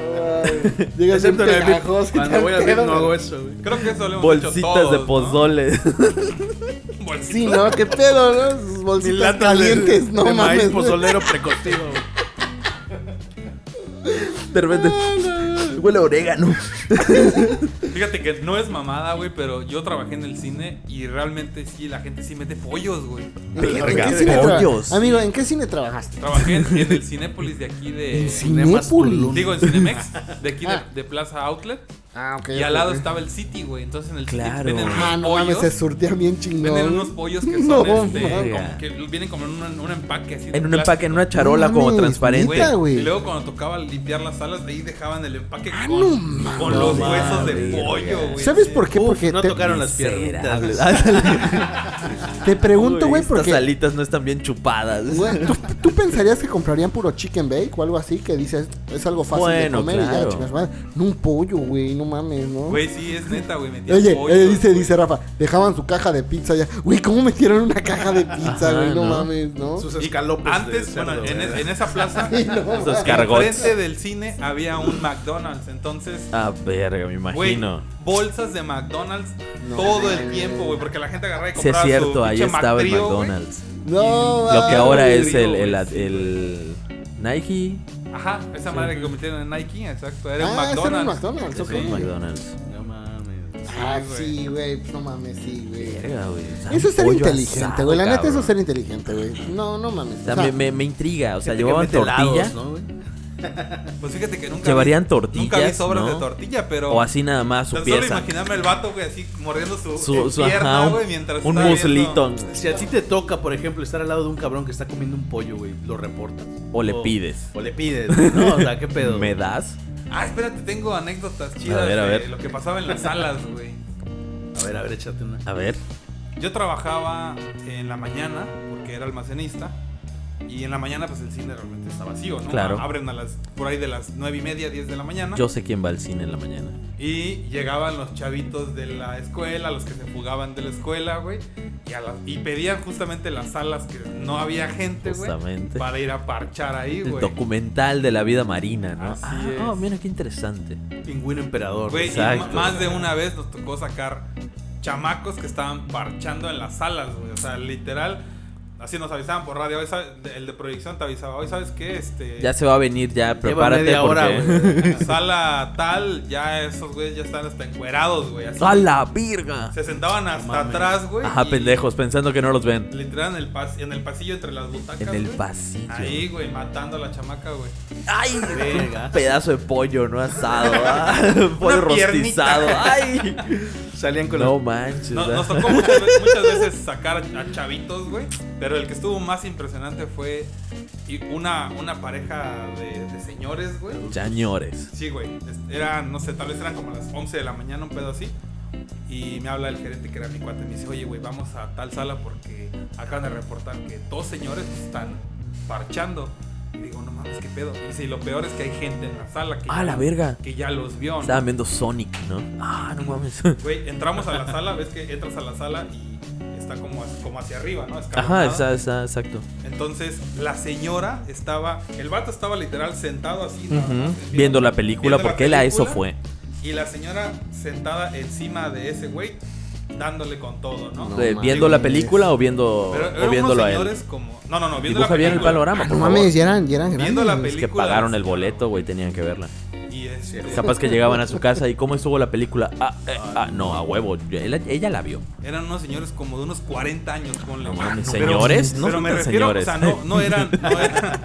Speaker 3: Ay, Llegas
Speaker 4: Excepto en el VIP.
Speaker 3: pegajoso y
Speaker 4: Cuando
Speaker 3: te
Speaker 4: voy al VIP
Speaker 3: quedas-
Speaker 4: no hago eso, güey.
Speaker 2: Creo que eso lo hemos hecho
Speaker 5: <laughs> Bolsitas
Speaker 2: todos,
Speaker 5: de
Speaker 2: ¿no?
Speaker 5: pozole.
Speaker 2: <laughs> Bolsitas.
Speaker 3: <laughs> Sí, ¿no? ¿Qué pedo, no? Sus
Speaker 4: Mis
Speaker 3: bolsitas
Speaker 4: latas de-
Speaker 3: calientes, no
Speaker 4: de maíz
Speaker 3: mames.
Speaker 4: pozolero precocido, güey.
Speaker 5: <laughs> De repente, huele a orégano.
Speaker 2: Fíjate que no es mamada, güey, pero yo trabajé en el cine y realmente sí, la gente sí mete pollos, güey.
Speaker 3: ¿En
Speaker 5: Verga,
Speaker 3: qué cine traba-
Speaker 5: pollos.
Speaker 3: Amigo, ¿en qué cine trabajaste?
Speaker 2: Trabajé en, en el Cinépolis de aquí de...
Speaker 3: En Cinépolis.
Speaker 2: Digo, en Cinemex, de aquí de,
Speaker 3: Ah.
Speaker 2: de Plaza Outlet.
Speaker 3: Ah, ok.
Speaker 2: Y al lado
Speaker 3: ok.
Speaker 2: estaba el City, güey. Entonces en el
Speaker 5: Claro.
Speaker 2: City venden unos
Speaker 3: Ah, no mames,
Speaker 2: pollos.
Speaker 3: se surtea bien chingón.
Speaker 2: venden unos pollos que son
Speaker 3: <laughs> No,
Speaker 2: este,
Speaker 3: mames.
Speaker 2: como que vienen como en un, un empaque así. de
Speaker 5: En un
Speaker 2: plástico,
Speaker 5: empaque, en una charola
Speaker 3: No
Speaker 5: como
Speaker 3: mames,
Speaker 5: transparente.
Speaker 3: neta,
Speaker 2: güey.
Speaker 3: güey.
Speaker 2: Y luego cuando tocaba limpiar las salas, ahí dejaban el empaque
Speaker 3: Ah,
Speaker 2: con,
Speaker 3: no
Speaker 2: con
Speaker 3: mames.
Speaker 2: los
Speaker 5: No
Speaker 2: huesos de
Speaker 5: mames,
Speaker 2: pollo, güey.
Speaker 3: ¿Sabes
Speaker 2: Sí.
Speaker 3: por qué?
Speaker 4: Uf,
Speaker 3: Porque
Speaker 4: no
Speaker 3: te,
Speaker 4: tocaron las
Speaker 5: Miserable. <laughs>
Speaker 4: piernas.
Speaker 3: te pregunto, güey,
Speaker 5: Estas
Speaker 3: porque
Speaker 5: alitas no están bien chupadas.
Speaker 3: Güey,
Speaker 5: <laughs>
Speaker 3: ¿tú, tú pensarías que comprarían puro chicken bake o algo así? Que dices, es algo fácil
Speaker 5: Bueno,
Speaker 3: de comer y
Speaker 5: claro.
Speaker 3: ya, chicas, madre. No un pollo, güey, no mames, ¿no?
Speaker 2: Güey, sí, es neta, güey. metían
Speaker 3: Oye,
Speaker 2: pollos,
Speaker 3: eh, dice,
Speaker 2: güey.
Speaker 3: dice Rafa, dejaban su caja de pizza ya. Güey, ¿cómo metieron una caja de pizza,
Speaker 5: Ajá,
Speaker 3: güey? No,
Speaker 5: ¿no?
Speaker 3: mames, ¿no?
Speaker 4: Sus
Speaker 2: Y
Speaker 4: escalopes.
Speaker 2: Antes,
Speaker 4: de
Speaker 2: bueno,
Speaker 4: cerdo,
Speaker 2: en,
Speaker 4: güey.
Speaker 2: es- en esa plaza,
Speaker 3: <laughs> Sí, no,
Speaker 5: Esos
Speaker 3: mames.
Speaker 5: cargots.
Speaker 2: frente del cine, había un McDonald's. Entonces,
Speaker 5: Ah, verga, me
Speaker 2: güey,
Speaker 5: imagino.
Speaker 2: bolsas de McDonald's
Speaker 3: No,
Speaker 2: todo
Speaker 3: güey.
Speaker 2: el tiempo, güey. Porque la gente agarraba y
Speaker 5: Sí, es
Speaker 2: compraba su
Speaker 5: cierto, ahí
Speaker 2: pinche
Speaker 5: estaba el
Speaker 2: McTrío, güey.
Speaker 5: McDonald's.
Speaker 3: No, ah,
Speaker 5: Lo que
Speaker 3: mames.
Speaker 5: ahora
Speaker 2: güey,
Speaker 5: es el,
Speaker 2: digo,
Speaker 5: el,
Speaker 2: güey,
Speaker 5: el Nike.
Speaker 2: Ajá, esa madre que convirtieron en Nike, exacto. Era un
Speaker 3: Ah, ese era un
Speaker 2: McDonald's.
Speaker 3: McDonald's,
Speaker 5: Es
Speaker 3: ok.
Speaker 5: un McDonald's.
Speaker 4: No
Speaker 3: Ah, sí, güey. pues, No mames, sí, güey.
Speaker 5: Verga, güey, o sea,
Speaker 3: Eso es ser
Speaker 5: pollo
Speaker 3: inteligente,
Speaker 5: asado,
Speaker 3: güey. La neta, eso
Speaker 5: cabrón.
Speaker 3: es ser inteligente, güey. No, no mames.
Speaker 5: O
Speaker 3: o
Speaker 5: sea,
Speaker 3: sea,
Speaker 5: me, me- me intriga. O sea,
Speaker 4: Gente que
Speaker 5: llevaban
Speaker 4: mete helados,
Speaker 5: tortilla.
Speaker 4: ¿no, güey?
Speaker 2: Pues fíjate que nunca. vi-
Speaker 5: Llevarían tortillas.
Speaker 2: Nunca vi sobras
Speaker 5: ¿no?
Speaker 2: de tortilla, pero.
Speaker 5: O así nada más su
Speaker 2: Tan solo
Speaker 5: pieza.
Speaker 2: imaginarme el vato, güey, así mordiendo su,
Speaker 5: Su,
Speaker 2: eh,
Speaker 5: su-
Speaker 2: pierna,
Speaker 5: ajá, un-
Speaker 2: güey, mientras
Speaker 5: un
Speaker 2: está
Speaker 5: muslito.
Speaker 2: viendo-
Speaker 4: Si a ti te toca, por ejemplo, estar al lado de un cabrón que está comiendo un pollo, güey, lo reportas.
Speaker 5: O
Speaker 2: Oh.
Speaker 5: le pides.
Speaker 4: O le pides, güey, ¿no? O sea, ¿qué pedo?
Speaker 5: <laughs> ¿Me das?
Speaker 2: Ah, espérate, tengo anécdotas chidas
Speaker 5: A ver, a
Speaker 2: de
Speaker 5: ver.
Speaker 2: lo que pasaba en las salas, güey.
Speaker 4: A ver, a ver, échate una.
Speaker 5: A ver.
Speaker 2: Yo trabajaba en la mañana porque era almacenista. Y en la mañana, pues el cine realmente está vacío, ¿no?
Speaker 5: Claro.
Speaker 2: Abren a las, por ahí de las nueve y media, 10 de la mañana.
Speaker 5: Yo sé quién va al cine en la mañana.
Speaker 2: Y llegaban los chavitos de la escuela, los que se fugaban de la escuela, güey. Y, a las- y pedían justamente las salas que no había gente, güey.
Speaker 5: Justamente.
Speaker 2: Para ir a parchar ahí,
Speaker 5: El
Speaker 2: güey.
Speaker 5: documental de la vida marina, ¿no?
Speaker 2: Así
Speaker 5: Ah,
Speaker 2: es.
Speaker 5: oh, mira qué interesante.
Speaker 4: Pingüino emperador.
Speaker 2: Güey, y
Speaker 5: Exacto.
Speaker 2: ma- más de una vez nos tocó sacar chamacos que estaban parchando en las salas, güey. O sea, literal, así nos avisaban por radio. Hoy sabe- el de proyección te avisaba, hoy sabes qué, este...
Speaker 5: Ya se va a venir, ya prepárate
Speaker 4: media
Speaker 5: porque...
Speaker 4: hora,
Speaker 2: en la sala tal, ya esos güeyes ya están hasta encuerados, güey. así.
Speaker 5: <laughs> ¡A la virga!
Speaker 2: Se sentaban hasta atrás, güey.
Speaker 5: Ajá,
Speaker 2: y
Speaker 5: pendejos, pensando que no los ven.
Speaker 2: Literal en el, pas- en el pasillo entre las butacas,
Speaker 5: En el
Speaker 2: güey.
Speaker 5: pasillo.
Speaker 2: Ahí, güey, matando a la chamaca, güey.
Speaker 5: ¡Ay!
Speaker 4: Verga.
Speaker 5: Un pedazo de pollo, ¿no? Asado,
Speaker 2: <laughs>
Speaker 5: ¿ah? Pollo
Speaker 2: Una piernita.
Speaker 5: rostizado.
Speaker 2: <laughs>
Speaker 5: ¡Ay!
Speaker 4: Salían con
Speaker 5: No
Speaker 4: los...
Speaker 5: manches.
Speaker 2: No-
Speaker 5: ¿ah?
Speaker 2: nos tocó muchas, ve- muchas veces sacar a chavitos, güey. Pero el que estuvo más impresionante fue y una, una pareja de, de señores, güey.
Speaker 5: Chañores.
Speaker 2: Sí, güey. es- Eran, no sé, tal vez eran como las 11 de la mañana, un pedo así. Y me habla el gerente que era mi cuate. Me dice, oye, güey, vamos a tal sala porque acaban de reportar que dos señores están parchando. Y digo, no mames, qué pedo. Y dice, "Y lo peor es que hay gente en la sala que,
Speaker 5: ¡Ah,
Speaker 2: ya-
Speaker 5: la verga!
Speaker 2: que ya los vio. ¿no?".
Speaker 5: Estaban viendo Sonic, ¿no? ¡Ah, no mames!
Speaker 2: Güey, entramos a la sala, ves que entras a la sala y está como, como hacia arriba, ¿no?
Speaker 5: Ajá,
Speaker 2: Escalonada.
Speaker 5: esa- esa- exacto.
Speaker 2: Entonces, la señora estaba, el vato estaba literal sentado así, nada
Speaker 5: Ujú.
Speaker 2: más,
Speaker 5: Viendo la película,
Speaker 2: viendo la
Speaker 5: porque él a eso fue.
Speaker 2: película, Y la señora sentada encima de ese güey, dándole con todo, ¿no?
Speaker 3: No.
Speaker 5: Eh,
Speaker 3: mames.
Speaker 5: ¿Viendo la película o viendo
Speaker 2: Pero eran
Speaker 5: o
Speaker 2: unos
Speaker 5: viéndolo a él?
Speaker 2: señores como. No, no, no, viendo
Speaker 5: Dibuja
Speaker 2: la
Speaker 5: bien el
Speaker 2: película.
Speaker 5: panorama,
Speaker 3: ah,
Speaker 5: por
Speaker 3: no
Speaker 5: favor.
Speaker 3: mames, ya eran, ya eran
Speaker 2: Viendo la
Speaker 3: grandes.
Speaker 5: Es que
Speaker 2: película,
Speaker 5: pagaron el boleto, güey, tenían que verla.
Speaker 2: Y este,
Speaker 5: Capaz que llegaban a su casa y cómo estuvo la película. Ah, eh, ah, no, a huevo. Ella, ella la vio.
Speaker 2: eran unos señores como de unos 40 años, ponle.
Speaker 5: No
Speaker 2: güey.
Speaker 5: mames, señores, no
Speaker 2: pero
Speaker 5: son
Speaker 2: me
Speaker 5: tan
Speaker 2: refiero,
Speaker 5: señores.
Speaker 2: o sea, no,
Speaker 5: <laughs>
Speaker 2: no eran, no eran,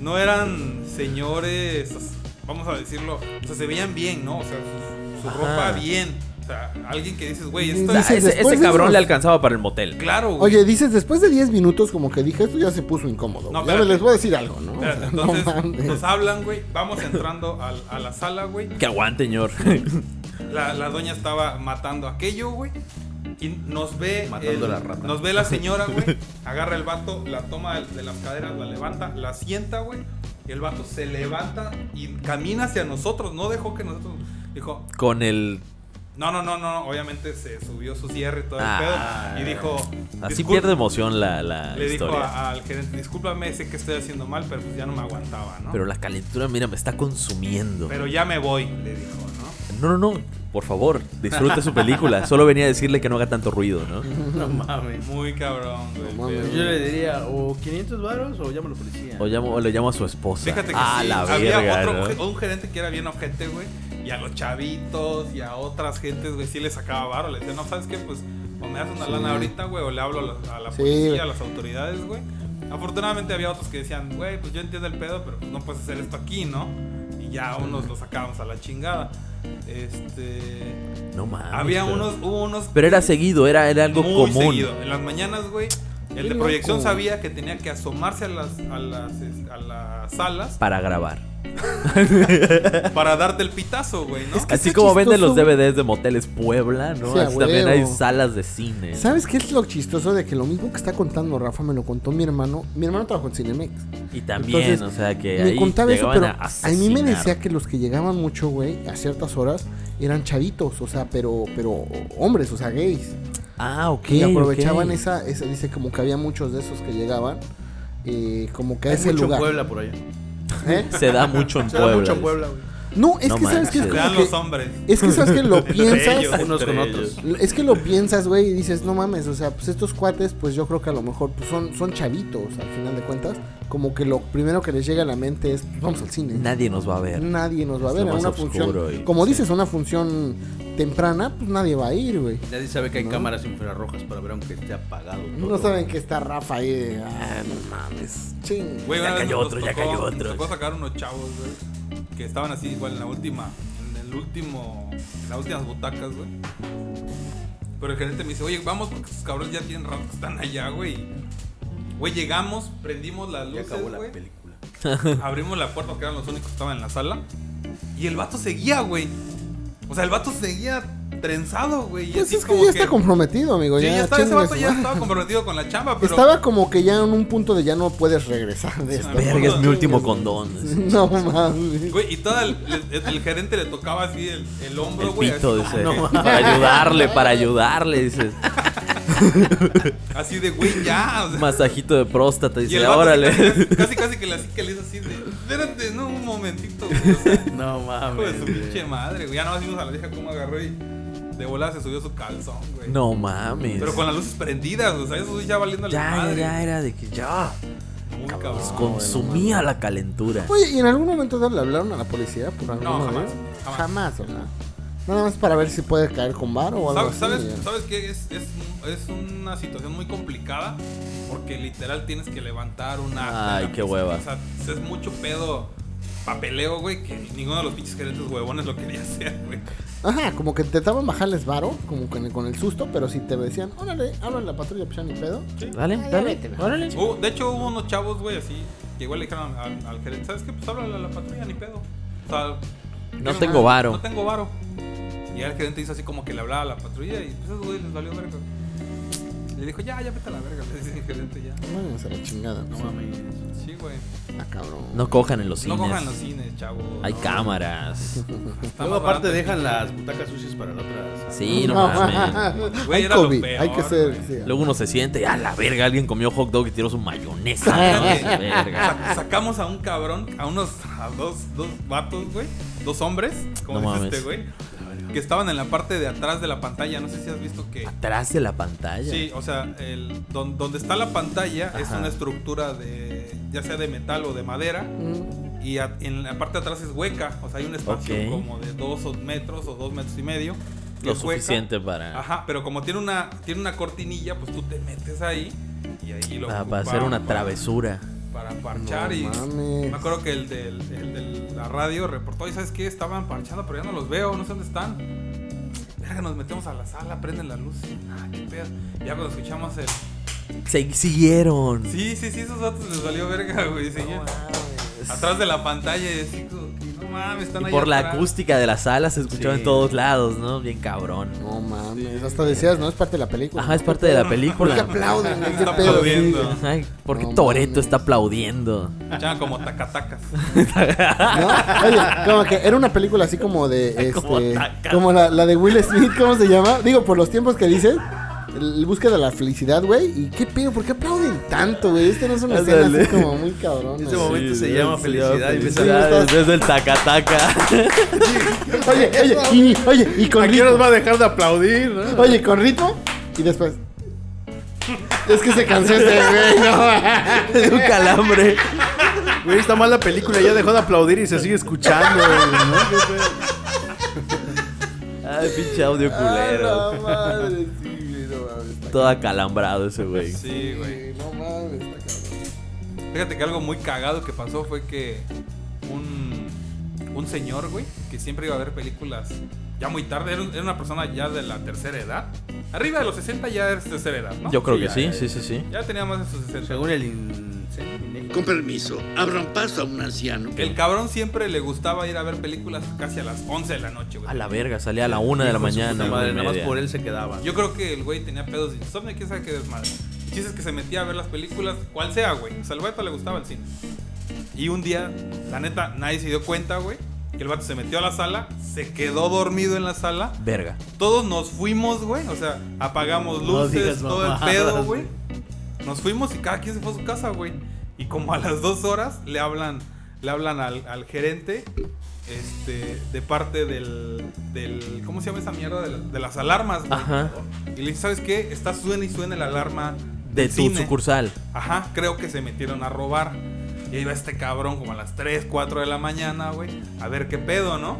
Speaker 2: no eran señores, vamos a decirlo, o sea, se veían bien, ¿no? O sea, su, su
Speaker 5: Ajá.
Speaker 2: ropa bien. O sea, alguien que dices, güey, esto
Speaker 5: O sea,
Speaker 2: es
Speaker 3: Dices,
Speaker 5: Ah, ese,
Speaker 3: después
Speaker 5: ese
Speaker 3: de
Speaker 5: cabrón
Speaker 3: esos-
Speaker 5: le alcanzaba para el motel.
Speaker 2: claro, güey.
Speaker 3: Oye, dices, después de 10 minutos, como que dije, esto ya se puso incómodo.
Speaker 2: No,
Speaker 3: Ya
Speaker 2: espérate.
Speaker 3: les voy a decir algo, ¿no? O sea,
Speaker 2: Espérate,
Speaker 3: <laughs> no
Speaker 2: entonces
Speaker 3: mames.
Speaker 2: nos hablan, güey, vamos entrando al- a, la sala, güey.
Speaker 5: Que aguante, señor.
Speaker 2: La, la doña estaba matando aquello, güey. Y nos ve.
Speaker 4: Matando
Speaker 2: el-
Speaker 4: la rata.
Speaker 2: Nos ve la señora, güey. agarra el vato, la toma de las caderas, la levanta, la sienta, güey. Y el vato se levanta y camina hacia nosotros. No dejó que nosotros. Dijo,
Speaker 5: <laughs> Con el.
Speaker 2: no, no, no, no. Obviamente se subió su cierre y todo
Speaker 5: Ah.
Speaker 2: el pedo. Y dijo.
Speaker 5: Así
Speaker 2: "Discul-
Speaker 5: pierde emoción la, la
Speaker 2: Le dijo
Speaker 5: historia.
Speaker 2: a- al gerente, discúlpame, sé que estoy haciendo mal, pero pues ya no me aguantaba, ¿no?
Speaker 5: Pero la calentura, mira, me está consumiendo.
Speaker 2: Pero ya me voy, le dijo, ¿no?
Speaker 5: No, no, no. Por favor, disfrute su película. Solo venía a decirle que no haga tanto ruido, ¿no?
Speaker 4: <laughs> No mames.
Speaker 2: Muy cabrón, güey.
Speaker 3: No mames.
Speaker 4: Yo le diría o 500 varos o llama a la policía.
Speaker 5: O, llamo, o le llamo a su esposa.
Speaker 2: Fíjate que
Speaker 5: ah,
Speaker 2: sí,
Speaker 5: la
Speaker 2: había
Speaker 5: verga,
Speaker 2: otro,
Speaker 5: ¿no?
Speaker 2: ge- un gerente que era bien ojete, güey. Y a los chavitos y a otras gentes, güey, sí le sacaba varo. Le decía, no, ¿sabes qué? Pues o me das una
Speaker 3: Sí.
Speaker 2: lana ahorita, güey, o le hablo a los- a la,
Speaker 3: Sí.
Speaker 2: policía, a las autoridades, güey. Afortunadamente había otros que decían, güey, pues yo entiendo el pedo, pero pues, no puedes hacer esto aquí, ¿no? Y ya unos los sacábamos a la chingada. Este.
Speaker 5: No mames.
Speaker 2: había
Speaker 5: pero-
Speaker 2: unos, hubo unos
Speaker 5: Ah, Pero era seguido, era, era algo
Speaker 2: muy
Speaker 5: común.
Speaker 2: seguido. En las mañanas, güey, el
Speaker 3: Qué
Speaker 2: de proyección
Speaker 3: loco.
Speaker 2: sabía que tenía que asomarse a las, a las, es- a las salas
Speaker 5: Para grabar.
Speaker 2: para darte el pitazo, güey, ¿no?
Speaker 5: Así
Speaker 3: está
Speaker 5: como venden los
Speaker 3: chistoso, güey.
Speaker 5: DVDs de moteles Puebla, ¿no?
Speaker 3: Sí, a
Speaker 5: Así también hay
Speaker 3: huevo.
Speaker 5: salas de cine.
Speaker 3: ¿Sabes qué es lo chistoso de que lo mismo que está contando Rafa me lo contó mi hermano? Mi hermano trabajó en Cinemex.
Speaker 5: Y también,
Speaker 3: Entonces,
Speaker 5: o sea, que
Speaker 3: me
Speaker 5: ahí
Speaker 3: contaba eso,
Speaker 5: llegaban
Speaker 3: pero
Speaker 5: a
Speaker 3: a, mí me
Speaker 5: asesinar.
Speaker 3: decía que los que llegaban mucho, güey, a ciertas horas eran chavitos, o sea, pero pero hombres, o sea, gays.
Speaker 5: Ah, ok.
Speaker 3: Que aprovechaban
Speaker 5: ok.
Speaker 3: esa, esa, dice como que había muchos de esos que llegaban, eh, como que a
Speaker 4: Hay
Speaker 3: ese
Speaker 4: mucho en
Speaker 3: lugar.
Speaker 4: Puebla por allá.
Speaker 3: ¿eh?
Speaker 5: Se da mucho en
Speaker 4: Se da
Speaker 2: <laughs>
Speaker 5: Puebla.
Speaker 4: mucho en
Speaker 5: dice.
Speaker 4: Puebla, güey.
Speaker 3: No, es
Speaker 5: No
Speaker 3: que sabes que es
Speaker 5: manches.
Speaker 3: como
Speaker 2: Vean
Speaker 3: que-
Speaker 2: los hombres.
Speaker 3: Es que sabes que lo
Speaker 2: Entre <laughs> ellos.
Speaker 3: piensas.
Speaker 4: Unos con
Speaker 2: Entre
Speaker 4: otros.
Speaker 3: Es que lo piensas, güey, y dices, no mames, o sea, pues estos cuates, pues yo creo que a lo mejor pues son, son chavitos, al final de cuentas. Como que lo primero que les llega a la mente es, vamos al cine.
Speaker 5: Nadie nos va a ver.
Speaker 3: Nadie nos va a
Speaker 5: Es
Speaker 3: ver.
Speaker 5: lo
Speaker 3: A
Speaker 5: más
Speaker 3: una
Speaker 5: oscuro
Speaker 3: función,
Speaker 5: y-
Speaker 3: como dices, a una función temprana, pues nadie va a ir, güey.
Speaker 4: Nadie sabe que hay
Speaker 3: No.
Speaker 4: cámaras infrarrojas para ver aunque esté apagado.
Speaker 3: No
Speaker 4: todo.
Speaker 3: saben que está Rafa ahí de, ah, no mames, ching.
Speaker 2: Güey, una
Speaker 5: Ya
Speaker 2: vez
Speaker 5: cayó
Speaker 2: nos
Speaker 5: otro, ya
Speaker 2: tocó-
Speaker 5: cayó
Speaker 2: nos
Speaker 5: otro.
Speaker 2: tocó sacar unos chavos, güey. Que estaban así igual en la última. En el último. En las últimas butacas, güey. Pero el gerente me dice, oye, vamos porque esos cabrones ya tienen rato que están allá, güey. Güey, llegamos, prendimos las
Speaker 4: Ya
Speaker 2: luces,
Speaker 4: acabó la
Speaker 2: güey.
Speaker 4: película.
Speaker 2: Abrimos la puerta, que eran los únicos que estaban en la sala. Y el vato seguía, güey. O sea, el vato seguía trenzado, güey. Y
Speaker 3: Pues
Speaker 2: así
Speaker 3: es que ya está
Speaker 2: que-
Speaker 3: comprometido, amigo.
Speaker 2: Sí, ya,
Speaker 3: ya,
Speaker 2: estaba, ese
Speaker 3: chingue
Speaker 2: vato
Speaker 3: su
Speaker 2: ya
Speaker 3: madre.
Speaker 2: estaba comprometido con la chamba, pero.
Speaker 3: Estaba como que ya en un punto de ya no puedes regresar de esto.
Speaker 5: Verga, es mi último condón.
Speaker 3: <laughs> No mames.
Speaker 2: Güey, y todo el, el- el gerente le tocaba así el, el hombro,
Speaker 5: El
Speaker 2: güey. así
Speaker 5: pito,
Speaker 2: como-
Speaker 5: dice. <laughs> Para ayudarle, para ayudarle, dices. <laughs>
Speaker 2: Así de, güey, ya. o sea.
Speaker 5: Masajito de próstata,
Speaker 2: y el
Speaker 5: dice,
Speaker 2: vato
Speaker 5: órale.
Speaker 2: casi- Casi, casi que le, así que le hizo así de, espérate, no, un momentito, güey. o sea,
Speaker 4: No
Speaker 2: hijo de
Speaker 4: mames.
Speaker 2: su pinche madre, güey. Ya nada más vimos a la vieja cómo agarró y de volada se subió su calzón, güey.
Speaker 5: <laughs> No mames.
Speaker 2: Pero con las luces prendidas, o sea, eso ya valiendo la
Speaker 5: Ya, ya,
Speaker 2: madre.
Speaker 5: ya, era de que ya.
Speaker 2: Muy cabrón.
Speaker 5: Pues consumía la calentura.
Speaker 3: Oye, ¿y en algún momento le hablaron a la policía por alguna
Speaker 2: No, jamás,
Speaker 3: vez?
Speaker 2: jamás.
Speaker 3: Jamás, o sea. Nada más para ver si puede caer con bar o
Speaker 2: ¿Sabes,
Speaker 3: algo así.
Speaker 2: sabes,
Speaker 3: ya.
Speaker 2: sabes qué? Es, es, es una situación muy complicada porque literal tienes que levantar una...
Speaker 5: Ay, qué hueva.
Speaker 2: O sea, es mucho pedo papeleo, güey, que ninguno de los pinches gerentes huevones lo quería <laughs> hacer, güey.
Speaker 3: Ajá, como que intentaban bajarles varo, como con el, con el susto, pero si te decían, órale, habla la patrulla, pues ya ni pedo.
Speaker 5: Dale, dale, órale.
Speaker 2: Hubo- de hecho, hubo unos chavos, güey, así, que igual le dijeron al, al gerente, ¿sabes qué? Pues háblale a la patrulla, ni pedo. O sea,
Speaker 5: No
Speaker 2: dijeron, "Ah,
Speaker 5: tengo varo.
Speaker 2: No tengo varo. Y el gerente hizo así como que le hablaba a la patrulla y pues esos güey les valió verga. Le dijo, ya, ya vete a la verga, le dice el gerente, ya.
Speaker 3: Vámonos a la chingada.
Speaker 4: No
Speaker 3: pues,
Speaker 4: mames.
Speaker 2: Sí, güey.
Speaker 3: ah, cabrón. <laughs>
Speaker 5: No cojan en los
Speaker 2: No
Speaker 5: cines.
Speaker 2: cojan los cines, chavo.
Speaker 5: Hay
Speaker 2: no.
Speaker 5: cámaras.
Speaker 2: Está
Speaker 4: Luego
Speaker 2: más
Speaker 4: aparte
Speaker 2: barato.
Speaker 4: dejan las butacas sucias para la otra. sala.
Speaker 3: <laughs>
Speaker 5: Sí, no mames.
Speaker 2: Güey,
Speaker 3: Hay
Speaker 2: era lo
Speaker 3: COVID,
Speaker 2: peor,
Speaker 3: hay que ser.
Speaker 2: güey.
Speaker 3: sí.
Speaker 5: Luego uno se siente, a la verga, alguien comió hot dog y tiró su
Speaker 3: <laughs>
Speaker 5: mayonesa. ¿no? verga.
Speaker 2: Sa- sacamos a un cabrón, a unos a dos, dos vatos, güey. Dos hombres, como
Speaker 5: No
Speaker 2: dice
Speaker 5: mames.
Speaker 2: este, güey. Que estaban en la parte de atrás de la pantalla. No sé si has visto que.
Speaker 5: Atrás de la pantalla.
Speaker 2: Sí, o sea, el, don- donde está la pantalla es
Speaker 5: Ajá.
Speaker 2: una estructura de. ya sea de metal o de madera. Y a- en la parte de atrás es hueca. O sea, hay un espacio
Speaker 5: Mm. Ok.
Speaker 2: como de dos o- metros o dos metros y medio. y
Speaker 5: Lo
Speaker 2: es hueca.
Speaker 5: suficiente para,
Speaker 2: Ajá, pero como tiene una, tiene una cortinilla, pues tú te metes ahí y ahí lo
Speaker 5: Ah, para, para
Speaker 2: ocupaban
Speaker 5: hacer una
Speaker 2: para-
Speaker 5: travesura.
Speaker 2: Para parchar
Speaker 3: No
Speaker 2: y.
Speaker 3: mames.
Speaker 2: Me acuerdo que el de la radio reportó, y sabes qué, estaban parchando, pero ya no los veo, no sé dónde están. Verga, nos metemos a la sala, prenden la luz. y, Ah, qué pedo. Ya cuando escuchamos el.
Speaker 5: Se siguieron.
Speaker 2: Sí, sí, sí, esos datos les valió verga, güey. seguían Atrás de la pantalla y así, como que, no mames, están
Speaker 5: Y
Speaker 2: ahí.
Speaker 5: por la
Speaker 2: atrás".
Speaker 5: acústica de la sala se escuchaba en
Speaker 4: Sí.
Speaker 5: todos lados, ¿no? Bien cabrón.
Speaker 3: No mames, hasta decías, ¿no? Es parte de la película.
Speaker 5: Ajá, es parte de la
Speaker 3: Porque
Speaker 5: película.
Speaker 2: <laughs>
Speaker 3: aplauden, güey, qué
Speaker 2: Está
Speaker 3: pedo.
Speaker 2: aplaudiendo.
Speaker 5: Ajá, ¿por qué
Speaker 3: No
Speaker 5: Toreto
Speaker 3: mames.
Speaker 5: está aplaudiendo?
Speaker 2: Echaban como tacatacas.
Speaker 3: ¿No? Oye, como que era una película así como de
Speaker 5: Como
Speaker 3: este.
Speaker 5: taca.
Speaker 3: Como la, la de Will Smith, ¿cómo se llama? Digo, por los tiempos que dicen. El búsqueda de la felicidad, güey. ¿Y qué pedo? ¿Por qué aplauden tanto, güey? Este no es una escena
Speaker 5: Ándale.
Speaker 3: así como muy cabrón.
Speaker 4: Ese
Speaker 3: güey.
Speaker 4: momento se llama felicidad y
Speaker 5: felicidad,
Speaker 4: felicidad.
Speaker 3: estás-
Speaker 5: desde el tacataca.
Speaker 3: Oye, oye, y, oye, y con
Speaker 4: Aquí
Speaker 3: ritmo.
Speaker 4: nos va a dejar de aplaudir, ¿no?
Speaker 3: Oye, con ritmo. Y después. Es que se cansó este, güey. No,
Speaker 5: Un calambre.
Speaker 4: Güey, está mal la película, ya dejó de aplaudir y se sigue escuchando. güey,
Speaker 5: <laughs>
Speaker 4: ¿no? Qué pedo.
Speaker 5: Ay, pinche audio <laughs> culero.
Speaker 3: Ah, no madre, sí, güey, no mames. está
Speaker 5: Todo acalambrado ese güey.
Speaker 2: Sí, güey.
Speaker 3: cabrón, No mames, está cabrón.
Speaker 2: Fíjate que algo muy cagado que pasó fue que un, un señor, güey, que siempre iba a ver películas ya muy tarde, era, un- era una persona ya de la tercera edad. Arriba de los 60 ya es tercera edad, ¿no?
Speaker 5: Yo creo
Speaker 4: Sí,
Speaker 5: que
Speaker 4: ya,
Speaker 5: sí,
Speaker 4: ya.
Speaker 5: sí, sí, sí.
Speaker 2: Ya tenía más de sus 60.
Speaker 4: Según el in-
Speaker 6: Con permiso, abran paso a un anciano.
Speaker 2: El cabrón siempre le gustaba ir a ver películas casi a las 11 de la noche, güey.
Speaker 5: A la verga, salía a la una de la
Speaker 4: Hijo su puta
Speaker 5: mañana.
Speaker 4: madre,
Speaker 5: una y
Speaker 4: nada más
Speaker 5: media.
Speaker 4: por él se quedaba. <laughs>
Speaker 2: Yo creo que el güey tenía pedos de insomnio, quién sabe qué desmadre. El chiste es que se metía a ver las películas, cual sea, güey. O sea, al vato le gustaba el cine. Y un día, la neta, nadie se dio cuenta, güey, que el vato se metió a la sala, se quedó dormido en la sala.
Speaker 5: Verga.
Speaker 2: Todos nos fuimos, güey. O sea, apagamos
Speaker 4: No
Speaker 2: luces,
Speaker 4: digas
Speaker 2: todo
Speaker 4: mamadas,
Speaker 2: el pedo, güey. Nos fuimos y cada quien se fue a su casa, güey. Y como a las dos horas le hablan, le hablan al, al gerente este, de parte del, del- ¿Cómo se llama esa mierda? De, la- de las alarmas, güey.
Speaker 5: Ajá.
Speaker 2: Y le dice, ¿sabes qué? Está suena y suena la alarma
Speaker 5: De
Speaker 2: del
Speaker 5: tu
Speaker 2: cine".
Speaker 5: sucursal.
Speaker 2: Ajá, creo que se metieron a robar. Y ahí va este cabrón como a las 3, 4 de la mañana, güey. A ver qué pedo, ¿no?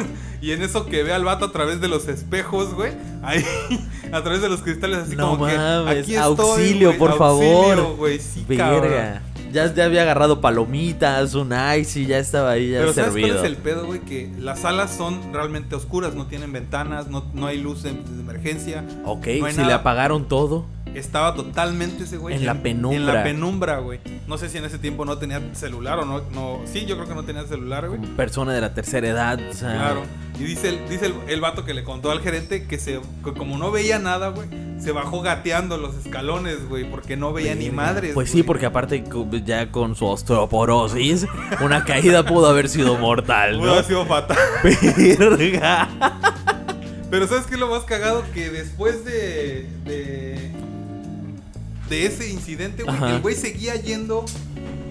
Speaker 2: <laughs> y en eso que ve al vato a través de los espejos, güey. Ahí, <laughs> a través de los cristales, así
Speaker 5: No
Speaker 2: como que.
Speaker 5: mames,
Speaker 2: Aquí estoy,
Speaker 5: auxilio,
Speaker 2: güey,
Speaker 5: por favor.
Speaker 2: Auxilio, güey, sí, cabrón.
Speaker 5: Verga. Ya, ya había agarrado palomitas, un ice y ya estaba ahí ya
Speaker 2: Pero ¿sabes
Speaker 5: servido.
Speaker 2: cuál es el pedo, güey? Que las salas son realmente oscuras, no tienen ventanas, no, no hay luz de, de emergencia.
Speaker 5: Ok,
Speaker 2: no hay
Speaker 5: si le
Speaker 2: nada.
Speaker 5: apagaron todo.
Speaker 2: Estaba totalmente ese güey.
Speaker 5: En la penumbra.
Speaker 2: En la penumbra, güey. No sé si en ese tiempo no tenía celular o no. no sí, yo creo que no tenía celular, güey.
Speaker 5: Persona de la tercera edad. o sea,
Speaker 2: Claro. Y dice, el, dice el, el vato que le contó al gerente que se que como no veía nada, güey, se bajó gateando los escalones, güey, porque no veía ni
Speaker 5: verga.
Speaker 2: madres.
Speaker 5: Pues
Speaker 2: güey.
Speaker 5: sí, porque aparte co- ya con su osteoporosis, una caída pudo haber sido mortal,
Speaker 2: Pudo
Speaker 5: ¿no? <laughs>
Speaker 2: haber sido fatal. <laughs>
Speaker 5: Verga.
Speaker 2: Pero ¿sabes qué es lo más cagado? Que después de. de. de ese incidente, güey,
Speaker 5: Ajá.
Speaker 2: el güey seguía yendo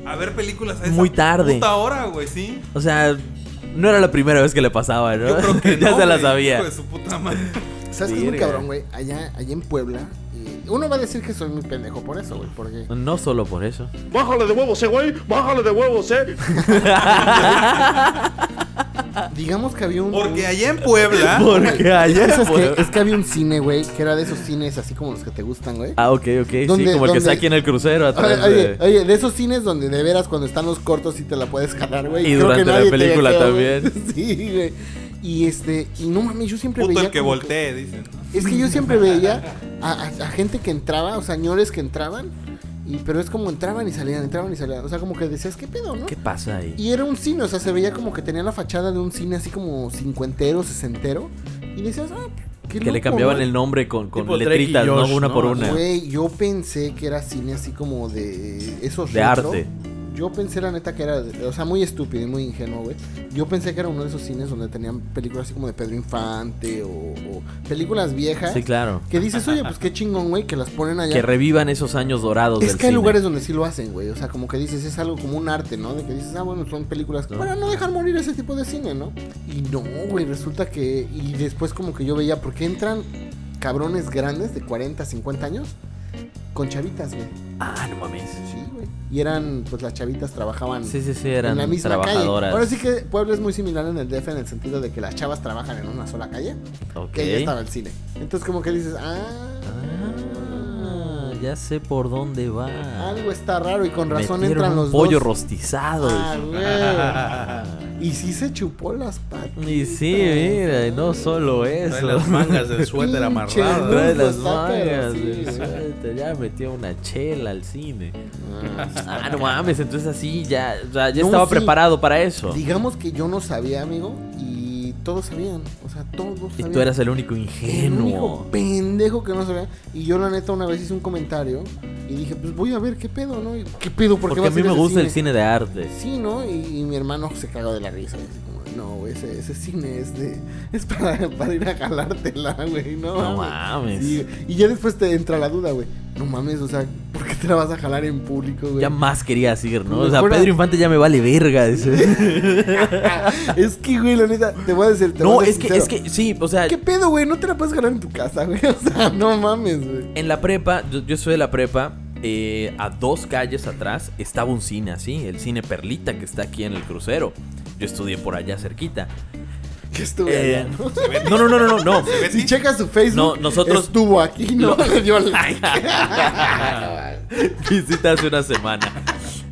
Speaker 2: a ver películas a esa
Speaker 5: Muy tarde.
Speaker 2: puta hora, güey, sí.
Speaker 5: O sea, no era la primera vez que le pasaba, ¿no?
Speaker 2: Yo creo que
Speaker 5: <laughs> ya
Speaker 2: no,
Speaker 5: se la
Speaker 2: güey,
Speaker 5: sabía.
Speaker 2: hijo de su puta madre.
Speaker 3: ¿Sabes qué es muy
Speaker 5: Verga.
Speaker 3: cabrón, güey? Allá, allá en Puebla. eh, uno va a decir que soy muy pendejo por eso, güey. Porque
Speaker 5: No solo por eso.
Speaker 11: Bájale de huevos, eh, güey. Bájale de huevos, eh.
Speaker 3: digamos que había un.
Speaker 2: Porque allá en
Speaker 5: <laughs>
Speaker 2: Puebla.
Speaker 5: Porque allá.
Speaker 3: ¿Sabes qué?
Speaker 5: por-
Speaker 3: Es que había un cine, güey, que era de esos cines así como los que te gustan, güey.
Speaker 5: Ah, ok, ok. Sí, como
Speaker 3: ¿Dónde-
Speaker 5: el que
Speaker 3: dónde-
Speaker 5: está aquí en el crucero atrás
Speaker 3: Oye,
Speaker 5: de-
Speaker 3: oye, de esos cines donde de veras cuando están los cortos sí te la puedes jalar, güey.
Speaker 5: Y
Speaker 3: Creo
Speaker 5: durante
Speaker 3: que
Speaker 5: la
Speaker 3: nadie te
Speaker 5: película
Speaker 3: dejó,
Speaker 5: también.
Speaker 3: güey. <laughs> Sí, güey. Y este, y no mames, yo siempre
Speaker 2: Puto
Speaker 3: veía.
Speaker 2: el que
Speaker 3: como
Speaker 2: voltee, dicen. ¿no?
Speaker 3: Es que yo siempre veía a, a- a gente que entraba, o sea, señores que entraban, y, pero es como entraban y salían, entraban y salían. O sea, como que decías, ¿qué pedo, no?
Speaker 5: ¿Qué pasa ahí?
Speaker 3: Y era un cine, o sea, se veía como que tenía la fachada de un cine así como cincuentero, sesentero. Y decías, ah, qué
Speaker 5: Que le
Speaker 3: loco,
Speaker 5: cambiaban
Speaker 3: ¿no?
Speaker 5: el nombre con, con
Speaker 4: Tipo Drake y
Speaker 5: letritas, ¿no?
Speaker 4: Josh,
Speaker 5: Una
Speaker 4: ¿no?
Speaker 5: por una.
Speaker 3: Güey, yo pensé que era cine así como de esos
Speaker 5: De
Speaker 3: retro.
Speaker 5: arte.
Speaker 3: Yo pensé la neta que era, de- o sea, muy estúpido y muy ingenuo, güey. Yo pensé que era uno de esos cines donde tenían películas así como de Pedro Infante o, o películas viejas.
Speaker 5: Sí, claro.
Speaker 3: Que dices, oye, pues qué chingón, güey, que las ponen allá.
Speaker 5: Que revivan esos años dorados
Speaker 3: Es
Speaker 5: del
Speaker 3: que hay
Speaker 5: cine.
Speaker 3: lugares donde sí lo hacen, güey. O sea, como que dices, es algo como un arte, ¿no? De que dices, ah, bueno, son películas
Speaker 5: No.
Speaker 3: para no dejar morir ese tipo de cine, ¿no? Y no, güey, resulta que. Y después, como que yo veía, ¿por qué entran cabrones grandes de 40, 50 años con chavitas, güey?
Speaker 5: Ah, no mames.
Speaker 3: Sí, güey. Y eran, pues las chavitas trabajaban.
Speaker 5: Sí, sí, sí, eran
Speaker 3: en la misma
Speaker 5: trabajadoras.
Speaker 3: calle. Ahora sí que Puebla es muy similar en el DF en el sentido de que las chavas trabajan en una sola calle,
Speaker 5: Ok.
Speaker 3: que ya estaba el cine. Entonces como que dices, ah,
Speaker 5: Ah, ya sé por dónde va.
Speaker 3: algo está raro y Ah, con razón
Speaker 5: Ah. Metieron
Speaker 3: entran
Speaker 5: un
Speaker 3: los
Speaker 5: pollo
Speaker 3: dos.
Speaker 5: rostizado.
Speaker 3: Ah, güey. Y sí se chupó las patas.
Speaker 5: y sí, mira, y no solo
Speaker 4: Trae
Speaker 5: eso. <laughs>
Speaker 4: las mangas del suéter
Speaker 3: Pinche
Speaker 4: amarrado.
Speaker 5: Trae
Speaker 3: Los
Speaker 5: las
Speaker 3: tacos,
Speaker 5: mangas
Speaker 3: sí,
Speaker 5: del
Speaker 3: güey.
Speaker 5: suéter, Ya metió una chela al cine. Ah, no mames, entonces así ya, o sea, ya
Speaker 3: No,
Speaker 5: estaba
Speaker 3: sí.
Speaker 5: preparado para eso.
Speaker 3: Digamos que yo no sabía, amigo, y todos sabían. O sea, todos
Speaker 5: Y
Speaker 3: sabían.
Speaker 5: tú eras el único
Speaker 3: el único
Speaker 5: ingenuo.
Speaker 3: pendejo que no sabía. Y yo, la neta, una vez hice un comentario y dije, pues voy a ver qué pedo, ¿no? Y, ¿Qué pedo? ¿Por
Speaker 5: Porque
Speaker 3: qué
Speaker 5: a
Speaker 3: vas
Speaker 5: mí
Speaker 3: ir
Speaker 5: me
Speaker 3: ese
Speaker 5: gusta el cine de arte.
Speaker 3: Sí, ¿no? Y, y mi hermano se cagó de la risa. y así como, no, güey, ese, ese cine es, de, es para, para ir a jalártela, güey. No,
Speaker 5: No mames.
Speaker 3: mames. Sí, y ya después te entra la duda, güey. No mames, o sea, ¿por qué te la vas a jalar en público, güey?
Speaker 5: Ya más querías ir, ¿no? O
Speaker 3: Mejor
Speaker 5: sea,
Speaker 3: a-
Speaker 5: Pedro Infante ya me vale verga. dice.
Speaker 3: <laughs> es que, güey, la neta, te voy a decir. Te
Speaker 5: no,
Speaker 3: voy a ser
Speaker 5: es que,
Speaker 3: sincero.
Speaker 5: es que, sí, o sea,
Speaker 3: ¿Qué pedo, güey? No te la puedes jalar en tu casa, güey. <laughs> O sea, no mames, güey.
Speaker 5: en la prepa, yo, yo soy de la prepa, eh, a dos calles atrás estaba un cine así, el cine Perlita que está aquí en el crucero. Yo estudié por allá cerquita.
Speaker 3: Que estuve
Speaker 5: Eh,
Speaker 3: allá, ¿no?
Speaker 5: no, no, no, no, no, no.
Speaker 3: <laughs> Si checas su Facebook,
Speaker 5: No, nosotros-
Speaker 3: estuvo aquí, no, <laughs> le
Speaker 5: <laughs>
Speaker 3: dio like.
Speaker 5: Visita hace una semana.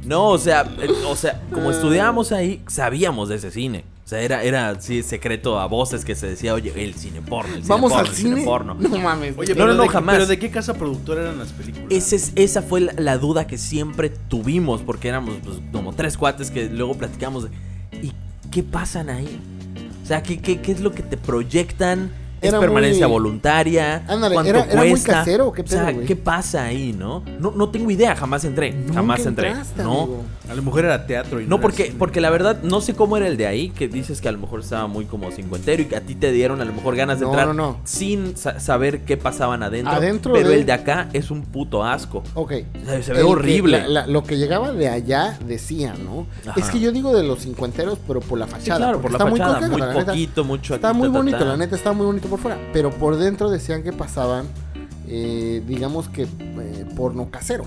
Speaker 5: No, o sea, eh, o sea, como estudiábamos ahí, sabíamos de ese cine. O sea, era, era sí, secreto a voces que se decía, oye, el cine porno, el cine
Speaker 3: Vamos
Speaker 5: porno,
Speaker 3: al
Speaker 5: el
Speaker 3: cine.
Speaker 5: porno.
Speaker 3: No mames.
Speaker 4: Oye,
Speaker 5: No,
Speaker 4: pero
Speaker 5: no, no,
Speaker 4: de qué-
Speaker 5: jamás.
Speaker 4: Pero de qué casa productora eran las películas.
Speaker 5: Ese es- esa fue la, la duda que siempre tuvimos, porque éramos pues, como tres cuates que luego platicamos. de, ¿Y qué pasan ahí? O sea, ¿qué, qué, qué es lo que te proyectan? es
Speaker 3: Era
Speaker 5: permanencia
Speaker 3: muy-
Speaker 5: voluntaria.
Speaker 3: Ándale,
Speaker 5: cuánto
Speaker 3: era- era muy
Speaker 5: cuesta.
Speaker 3: casero, ¿qué
Speaker 5: O
Speaker 3: pedo,
Speaker 5: sea,
Speaker 3: güey?
Speaker 5: ¿qué pasa ahí, no? No, no tengo idea, jamás entré. jamás entré.
Speaker 3: entraste,
Speaker 5: no.
Speaker 3: amigo.
Speaker 4: A lo mejor era teatro y
Speaker 5: No,
Speaker 4: era
Speaker 5: porque,
Speaker 4: cine.
Speaker 5: porque la verdad, no sé cómo era el de ahí, que dices que a lo mejor estaba muy como cincuentero y que a ti te dieron a lo mejor ganas de
Speaker 3: No,
Speaker 5: entrar
Speaker 3: no, no.
Speaker 5: sin sa- saber qué pasaban adentro.
Speaker 3: Adentro
Speaker 5: pero
Speaker 3: de-
Speaker 5: el de acá es un puto asco.
Speaker 3: Ok.
Speaker 5: Se, se ve
Speaker 3: El que-
Speaker 5: horrible.
Speaker 3: la- la- lo que llegaba de allá decía, ¿no?
Speaker 5: Ajá.
Speaker 3: Es que yo digo de los cincuenteros, pero por la
Speaker 5: Sí,
Speaker 3: fachada.
Speaker 5: claro, por
Speaker 3: porque
Speaker 5: la
Speaker 3: está
Speaker 5: fachada,
Speaker 3: muy,
Speaker 5: muy,
Speaker 3: coqueto, la neta.
Speaker 5: poquito, mucho
Speaker 3: Está
Speaker 5: aquí,
Speaker 3: muy
Speaker 5: ta, ta,
Speaker 3: bonito,
Speaker 5: ta.
Speaker 3: la neta, está muy bonito por fuera. Pero por dentro decían que pasaban, eh, digamos que eh, porno casero.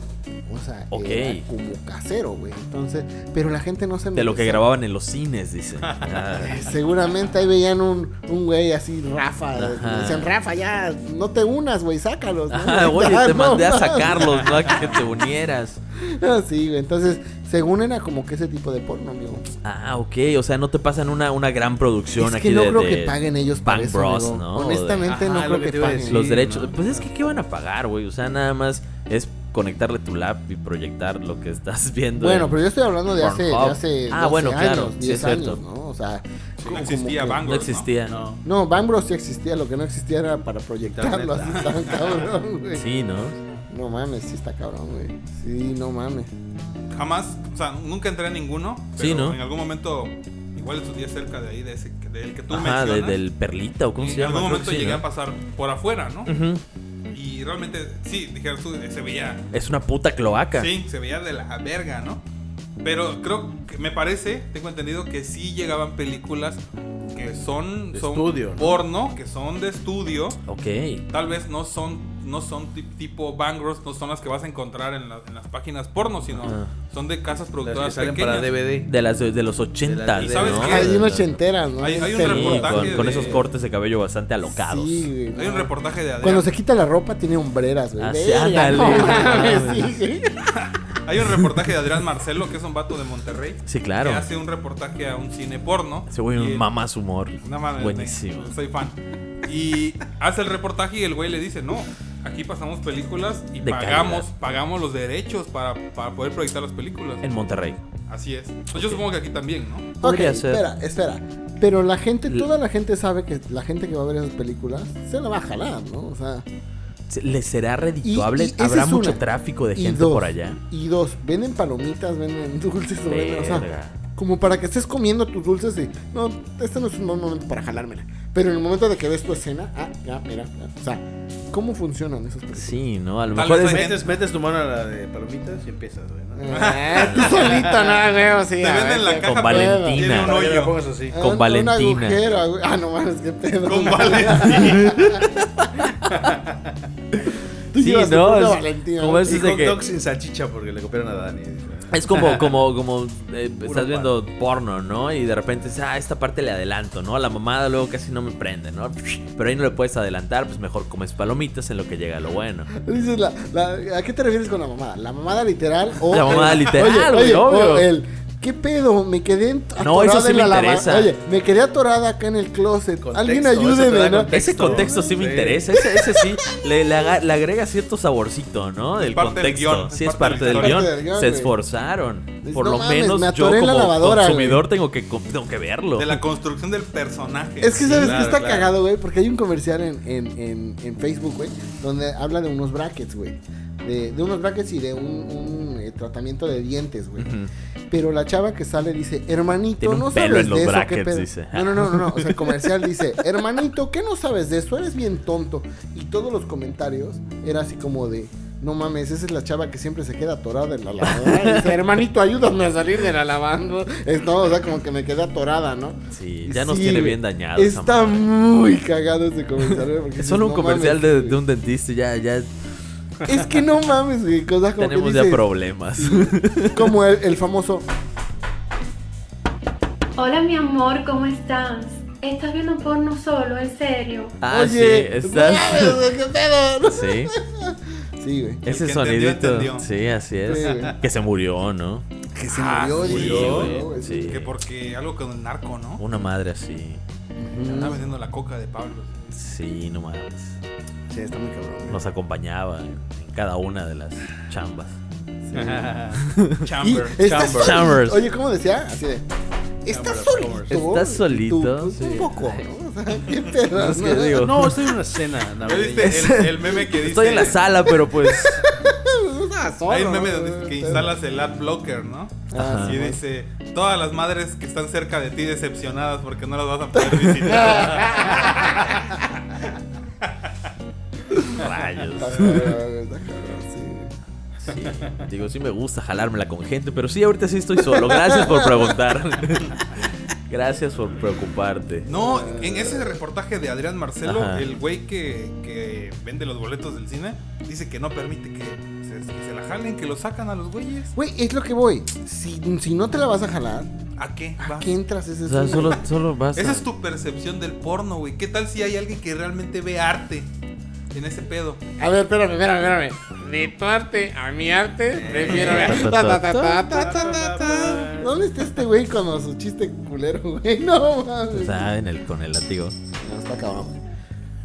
Speaker 3: O sea,
Speaker 5: Ok.
Speaker 3: era como casero, güey. Entonces, pero la gente no se
Speaker 5: De lo que
Speaker 3: enloquecía.
Speaker 5: grababan en los cines, dicen. Ah.
Speaker 3: <laughs> Seguramente ahí veían un, un güey así, Rafa.
Speaker 5: Ajá.
Speaker 3: Decían, Rafa, ya, no te unas, güey, sácalos. ¿no?
Speaker 5: Ah, <laughs> oye, te
Speaker 3: No
Speaker 5: mandé a
Speaker 3: mames.
Speaker 5: sacarlos, ¿no? A que te unieras.
Speaker 3: Ah, sí, güey. Entonces, según era como que ese tipo de porno, amigo.
Speaker 5: Ah, ok. O sea, no te pasan una, una gran producción
Speaker 3: Es que
Speaker 5: aquí
Speaker 3: no
Speaker 5: de-
Speaker 3: creo
Speaker 5: de
Speaker 3: que paguen ellos por
Speaker 5: Bang
Speaker 3: eso,
Speaker 5: Bros,
Speaker 3: amigo.
Speaker 5: ¿no?
Speaker 3: Honestamente,
Speaker 5: De-
Speaker 3: no
Speaker 4: Ajá,
Speaker 3: creo
Speaker 4: lo
Speaker 3: que,
Speaker 4: que te iba a
Speaker 3: paguen.
Speaker 4: decir.
Speaker 5: los
Speaker 4: Sí,
Speaker 5: derechos.
Speaker 4: ¿no?
Speaker 5: Pues es que, ¿qué van a pagar, güey? O sea, nada más es conectarle tu lap y proyectar lo que estás <laughs> viendo.
Speaker 3: Bueno,
Speaker 5: en-
Speaker 3: pero yo estoy hablando de hace, de
Speaker 5: Pornhub.
Speaker 3: hace
Speaker 5: Ah,
Speaker 3: 12
Speaker 5: bueno,
Speaker 3: años,
Speaker 5: claro, sí
Speaker 3: 10
Speaker 5: es
Speaker 3: años,
Speaker 5: cierto.
Speaker 3: ¿no? O sea, como-
Speaker 2: No existía
Speaker 3: como que-
Speaker 2: Bangor.
Speaker 5: no existía.
Speaker 4: No.
Speaker 3: No, Bang Bros sí existía, lo que no existía era para proyectarlo, así
Speaker 4: Internet.
Speaker 3: estaba cabrón, güey.
Speaker 5: Sí, ¿no?
Speaker 3: No mames, sí está cabrón, güey. Sí, no mames.
Speaker 2: Jamás, o sea, nunca entré a ninguno. Pero
Speaker 5: Sí, ¿no?
Speaker 2: En algún momento, igual estudié cerca de ahí, de ese, del que tú
Speaker 5: Ajá, de-
Speaker 2: mencionas.
Speaker 5: del perlita o cómo se
Speaker 2: en
Speaker 5: llama.
Speaker 2: algún
Speaker 5: Creo que
Speaker 2: momento
Speaker 5: sí,
Speaker 2: llegué
Speaker 5: ¿no?
Speaker 2: a pasar por afuera, ¿no?
Speaker 5: Ujú.
Speaker 2: Y realmente, sí, dijeras tú, eh, se veía
Speaker 5: Es una puta cloaca.
Speaker 2: Sí, se veía de la verga, ¿no? Pero creo que me parece, tengo entendido que sí llegaban películas que son,
Speaker 4: De
Speaker 2: son
Speaker 4: estudio, ¿no?
Speaker 2: porno, que son de estudio.
Speaker 5: Ok.
Speaker 2: Tal vez no son no son ti- tipo Bangros, no son las que vas a encontrar en, la- en las páginas porno, sino
Speaker 5: Ajá.
Speaker 2: son de casas
Speaker 4: Las que
Speaker 2: productoras
Speaker 4: salen
Speaker 2: pequeñas.
Speaker 4: para DVD.
Speaker 5: De, las, de los 80.
Speaker 4: ¿Y
Speaker 2: sabes
Speaker 5: Ah, ¿no?
Speaker 2: qué?
Speaker 3: Hay
Speaker 5: De-
Speaker 3: una
Speaker 5: de-
Speaker 3: ochentera, ¿no?
Speaker 2: Hay- hay un
Speaker 3: Pero-
Speaker 5: Sí,
Speaker 2: reportaje
Speaker 5: con, con
Speaker 2: de-
Speaker 5: esos cortes de cabello bastante alocados.
Speaker 3: Sí, güey,
Speaker 2: Hay un
Speaker 3: no.
Speaker 2: reportaje de Adrián.
Speaker 3: Cuando se quita la ropa tiene hombreras, güey.
Speaker 5: Ah, sí,
Speaker 3: Verga,
Speaker 5: ándale.
Speaker 3: no mames, sí, güey.
Speaker 2: Hay un reportaje de Adrián Marcelo, que es un vato de Monterrey.
Speaker 5: Sí, claro.
Speaker 2: Que hace un reportaje a un cine porno.
Speaker 5: Se güey
Speaker 2: Y
Speaker 5: un
Speaker 2: el-
Speaker 5: mamás humor.
Speaker 2: No mames,
Speaker 5: Buenísimo.
Speaker 2: me- soy fan. Y hace el reportaje y el güey le dice, no, aquí pasamos películas y
Speaker 5: De
Speaker 2: pagamos,
Speaker 5: calidad.
Speaker 2: pagamos los derechos para, para poder proyectar las películas.
Speaker 5: En Monterrey.
Speaker 2: Así es. Pues yo supongo que aquí también, ¿no?
Speaker 3: Ok,
Speaker 5: Podría ser.
Speaker 3: espera, espera. Pero la gente,
Speaker 5: L-
Speaker 3: toda la gente sabe que la gente que va a ver esas películas se la va a jalar, ¿no? O sea,
Speaker 5: ¿Se- ¿Le será
Speaker 3: y-
Speaker 5: redituable?
Speaker 3: y esa
Speaker 5: ¿Habrá
Speaker 3: es
Speaker 5: mucho
Speaker 3: una.
Speaker 5: tráfico de
Speaker 3: Y
Speaker 5: gente
Speaker 3: dos,
Speaker 5: por allá?
Speaker 3: Y dos, venden palomitas, venden <laughs> dulces, o venden, o sea,
Speaker 5: Verga.
Speaker 3: como para que estés comiendo tus dulces y no, este no es un buen momento para jalármela. Pero en el momento de que ves tu escena, ah, ya, mira, ya. o sea, ¿cómo funcionan
Speaker 5: <laughs>
Speaker 3: esas películas?
Speaker 5: Sí, ¿no? A lo
Speaker 2: Tal
Speaker 5: mejor
Speaker 2: vez
Speaker 5: es-
Speaker 2: hay-
Speaker 4: Metes, metes tu mano a la de palomitas y empiezas, güey. ¿no?
Speaker 3: Ah, tú solito, no, güey, sí.
Speaker 2: Te
Speaker 3: a
Speaker 2: venden
Speaker 3: ver,
Speaker 2: la
Speaker 3: qué-
Speaker 2: caja, pero
Speaker 5: Con Valentina.
Speaker 2: tiene un
Speaker 5: Para
Speaker 4: que la
Speaker 2: hoyo.
Speaker 4: pongas así.
Speaker 3: Ah,
Speaker 5: con
Speaker 3: un
Speaker 5: Valentina.
Speaker 3: agujero, güey. ah, no mames, qué pedo.
Speaker 2: Con Valentina.
Speaker 3: <laughs> Tú
Speaker 5: Sí,
Speaker 3: llevas tu
Speaker 5: no,
Speaker 3: propia
Speaker 5: es-
Speaker 3: Valentina,
Speaker 5: como
Speaker 3: güey.
Speaker 5: Eso
Speaker 4: Y
Speaker 5: es de
Speaker 4: hot
Speaker 5: que-
Speaker 4: dog sin salchicha porque le copiaron a Dani.
Speaker 5: Es
Speaker 3: <laughs>
Speaker 5: como, como, como eh, estás
Speaker 4: pan.
Speaker 5: viendo porno, ¿no? Y de repente dices, ah, esta parte le adelanto, ¿no? A la mamada luego casi no me prende, ¿no? Pero ahí no le puedes adelantar, pues mejor comes palomitas en lo que llega lo bueno.
Speaker 3: Dices la- la- ¿A qué te refieres con la mamada? ¿La mamada literal o
Speaker 5: La mamada
Speaker 3: el-
Speaker 5: literal, güey,
Speaker 3: oye,
Speaker 5: obvio.
Speaker 3: o el, ¿Qué pedo? Me quedé en- atorada
Speaker 5: No, eso sí
Speaker 3: en
Speaker 5: me
Speaker 3: la lava-
Speaker 5: interesa.
Speaker 3: Oye, me quedé atorada acá en el closet.
Speaker 4: Contexto,
Speaker 3: Alguien
Speaker 4: eso te da
Speaker 3: ayúdeme, ¿no?
Speaker 4: contexto.
Speaker 5: Ese contexto sí me
Speaker 4: Sí.
Speaker 5: interesa, ese, ese sí le, le aga- le agrega cierto saborcito, ¿no? Del
Speaker 2: parte del
Speaker 5: contexto.
Speaker 2: guión, es
Speaker 5: sí, es
Speaker 2: parte
Speaker 5: parte
Speaker 2: del
Speaker 5: del
Speaker 3: guión.
Speaker 5: guión.
Speaker 3: Parte del guión,
Speaker 5: Se
Speaker 3: güey.
Speaker 5: esforzaron.
Speaker 3: Dices,
Speaker 5: Por
Speaker 3: no
Speaker 5: lo
Speaker 3: mames,
Speaker 5: menos
Speaker 3: me
Speaker 5: yo
Speaker 3: atoré en
Speaker 5: como
Speaker 3: la lavadora,
Speaker 5: consumidor tengo que, com- tengo que verlo.
Speaker 2: De la construcción del personaje.
Speaker 3: Es que
Speaker 2: Sí,
Speaker 3: sabes
Speaker 4: claro,
Speaker 3: que está
Speaker 4: claro.
Speaker 3: cagado, güey, porque hay un comercial en, en, en, en Facebook, güey, donde habla de unos brackets, güey. De, de unos brackets y de un, un, eh, tratamiento de dientes, güey.
Speaker 5: Ujú.
Speaker 3: Pero la chava que sale dice, hermanito,
Speaker 5: Tiene un
Speaker 3: no
Speaker 5: pelo
Speaker 3: sabes
Speaker 5: en los
Speaker 3: de eso,
Speaker 5: brackets",
Speaker 3: ¿qué pedo?".
Speaker 5: dice.
Speaker 3: No, no, no, no, no. O sea, el comercial
Speaker 5: <laughs>
Speaker 3: dice, hermanito, ¿qué no sabes de eso? Eres bien tonto. Y todos los comentarios era así como de, no mames, esa es la chava que siempre se queda atorada en la lavadora. Dice, hermanito, ayúdame a salir de la lavanda. Es, no, o sea, como que me quedé atorada, ¿no?
Speaker 5: Sí, ya nos
Speaker 3: Sí,
Speaker 5: tiene
Speaker 3: güey.
Speaker 5: bien dañados. esa
Speaker 3: Está
Speaker 5: madre.
Speaker 3: muy cagado ese comercial. güey, porque
Speaker 5: Es solo un
Speaker 3: dices, "No
Speaker 5: comercial
Speaker 3: mames,
Speaker 5: de,
Speaker 3: güey".
Speaker 5: de un dentista y ya, ya
Speaker 3: Es que no mames, güey. Cosas como
Speaker 5: tenemos
Speaker 3: que
Speaker 5: ya
Speaker 3: dices, <laughs>
Speaker 5: problemas.
Speaker 3: Como el, el famoso.
Speaker 8: Hola, mi amor, ¿cómo estás? ¿Estás viendo porno solo? ¿En serio?
Speaker 5: Ah,
Speaker 3: Oye,
Speaker 5: sí, estás.
Speaker 3: no mames, güey, ¿qué
Speaker 5: <laughs>
Speaker 3: pedo?
Speaker 5: Sí,
Speaker 3: Sí, güey.
Speaker 2: El
Speaker 5: ese
Speaker 2: que entendió,
Speaker 5: sonidito.
Speaker 2: entendió.
Speaker 5: Sí, así es.
Speaker 3: Sí, güey.
Speaker 5: que se murió, ¿no?
Speaker 3: Que se
Speaker 2: Ah,
Speaker 3: murió.
Speaker 2: sí,
Speaker 3: dije,
Speaker 5: güey,
Speaker 3: no, güey,
Speaker 5: sí.
Speaker 2: Que porque algo con el narco, ¿no?
Speaker 5: Una madre así.
Speaker 2: Estaba vendiendo la coca de Pablo.
Speaker 5: Sí, no mames.
Speaker 3: Sí, está muy cabrón. güey.
Speaker 5: Nos acompañaba en en cada una de las chambas.
Speaker 2: <laughs> Chamber.
Speaker 3: Y estas-
Speaker 5: Chambers.
Speaker 3: Oye, ¿cómo decía? Así de. Estás solito.
Speaker 5: Estás solito.
Speaker 3: Tú,
Speaker 5: sí.
Speaker 3: Un poco, ¿no? O sea, qué pedo,
Speaker 5: Es que
Speaker 3: ¿no?
Speaker 5: digo-
Speaker 4: No, estoy en una escena.
Speaker 2: ¿Ya
Speaker 4: navideña.
Speaker 2: viste el, el meme que dice?
Speaker 5: Estoy en la sala, pero pues.
Speaker 2: Hay un meme donde que instalas el ad blocker, ¿no?
Speaker 5: Ajá.
Speaker 2: Y dice, todas las madres que están cerca de ti decepcionadas porque no las vas a poder visitar.
Speaker 5: Rayos. Sí, Digo, sí me gusta jalármela con gente, pero sí, ahorita sí estoy solo. Gracias por preguntar. <laughs> Gracias por preocuparte.
Speaker 2: No, en ese reportaje de Adrián Marcelo,
Speaker 5: Ajá.
Speaker 2: el güey que, que vende los boletos del cine, dice que no permite que se, que se la jalen, que lo sacan a los güeyes.
Speaker 3: Güey, es lo que voy. Si, si no te la vas a jalar,
Speaker 2: ¿A qué?
Speaker 3: ¿a
Speaker 2: vas?
Speaker 3: qué entras? Ese
Speaker 5: O sea,
Speaker 3: es
Speaker 5: solo, solo vas.
Speaker 2: Esa
Speaker 5: a-
Speaker 2: es tu percepción del porno, güey. ¿Qué tal si hay alguien que realmente ve arte en ese pedo?
Speaker 3: A ver, espérame, espérame, espérame. De tu arte a mi arte, prefiero ver. Ta, ta, ta, ta, ta, ta, ta, ta. <laughs> ¿Dónde está este güey con su chiste culero, güey? <laughs> No
Speaker 5: o
Speaker 3: mames.
Speaker 5: sea, en el, con el látigo.
Speaker 3: No, está cabrón. güey.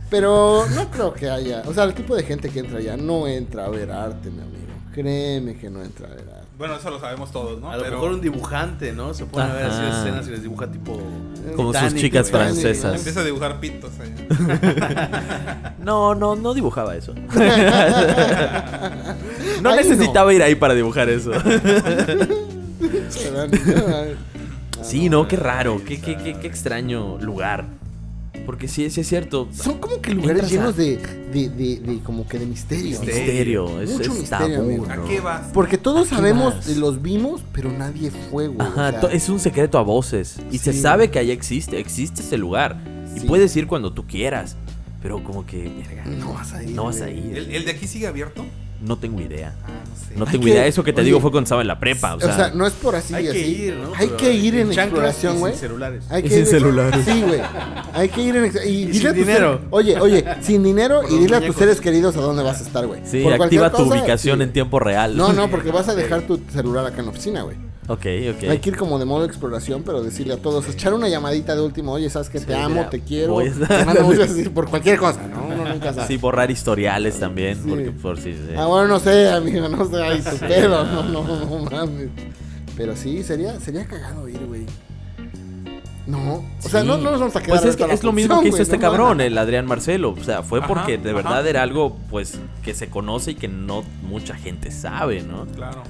Speaker 3: Pero no creo que haya. O sea, el tipo de gente que entra allá no entra a ver arte, mi amigo. Créeme que no entra a ver arte.
Speaker 2: Bueno, eso lo sabemos todos, ¿no?
Speaker 4: A lo
Speaker 2: Pero-
Speaker 4: mejor un dibujante, ¿no? Se pone a ver así
Speaker 5: Ajá.
Speaker 4: escenas y les dibuja tipo.
Speaker 5: Como sus
Speaker 4: Titanic,
Speaker 5: chicas
Speaker 4: güey.
Speaker 5: francesas.
Speaker 2: Empieza a dibujar pitos eh. ahí.
Speaker 5: <laughs> No, no, no dibujaba eso. <laughs> No necesitaba ir ahí para dibujar eso. Sí, no, qué raro, qué, qué, qué, qué extraño lugar. Porque sí, sí es cierto.
Speaker 3: Son como que
Speaker 5: Entras
Speaker 3: lugares
Speaker 5: a-
Speaker 3: llenos de, de, de, de- como que de misterio. ¿no?
Speaker 5: Misterio, es,
Speaker 3: Mucho
Speaker 5: es
Speaker 3: misterio,
Speaker 5: tabú.
Speaker 3: amigo.
Speaker 2: ¿A
Speaker 5: ¿no?
Speaker 2: qué vas?
Speaker 3: Porque todos
Speaker 5: ¿A qué
Speaker 3: sabemos,
Speaker 5: vas?
Speaker 3: eh, los vimos, pero nadie fue, güey. o
Speaker 5: Ajá,
Speaker 3: sea,
Speaker 5: to- es un secreto a voces. Y se
Speaker 3: Sí.
Speaker 5: sabe que allá existe, existe ese lugar. Y
Speaker 3: Sí.
Speaker 5: puedes ir cuando tú quieras. Pero como que, verga,
Speaker 3: No vas a ir.
Speaker 5: no vas a
Speaker 3: güey.
Speaker 5: ir.
Speaker 2: ¿El, el de aquí sigue abierto?
Speaker 5: No tengo idea.
Speaker 2: Ah, no sé.
Speaker 5: No
Speaker 3: Hay
Speaker 5: tengo
Speaker 3: que-
Speaker 5: idea. Eso que te
Speaker 3: oye,
Speaker 5: digo fue cuando estaba en la prepa. O sea,
Speaker 3: O sea, no es por así
Speaker 4: Ah, Hay
Speaker 3: y
Speaker 4: que
Speaker 3: así.
Speaker 4: ir, ¿no?
Speaker 3: Hay
Speaker 4: Pero
Speaker 3: que ir en
Speaker 4: chanclas y
Speaker 3: exploración,
Speaker 4: sin
Speaker 3: güey.
Speaker 4: celulares.
Speaker 3: Hay
Speaker 5: Y
Speaker 3: que
Speaker 5: sin
Speaker 3: ir-
Speaker 5: celulares.
Speaker 3: Sí, güey. Hay que ir en ex- y, dile
Speaker 4: sin
Speaker 3: a tus
Speaker 4: dinero.
Speaker 3: seres- oye, oye, sin dinero
Speaker 4: Por
Speaker 3: y
Speaker 4: los
Speaker 3: dile a tus
Speaker 4: muñecos.
Speaker 3: seres queridos a dónde vas a estar, güey.
Speaker 5: sí,
Speaker 3: Por cualquier
Speaker 5: activa tu
Speaker 3: cosa,
Speaker 5: ubicación
Speaker 3: sí.
Speaker 5: en tiempo real.
Speaker 3: No, no, porque vas a dejar tu celular acá en la oficina, güey.
Speaker 5: Ok,
Speaker 3: Hay
Speaker 5: ok.
Speaker 3: que ir como de modo de exploración, pero decirle a todos, echar una llamadita de último, oye, sabes que te amo,
Speaker 5: mira,
Speaker 3: te quiero,
Speaker 5: voy a- <laughs>
Speaker 3: te mando muchos decir por cualquier cosa, ¿no? Uno nunca sabe.
Speaker 5: Sí, borrar historiales también.
Speaker 3: Sí.
Speaker 5: Porque por si. sí.
Speaker 3: Ah, bueno, no sé, amigo, no sé, ay, tu pedo, no, no, no mames. Pero sí, sería, sería cagado ir, güey. No, o sea,
Speaker 5: Sí.
Speaker 3: no, no nos vamos a quedar.
Speaker 5: Pues es,
Speaker 3: hasta
Speaker 5: que
Speaker 3: la
Speaker 5: es lo mismo
Speaker 3: función,
Speaker 5: que hizo
Speaker 3: güey,
Speaker 5: este
Speaker 3: no
Speaker 5: cabrón,
Speaker 3: mames.
Speaker 5: el Adrián Marcelo. O sea, fue
Speaker 2: Ajá,
Speaker 5: porque de
Speaker 2: ajá.
Speaker 5: verdad era algo, pues, que se conoce y que no mucha gente sabe, ¿no?
Speaker 2: Claro.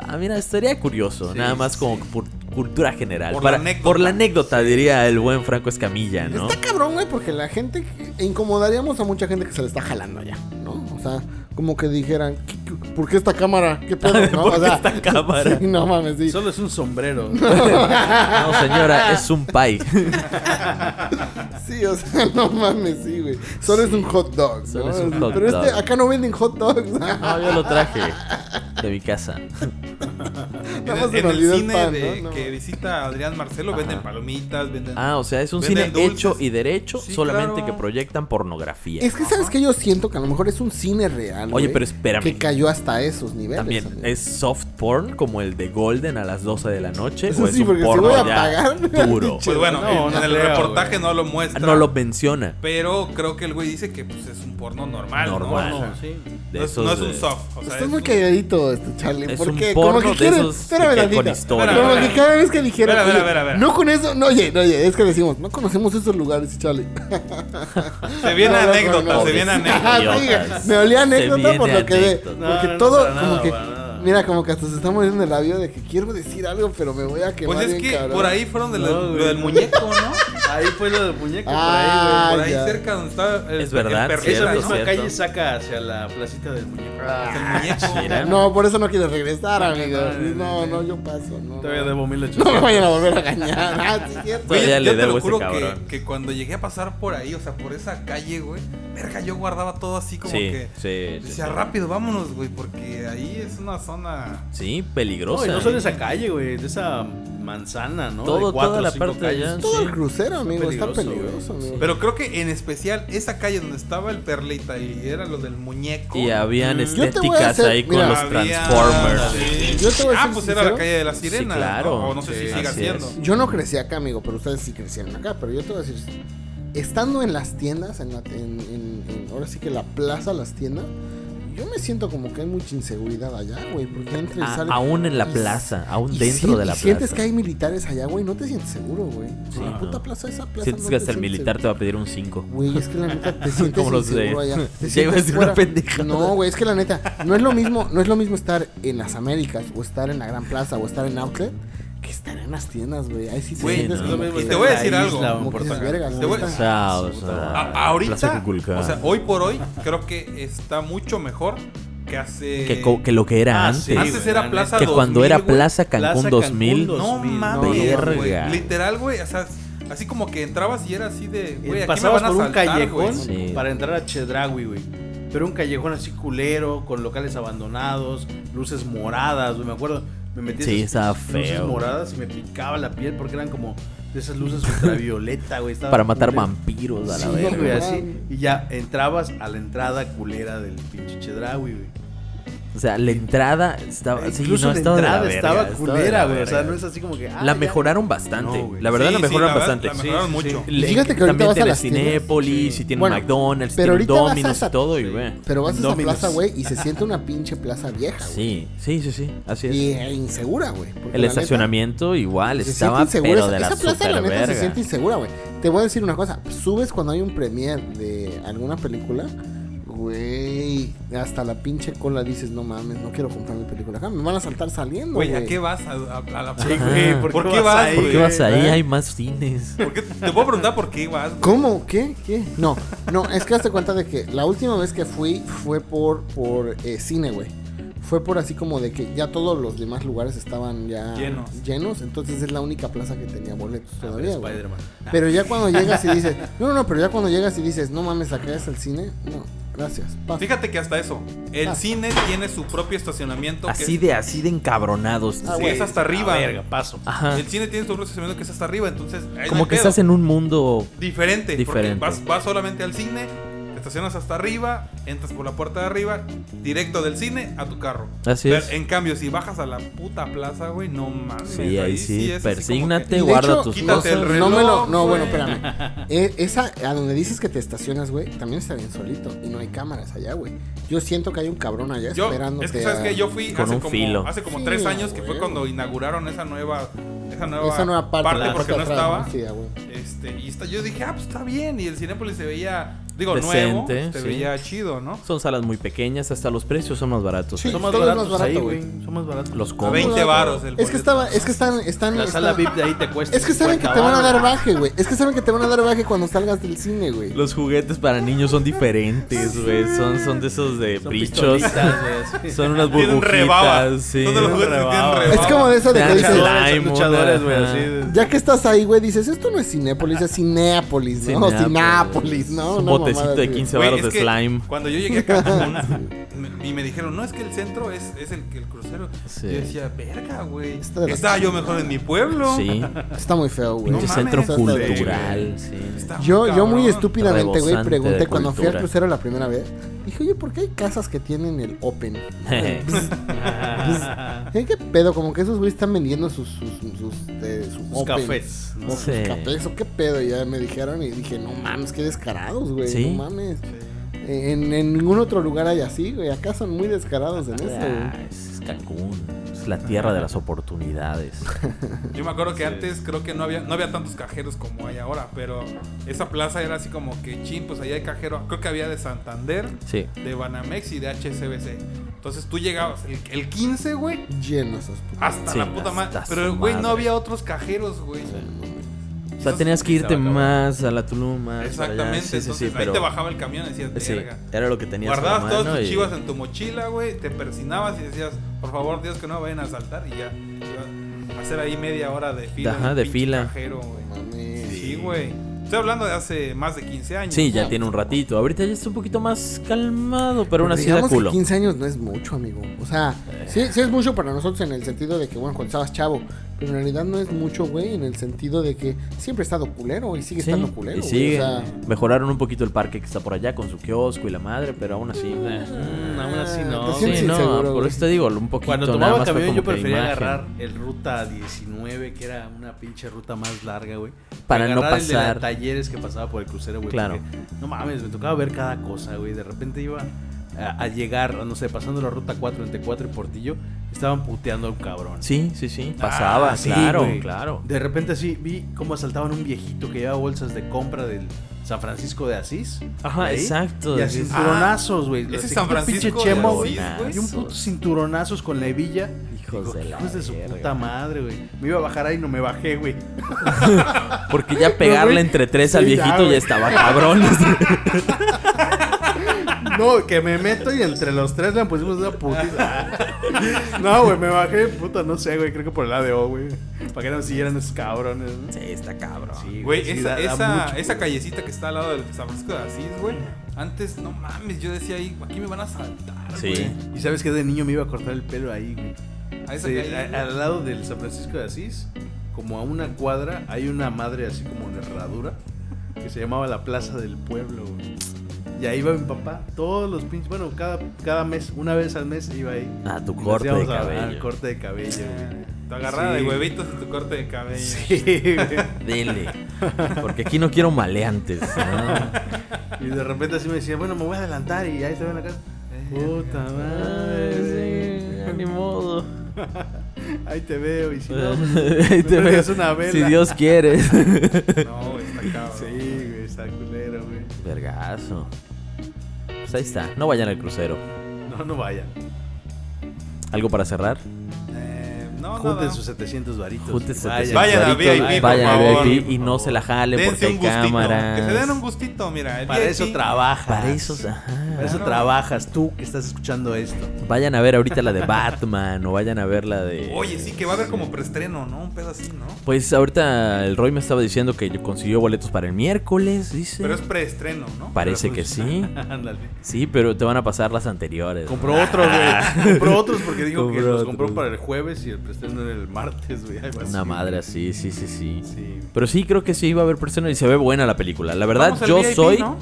Speaker 5: Ah, mira, estaría curioso,
Speaker 4: Sí,
Speaker 5: nada más
Speaker 4: sí,
Speaker 5: como
Speaker 4: sí.
Speaker 5: por cultura general.
Speaker 2: Por
Speaker 5: Por,
Speaker 2: la
Speaker 5: Para,
Speaker 2: anécdota.
Speaker 5: por la anécdota, diría el buen Franco Escamilla, ¿no?
Speaker 3: Está cabrón, güey, porque la gente e incomodaríamos a mucha gente que se le está jalando allá, ¿no? O sea, como que dijeran, "¿Qué- qué- ¿por qué esta cámara?
Speaker 5: <laughs>
Speaker 3: ¿Qué pedo? ¿no?
Speaker 5: ¿Por
Speaker 3: o
Speaker 5: qué
Speaker 3: sea, <laughs>
Speaker 5: esta cámara?
Speaker 3: sí, no mames, sí.
Speaker 4: Solo es un sombrero.
Speaker 5: No, señora, es un pie.
Speaker 3: Sí, o sea, <laughs> no mames, sí, güey. Solo es un hot dog.
Speaker 5: Solo
Speaker 3: ¿no?
Speaker 5: es un hot
Speaker 3: Pero este,
Speaker 5: dog.
Speaker 3: acá no venden hot dogs. <laughs>
Speaker 5: No, yo lo traje de mi casa.
Speaker 2: En
Speaker 3: Nada
Speaker 2: el,
Speaker 3: más se
Speaker 2: en
Speaker 3: me
Speaker 2: el
Speaker 3: olvidó el
Speaker 2: cine
Speaker 3: pan,
Speaker 2: de-
Speaker 3: ¿no? No.
Speaker 2: que visita Adrián Marcelo venden
Speaker 5: Ajá.
Speaker 2: palomitas, venden...
Speaker 5: Ah, o sea, es un
Speaker 2: Venden
Speaker 5: cine
Speaker 2: dulces.
Speaker 5: hecho y derecho,
Speaker 2: Sí,
Speaker 5: solamente
Speaker 2: claro.
Speaker 5: que proyectan pornografía.
Speaker 3: Es que sabes que yo siento que a lo mejor es un cine real.
Speaker 5: Oye,
Speaker 3: güey,
Speaker 5: pero espérame.
Speaker 3: Que cayó hasta esos niveles.
Speaker 5: También
Speaker 3: amigo.
Speaker 5: es soft porn como el de Golden a las 12 de la noche.
Speaker 3: Eso
Speaker 5: o es
Speaker 3: sí,
Speaker 5: un
Speaker 3: porque si
Speaker 5: porno
Speaker 3: voy a
Speaker 5: ya
Speaker 3: pagar,
Speaker 5: duro.
Speaker 2: Pues bueno,
Speaker 4: No,
Speaker 2: en,
Speaker 4: no
Speaker 2: en el
Speaker 4: creo,
Speaker 2: reportaje
Speaker 4: güey.
Speaker 2: no lo muestra.
Speaker 5: No lo menciona.
Speaker 2: Pero creo que el güey dice que pues, es un porno normal. ¿no?
Speaker 5: Normal.
Speaker 2: O sea,
Speaker 4: sí.
Speaker 5: De
Speaker 2: no es,
Speaker 5: esos
Speaker 2: no es un
Speaker 5: de-
Speaker 2: soft. O sea,
Speaker 3: Estás
Speaker 2: es
Speaker 3: muy
Speaker 2: un-
Speaker 3: calladito, este Charlie.
Speaker 5: Es
Speaker 3: ¿Por
Speaker 5: un
Speaker 3: qué?
Speaker 5: porno
Speaker 3: Como que
Speaker 5: de
Speaker 3: quieren.
Speaker 5: esos
Speaker 3: Espérame,
Speaker 5: que- con
Speaker 3: tantito.
Speaker 5: historia.
Speaker 3: Como
Speaker 2: Espera,
Speaker 3: que cada vez que dijeron.
Speaker 2: Espera,
Speaker 3: oye,
Speaker 2: espera, espera.
Speaker 3: No con eso. No, oye, no, oye. Es que decimos, no conocemos esos lugares, Charlie.
Speaker 2: Se viene
Speaker 3: No, no,
Speaker 2: anécdota,
Speaker 3: no, no.
Speaker 2: se
Speaker 5: <laughs>
Speaker 2: viene anécdota.
Speaker 3: Ajá, sí,
Speaker 5: Idiotas.
Speaker 3: me olía
Speaker 5: Se
Speaker 3: anécdota por
Speaker 5: viene
Speaker 3: lo que ve.
Speaker 5: anécdota.
Speaker 4: No,
Speaker 3: Porque
Speaker 4: no, no,
Speaker 3: todo,
Speaker 4: para
Speaker 3: como
Speaker 4: nada,
Speaker 3: que.
Speaker 4: para nada.
Speaker 3: Mira, como que hasta se está muriendo el labio de que quiero decir algo, pero me voy a quemar.
Speaker 2: Pues es
Speaker 3: bien
Speaker 2: que
Speaker 3: cabrón.
Speaker 2: por ahí fueron de la-
Speaker 4: No,
Speaker 2: lo
Speaker 4: güey.
Speaker 2: del muñeco, ¿no?
Speaker 4: Ahí fue lo del muñeco,
Speaker 3: Ah,
Speaker 2: Por ahí
Speaker 3: ya.
Speaker 2: cerca donde está el,
Speaker 5: Es verdad,
Speaker 2: el
Speaker 4: por ahí, güey. Esa
Speaker 2: perrito,
Speaker 5: cierto,
Speaker 4: misma
Speaker 2: ¿no?
Speaker 5: cierto.
Speaker 4: calle saca hacia la placita del muñeco.
Speaker 3: Ah,
Speaker 5: Ah,
Speaker 2: El muñeco.
Speaker 5: Mira.
Speaker 3: No, por eso no quiero regresar,
Speaker 5: Ah,
Speaker 4: No,
Speaker 3: amigo.
Speaker 4: no, no,
Speaker 3: No, no,
Speaker 4: no.
Speaker 3: yo paso. No,
Speaker 4: Todavía
Speaker 3: no.
Speaker 4: debo
Speaker 3: No me
Speaker 4: 1800.
Speaker 3: vayan a volver a engañar. Ah, sí, es cierto.
Speaker 2: Güey,
Speaker 5: Todavía
Speaker 2: yo
Speaker 5: le
Speaker 2: te
Speaker 5: debo
Speaker 2: lo
Speaker 5: ese
Speaker 2: juro
Speaker 5: cabrón.
Speaker 2: que, que cuando llegué a pasar por ahí, o sea, por esa calle, güey, verga, yo guardaba todo así como
Speaker 5: Sí,
Speaker 2: que.
Speaker 5: sí, sí,
Speaker 2: Decía,
Speaker 5: sí.
Speaker 2: rápido, vámonos, güey, porque ahí es una zona.
Speaker 5: Sí,
Speaker 4: No,
Speaker 5: peligrosa.
Speaker 4: y no solo esa calle, güey, de esa manzana, ¿no?
Speaker 5: eh. Todo-
Speaker 4: de cuatro,
Speaker 5: toda la
Speaker 4: cinco
Speaker 5: parte de
Speaker 4: calles.
Speaker 5: allá.
Speaker 3: Todo
Speaker 5: Sí.
Speaker 3: el crucero, amigo, está
Speaker 4: peligroso, güey.
Speaker 3: peligroso, amigo.
Speaker 2: Pero creo que en especial esa calle donde estaba el perlita y era lo del muñeco.
Speaker 5: Y
Speaker 4: Mm.
Speaker 5: habían
Speaker 3: te voy a
Speaker 5: estéticas
Speaker 3: hacer-
Speaker 5: ahí
Speaker 3: mira,
Speaker 5: con los
Speaker 2: había-
Speaker 5: Transformers.
Speaker 2: Sí.
Speaker 3: Yo te voy a
Speaker 2: ah,
Speaker 3: ser
Speaker 2: pues era la
Speaker 3: sincero.
Speaker 2: calle de la
Speaker 5: Sí,
Speaker 2: sirena.
Speaker 5: claro.
Speaker 2: O no sé
Speaker 4: Sí,
Speaker 2: si siga
Speaker 5: así
Speaker 2: siendo.
Speaker 5: es.
Speaker 3: Yo no crecí acá, amigo, pero ustedes sí crecieron acá. Pero yo te voy a decir, estando en las tiendas, en, la- en- en- en- ahora sí que la plaza, las tiendas, yo me siento como que hay mucha inseguridad allá, güey, porque entra y
Speaker 5: A-
Speaker 3: sale.
Speaker 5: Ah, aún en la
Speaker 3: y-
Speaker 5: plaza, aún
Speaker 3: y
Speaker 5: dentro
Speaker 3: si-
Speaker 5: de la
Speaker 3: y sientes
Speaker 5: plaza.
Speaker 3: que hay militares allá, güey, no te sientes seguro, güey.
Speaker 5: Sí,
Speaker 3: la
Speaker 5: no.
Speaker 3: puta plaza, esa plaza.
Speaker 5: Sientes
Speaker 3: no
Speaker 5: que
Speaker 3: te
Speaker 5: hasta el
Speaker 3: sientes
Speaker 5: militar te va a pedir un 5.
Speaker 3: Güey, es que la neta te sientes
Speaker 5: Como los de.
Speaker 3: inseguro allá. Te
Speaker 5: Ya iba a
Speaker 3: sientes
Speaker 5: decir una
Speaker 3: fuera.
Speaker 5: pendeja.
Speaker 3: No, güey, es que la neta, no es lo mismo, no es lo mismo estar en las Américas o estar en la Gran Plaza o estar en Outlet que estar en las tiendas, güey. Ahí sí te
Speaker 2: Güey,
Speaker 3: sientes
Speaker 2: no,
Speaker 3: como
Speaker 2: güey,
Speaker 3: que-
Speaker 2: y te voy a decir
Speaker 3: la
Speaker 2: algo.
Speaker 3: isla, como que dices, verga, la
Speaker 2: Te voy-
Speaker 3: neta.
Speaker 5: Sa- o sea,
Speaker 2: A- ahorita,
Speaker 5: Plaza Cuculcán.
Speaker 2: o sea, hoy por hoy, creo que está mucho mejor que hace.
Speaker 5: Que, co- que lo que era
Speaker 2: Ah,
Speaker 5: antes.
Speaker 2: sí, Antes güey, era la Plaza
Speaker 5: Que
Speaker 2: 2000,
Speaker 5: cuando era
Speaker 2: güey.
Speaker 5: Plaza Cancún
Speaker 4: Plaza
Speaker 5: 2000.
Speaker 4: Cancún
Speaker 2: No
Speaker 4: 2000,
Speaker 2: mames,
Speaker 5: no,
Speaker 2: güey.
Speaker 5: verga.
Speaker 2: Literal, güey. O sea, así como que entrabas y era así de. Güey, aquí me
Speaker 4: Eh, Pasabas
Speaker 2: van a
Speaker 4: por un
Speaker 2: asaltar,
Speaker 4: callejón
Speaker 2: güey.
Speaker 5: Sí.
Speaker 4: para entrar a Chedragui, güey. Pero un callejón así culero, con locales abandonados, luces moradas, güey. Me acuerdo, me metí
Speaker 5: Sí, estaba
Speaker 4: luces
Speaker 5: feo.
Speaker 4: moradas y me picaba la piel porque eran como de esas luces ultravioleta, güey. estaba
Speaker 5: Para matar
Speaker 4: culero.
Speaker 5: vampiros a la
Speaker 4: Sí,
Speaker 5: verga.
Speaker 4: güey, así. Y ya entrabas a la entrada culera del pinche Chedragui, güey.
Speaker 5: O sea, la entrada estaba. Sí,
Speaker 4: Incluso
Speaker 5: no,
Speaker 4: la
Speaker 5: estaba de la
Speaker 4: entrada
Speaker 5: verga,
Speaker 4: estaba
Speaker 5: de la
Speaker 4: culera, güey. O
Speaker 5: verga.
Speaker 4: sea, no es así como que. ah,
Speaker 5: la
Speaker 4: ya.
Speaker 5: mejoraron bastante.
Speaker 4: No, güey.
Speaker 5: la verdad,
Speaker 2: Sí,
Speaker 5: la
Speaker 2: sí,
Speaker 5: mejoraron
Speaker 2: la verdad,
Speaker 5: bastante.
Speaker 2: la mejoraron
Speaker 5: Sí, sí,
Speaker 2: mucho.
Speaker 5: sí. Le-
Speaker 3: Fíjate que ahorita
Speaker 5: también
Speaker 3: vas a
Speaker 5: tiene
Speaker 3: las tiendas.
Speaker 5: Cinépolis, y tiene
Speaker 3: Bueno,
Speaker 5: McDonald's,
Speaker 3: pero
Speaker 5: tiene
Speaker 3: ahorita vas a
Speaker 5: Domino's y
Speaker 3: esa-
Speaker 5: todo, y güey.
Speaker 3: Pero vas a esa
Speaker 4: Dominos.
Speaker 3: plaza, güey, y se siente una pinche plaza vieja, güey.
Speaker 5: Sí, sí, sí, sí, así es.
Speaker 3: Y eh, insegura, güey. porque
Speaker 5: El
Speaker 3: la neta-
Speaker 5: estacionamiento igual
Speaker 3: Se
Speaker 5: estaba
Speaker 3: siente insegura.
Speaker 5: pero
Speaker 3: Esa-
Speaker 5: de la
Speaker 3: esa plaza, la
Speaker 5: super
Speaker 3: neta, se
Speaker 5: verga.
Speaker 3: siente insegura, güey. Te voy a decir una cosa. Subes cuando hay un premier de alguna película, güey. Hasta la pinche cola dices, no mames, no quiero comprar mi película acá. Me van a saltar saliendo,
Speaker 2: Güey,
Speaker 3: güey.
Speaker 2: ¿a qué vas? A, a- a la
Speaker 4: Sí, güey, ¿por, qué vas ahí?
Speaker 5: ¿Por qué
Speaker 4: güey?
Speaker 5: vas ahí? Hay más cines.
Speaker 2: ¿Por qué? Te puedo preguntar por qué vas. güey.
Speaker 3: ¿Cómo? ¿Qué? ¿Qué? No, no, es que hazte cuenta de que la última vez que fui fue por, por eh, cine, güey. Fue por así como de que ya todos los demás lugares estaban ya
Speaker 2: Llenos.
Speaker 3: llenos, entonces es la única plaza que tenía boletos todavía, güey.
Speaker 4: Spider-Man.
Speaker 3: Pero ya cuando llegas y dices, no, no, pero ya cuando llegas y dices, no mames, acá es el cine, no, gracias. pasa.
Speaker 2: Fíjate que hasta eso. El
Speaker 3: Ah.
Speaker 2: cine tiene su propio estacionamiento. que
Speaker 5: Así
Speaker 2: es-
Speaker 5: de, así de encabronados.
Speaker 3: Ah,
Speaker 2: sí,
Speaker 3: güey,
Speaker 2: es hasta arriba.
Speaker 4: Ah, verga, paso.
Speaker 5: Ajá.
Speaker 2: El cine tiene su propio estacionamiento que es hasta arriba. Entonces, ahí no hay
Speaker 5: Como que
Speaker 2: pedo.
Speaker 5: estás en un mundo.
Speaker 2: Diferente,
Speaker 5: Diferente.
Speaker 2: porque vas, vas solamente al cine, te estacionas hasta arriba, entras por la puerta de arriba, directo del cine a tu carro.
Speaker 5: Así es.
Speaker 2: En cambio, si bajas a la puta plaza, güey, no mames.
Speaker 5: Sí, ahí sí,
Speaker 2: es así como
Speaker 5: persígnate.
Speaker 3: Y de
Speaker 5: guarda
Speaker 3: hecho,
Speaker 5: tus
Speaker 3: no,
Speaker 2: cosas. el
Speaker 3: no me lo-
Speaker 2: reloj,
Speaker 3: no, bueno,
Speaker 2: güey.
Speaker 3: espérame. Eh, esa, a donde dices que te estacionas, güey, también está bien solito y no hay cámaras allá, güey. Yo siento que hay un cabrón allá
Speaker 2: que- Yo,
Speaker 3: esperándote.
Speaker 2: es que sabes
Speaker 3: a-
Speaker 2: que yo fui
Speaker 5: Con
Speaker 2: hace
Speaker 5: un
Speaker 2: como,
Speaker 5: filo.
Speaker 2: hace como
Speaker 3: Sí,
Speaker 2: tres años que
Speaker 3: güey.
Speaker 2: fue cuando inauguraron esa nueva, esa nueva,
Speaker 3: esa nueva parte, la
Speaker 2: porque no
Speaker 3: parte de atrás,
Speaker 2: estaba.
Speaker 3: ¿no? Sí, ah, güey.
Speaker 2: Este, y está, yo dije, ah, pues está bien. Y el Cinépolis se veía, digo, nuevo,
Speaker 5: Decente,
Speaker 2: se
Speaker 5: sí.
Speaker 2: veía chido, ¿no?
Speaker 5: Son salas muy pequeñas, hasta los precios son más baratos.
Speaker 3: Sí.
Speaker 5: ¿eh?
Speaker 4: Son más
Speaker 3: Todo es más
Speaker 4: baratos
Speaker 3: barato,
Speaker 4: ahí,
Speaker 3: güey.
Speaker 4: güey. Son más baratos.
Speaker 5: Los
Speaker 2: A
Speaker 5: combos.
Speaker 2: 20 varos el
Speaker 3: Es que
Speaker 2: boleto.
Speaker 3: estaba, es que están, están.
Speaker 4: La sala
Speaker 3: están-
Speaker 4: VIP de ahí te cuesta.
Speaker 3: Es que saben que te
Speaker 4: 50
Speaker 3: van a dar
Speaker 4: varos.
Speaker 3: baje, güey. Es que saben que te van a dar baje cuando salgas del cine, güey.
Speaker 5: Los juguetes para niños son diferentes, güey. Son, son de esos de
Speaker 4: Son
Speaker 5: brichos.
Speaker 4: pistolitas,
Speaker 5: <laughs>
Speaker 4: güey, así.
Speaker 5: Son unas
Speaker 2: Tienen rebaba.
Speaker 5: burbujitas. Sí.
Speaker 2: Todos los juguetes
Speaker 4: Rebaba.
Speaker 2: tienen
Speaker 4: Es
Speaker 2: rebaba.
Speaker 3: Es como de eso de que
Speaker 5: Vean,
Speaker 3: dices,
Speaker 5: chala.
Speaker 4: Luchadores,
Speaker 5: Slime,
Speaker 4: luchadores, güey,
Speaker 5: ajá.
Speaker 4: así. de-
Speaker 3: ya que estás ahí, güey, dices, esto no es Cinépolis, es Cinéapolis, ¿no?
Speaker 5: Cinéapolis.
Speaker 3: Cinéapolis, ¿no?
Speaker 5: pues, Un
Speaker 3: Una
Speaker 5: botecito
Speaker 3: mamada
Speaker 5: de
Speaker 3: así.
Speaker 5: 15
Speaker 2: Güey,
Speaker 5: varos
Speaker 2: es
Speaker 5: de
Speaker 2: que
Speaker 5: slime.
Speaker 2: Cuando yo llegué a
Speaker 5: <laughs>
Speaker 2: Cancún me- y me dijeron, no, es que el centro es, es el, el crucero.
Speaker 5: Sí.
Speaker 2: Yo decía, verga, güey.
Speaker 3: Está de la
Speaker 2: Estaba yo mejor en mi pueblo.
Speaker 5: Sí.
Speaker 3: Está muy feo, güey.
Speaker 5: Pinche
Speaker 2: mames,
Speaker 5: centro
Speaker 3: está
Speaker 5: cultural. Sí.
Speaker 2: Está
Speaker 3: Yo, yo
Speaker 2: cabrón.
Speaker 3: muy estúpidamente, güey,
Speaker 5: Rebosante
Speaker 3: pregunté
Speaker 5: de
Speaker 3: cuando fui al
Speaker 5: cultura.
Speaker 3: crucero la primera vez. Dije, oye, ¿por qué hay casas que tienen el
Speaker 5: <laughs>
Speaker 3: open? Pues, ¿Qué pedo? Como que esos güeyes están vendiendo sus, sus, sus, sus, eh, su
Speaker 4: Sus
Speaker 3: open.
Speaker 4: cafés.
Speaker 3: O sus
Speaker 5: Sí.
Speaker 3: cafés, o qué pedo. Y ya me dijeron y dije, no mames, qué descarados, güey.
Speaker 5: Sí.
Speaker 3: No mames. En, en ningún otro lugar hay así, güey. Acá son muy descarados en eso,
Speaker 5: Ah,
Speaker 3: güey.
Speaker 5: es Cancún. Es la tierra de las oportunidades.
Speaker 2: Yo me acuerdo que antes creo que no había, no había tantos cajeros como hay ahora, pero esa plaza era así como que chin, pues allá hay cajero. Creo que había de Santander,
Speaker 5: Sí.
Speaker 2: de Banamex y de HSBC. Entonces tú llegabas el, el 15, güey,
Speaker 3: Llenos esos putos.
Speaker 2: hasta
Speaker 5: Sí,
Speaker 2: la puta madre.
Speaker 5: hasta su
Speaker 2: Pero, güey, no
Speaker 5: madre.
Speaker 2: había otros cajeros, güey.
Speaker 5: O sea, tenías que irte más a la Tulum, más para allá.
Speaker 2: Exactamente,
Speaker 5: Ah, Sí, sí,
Speaker 2: entonces
Speaker 5: sí,
Speaker 2: ahí
Speaker 5: pero...
Speaker 2: te bajaba el camión y decías,
Speaker 5: Sí,
Speaker 2: verga.
Speaker 5: era lo que tenías. a la
Speaker 2: Guardabas todas
Speaker 5: mano
Speaker 2: tus
Speaker 5: y-
Speaker 2: chivas en tu mochila, güey, te persinabas y decías, por favor, Dios, que no me vayan a saltar y ya. ibas a Hacer ahí media hora de fila.
Speaker 5: Ajá,
Speaker 2: en el
Speaker 5: de
Speaker 2: pinche
Speaker 5: fila.
Speaker 2: cajero, güey.
Speaker 3: Mames.
Speaker 2: Sí, güey. Estoy hablando de hace más de 15 años.
Speaker 5: Sí, ya tiene un ratito. Ahorita ya está un poquito más calmado, pero aún así da
Speaker 3: Digamos que
Speaker 5: culo. Eh.
Speaker 3: 15 años no es mucho, amigo. O sea, sí, sí es mucho para nosotros en el sentido de que, bueno, cuando estabas chavo. Pero en realidad no es mucho, güey, en el sentido de que siempre ha estado culero y sigue
Speaker 5: Sí,
Speaker 3: estando culero.
Speaker 5: y
Speaker 3: güey.
Speaker 5: sigue.
Speaker 3: O sea,
Speaker 5: Mejoraron un poquito el parque que está por allá con su kiosco y la madre, pero aún así. eh.
Speaker 4: Mm, aún así
Speaker 3: Ah, Te
Speaker 4: no.
Speaker 5: Sí,
Speaker 3: sientes
Speaker 5: no,
Speaker 3: inseguro,
Speaker 5: por
Speaker 3: güey.
Speaker 5: eso te digo, un poquito.
Speaker 4: Cuando
Speaker 5: nada
Speaker 4: tomaba
Speaker 5: más fue
Speaker 4: camión yo
Speaker 5: como que
Speaker 4: prefería
Speaker 5: imagen.
Speaker 4: agarrar el ruta 19, que era una pinche ruta más larga, güey. que
Speaker 5: Para no
Speaker 4: agarrar el de la
Speaker 5: pasar.
Speaker 4: talleres que pasaba por el crucero, güey.
Speaker 5: Claro.
Speaker 4: porque, No mames, me tocaba ver cada cosa, güey. De repente iba a, a llegar, no sé, pasando la ruta 4 entre 4 y Portillo, estaban puteando a un cabrón.
Speaker 5: Sí, sí, sí.
Speaker 4: Ah,
Speaker 5: Pasaba, claro,
Speaker 4: <laughs>
Speaker 5: claro.
Speaker 4: De repente sí, vi cómo asaltaban a un viejito que llevaba bolsas de compra del San Francisco de Asís.
Speaker 5: Ajá,
Speaker 4: Ahí.
Speaker 5: exacto.
Speaker 4: Y a
Speaker 5: Sí, sí.
Speaker 4: cinturonazos, güey.
Speaker 5: Ah, ese
Speaker 4: Así
Speaker 5: San
Speaker 4: que un pinche
Speaker 5: Francisco de
Speaker 4: chemo, güey.
Speaker 5: Asís,
Speaker 4: Y un
Speaker 5: güey.
Speaker 4: puto cinturonazos con la hebilla. Hijos de, su puta madre, güey. Me iba a bajar ahí, no me bajé, güey. <laughs>
Speaker 5: Porque ya pegarle entre tres al
Speaker 4: Sí, ya,
Speaker 5: viejito ya,
Speaker 4: güey. <laughs>
Speaker 5: estaba cabrón.
Speaker 4: No, que me meto y entre los tres le pusimos una <laughs> putiza. No, güey, me bajé, puta, no sé, güey, creo que por el ADO, güey. Para que no siguieran esos cabrones. Sí,
Speaker 5: está cabrón.
Speaker 4: Sí,
Speaker 2: Güey,
Speaker 4: sí,
Speaker 2: esa,
Speaker 4: da- da
Speaker 2: esa,
Speaker 4: mucho,
Speaker 2: esa
Speaker 4: güey.
Speaker 2: callecita que está al lado del San Francisco de Asís, güey. Antes, no mames, yo decía ahí, aquí me van a saltar.
Speaker 4: Sí. Y sabes que de niño me iba a cortar el pelo ahí, güey.
Speaker 2: A esa
Speaker 4: Sí,
Speaker 2: calle,
Speaker 4: a-
Speaker 2: güey.
Speaker 4: al lado del San Francisco de Asís, como a una cuadra, hay una madre así como una herradura que se llamaba la Plaza del Pueblo, güey. Y ahí iba mi papá, todos los pinches, bueno, cada, cada mes, una vez al mes iba ahí.
Speaker 5: Ah, tu
Speaker 4: Y nos
Speaker 5: corte de
Speaker 4: íbamos a-
Speaker 5: cabello.
Speaker 4: al corte de cabello, güey.
Speaker 2: Tu agarrada de
Speaker 4: Sí.
Speaker 2: huevitos y tu corte de cabello.
Speaker 4: Sí, güey. <laughs>
Speaker 5: Dele. Porque aquí no quiero maleantes. ¿no?
Speaker 4: Y de repente así me decía, bueno, me voy a adelantar y ahí te veo en la casa. Puta madre.
Speaker 5: ni modo.
Speaker 4: Ahí te veo y si no,
Speaker 5: <laughs>
Speaker 4: me
Speaker 5: Ahí te veo.
Speaker 4: prendes una vela.
Speaker 5: Si Dios
Speaker 3: <laughs>
Speaker 5: quiere.
Speaker 4: No, güey, está cabrón. Sí, güey, está culero, güey.
Speaker 5: Vergazo. Pues ahí está. No vayan al crucero.
Speaker 4: No, no vayan.
Speaker 5: ¿Algo para cerrar?
Speaker 2: Eh, No,
Speaker 4: Junten sus 700 varitos.
Speaker 5: Júntense
Speaker 4: y
Speaker 5: vayan,
Speaker 2: Vayan a VIP, por favor.
Speaker 5: y no se la jalen
Speaker 2: Dense
Speaker 5: porque hay
Speaker 2: un gustito,
Speaker 5: cámaras.
Speaker 2: que se den un gustito, mira.
Speaker 4: <laughs>
Speaker 2: el
Speaker 4: Para
Speaker 2: VIP.
Speaker 4: eso trabajas.
Speaker 5: Para eso, ajá.
Speaker 4: Para
Speaker 2: Ah.
Speaker 4: eso trabajas tú que estás escuchando esto.
Speaker 5: Vayan a ver ahorita la de Batman o vayan a ver la de...
Speaker 2: Oye, sí, que va a haber como preestreno, ¿no? Un pedo así, ¿no?
Speaker 5: Pues ahorita el Roy me estaba diciendo que consiguió boletos para el miércoles, dice.
Speaker 2: Pero pues, es preestreno, ¿no?
Speaker 5: Parece que sí.
Speaker 4: <laughs> Ándale.
Speaker 5: Sí, pero te van a pasar las anteriores.
Speaker 4: Compró otros,
Speaker 5: <laughs>
Speaker 4: güey. Compró otros porque digo que
Speaker 5: Compró
Speaker 4: los compró
Speaker 5: otros.
Speaker 4: para el jueves y el preestreno era el martes, güey. algo así.
Speaker 5: Una madre así, sí, sí, sí.
Speaker 4: Sí.
Speaker 5: Pero sí, creo que sí va a haber personas y se ve buena la película. La verdad,
Speaker 2: Vamos al
Speaker 5: yo
Speaker 2: VIP,
Speaker 5: soy.
Speaker 2: ¿no?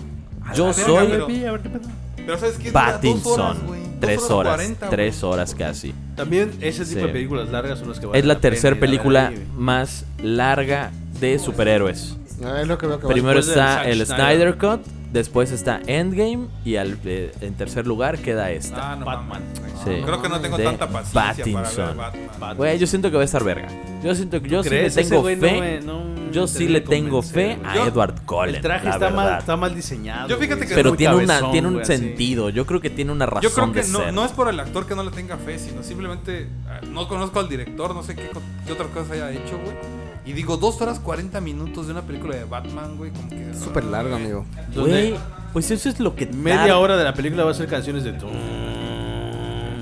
Speaker 2: A
Speaker 5: Yo
Speaker 2: la verga,
Speaker 5: soy.
Speaker 2: pero-
Speaker 4: Sí, a ver qué pedo.
Speaker 2: Pero ¿sabes qué? Dura dos horas, güey.
Speaker 5: Pattinson.
Speaker 2: Dos
Speaker 5: Tres horas.
Speaker 2: 40, güey.
Speaker 5: tres horas casi.
Speaker 4: También ese tipo
Speaker 5: Sí.
Speaker 4: de películas largas son las que valen
Speaker 5: Es la
Speaker 4: pena
Speaker 5: tercera
Speaker 4: ir a ver
Speaker 5: película
Speaker 4: ahí, güey.
Speaker 5: más larga de superhéroes.
Speaker 3: Ah, es lo que veo que va
Speaker 5: Primero
Speaker 3: después del
Speaker 5: está
Speaker 3: Zack
Speaker 5: el
Speaker 3: Snyder.
Speaker 5: Snyder Cut, después está Endgame y al, eh, en tercer lugar queda esta.
Speaker 2: Ah, no, Batman.
Speaker 5: Sí.
Speaker 2: Creo que no tengo
Speaker 5: De
Speaker 2: tanta paciencia para ver
Speaker 5: Pattinson.
Speaker 2: Batman.
Speaker 5: Güey, yo siento que va a estar verga. Yo siento que yo sí le
Speaker 4: ¿Crees? Ese
Speaker 5: tengo
Speaker 4: güey
Speaker 5: fe.
Speaker 4: no me- no me
Speaker 5: yo sí
Speaker 4: termina
Speaker 5: le
Speaker 4: de
Speaker 5: tengo
Speaker 4: convencer,
Speaker 5: fe
Speaker 4: güey.
Speaker 5: a
Speaker 4: Yo-
Speaker 5: Edward Cullen.
Speaker 4: El traje
Speaker 5: la
Speaker 4: está mal,
Speaker 5: verdad.
Speaker 4: está mal diseñado.
Speaker 2: Yo fíjate
Speaker 4: güey.
Speaker 2: que
Speaker 4: Es
Speaker 5: Pero
Speaker 4: muy
Speaker 5: tiene, una,
Speaker 4: cabezón,
Speaker 5: tiene un
Speaker 4: güey, así.
Speaker 5: sentido. Yo creo que tiene una razón
Speaker 2: Yo creo que
Speaker 5: de
Speaker 2: no,
Speaker 5: ser.
Speaker 2: no es por el actor que no le tenga fe, sino simplemente ah, no conozco al director, no sé qué, co- qué otra cosa haya hecho, güey. Y digo, dos horas 40 minutos de una película de Batman, güey, como que...
Speaker 3: Súper largo, amigo.
Speaker 5: Güey, pues eso es lo que
Speaker 4: Media
Speaker 5: tarda.
Speaker 4: hora de la película va a ser canciones de tú.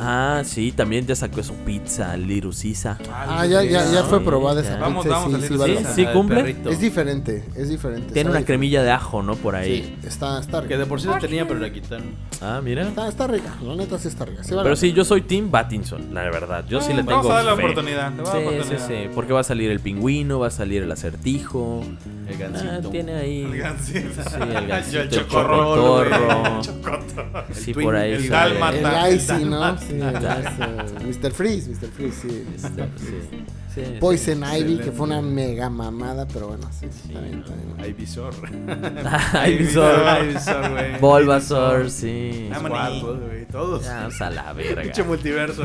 Speaker 5: Ah, sí, también ya sacó su pizza, Little Sisa.
Speaker 3: Ah, ya, ya, ya fue probada esa
Speaker 2: Vamos,
Speaker 3: pizza,
Speaker 2: vamos,
Speaker 3: sí,
Speaker 2: Alex,
Speaker 3: sí, vale
Speaker 5: sí,
Speaker 3: la
Speaker 5: sí,
Speaker 3: pena.
Speaker 5: cumple.
Speaker 3: Es diferente, es diferente.
Speaker 5: Tiene
Speaker 3: sabe
Speaker 5: una cremilla de ajo, ¿no? Por ahí.
Speaker 3: diferente. Sí, está, está
Speaker 4: Que
Speaker 3: rica.
Speaker 4: de por sí la tenía, pero la quitaron.
Speaker 5: Ah, mira.
Speaker 3: Está, está rica, la neta sí está rica. Sí vale
Speaker 5: Pero
Speaker 3: la
Speaker 5: sí, yo soy Tim Battinson, la verdad. Yo sí le
Speaker 2: Mm, Vamos
Speaker 5: tengo
Speaker 2: a darle la
Speaker 5: fe.
Speaker 2: oportunidad, le voy a dar
Speaker 5: Sí, sí,
Speaker 2: oportunidad.
Speaker 5: sí. Porque va a salir el pingüino, va a salir el acertijo.
Speaker 4: El
Speaker 5: Ah,
Speaker 4: gancito.
Speaker 5: tiene ahí.
Speaker 2: El gansito.
Speaker 5: Sí, el
Speaker 2: <laughs>
Speaker 5: gansito,
Speaker 2: Yo,
Speaker 5: el
Speaker 2: el chocorrolo, güey.
Speaker 5: chocotorro.
Speaker 2: El chocotorro.
Speaker 5: Sí,
Speaker 4: El
Speaker 5: por
Speaker 4: twin-
Speaker 5: ahí.
Speaker 2: el
Speaker 5: se
Speaker 2: dálmata.
Speaker 5: ve.
Speaker 3: pena. El Icy, ¿no?
Speaker 2: Dalmata.
Speaker 3: Sí, el Icy. Mr. Freeze, Mr. Freeze, sí.
Speaker 5: Este, sí. Sí, sí.
Speaker 3: Poison Ivy, que fue una mega mamada, pero bueno, sí, sí, está bien, está bien.
Speaker 4: Ay, visor.
Speaker 5: Ay, visor.
Speaker 4: Ay, visor, güey.
Speaker 5: Bulbasaur, sí.
Speaker 2: Vámonos.
Speaker 4: Guapos, güey. Todos.
Speaker 5: Ya, vamos a la verga. <laughs>
Speaker 4: Pinche multiverso.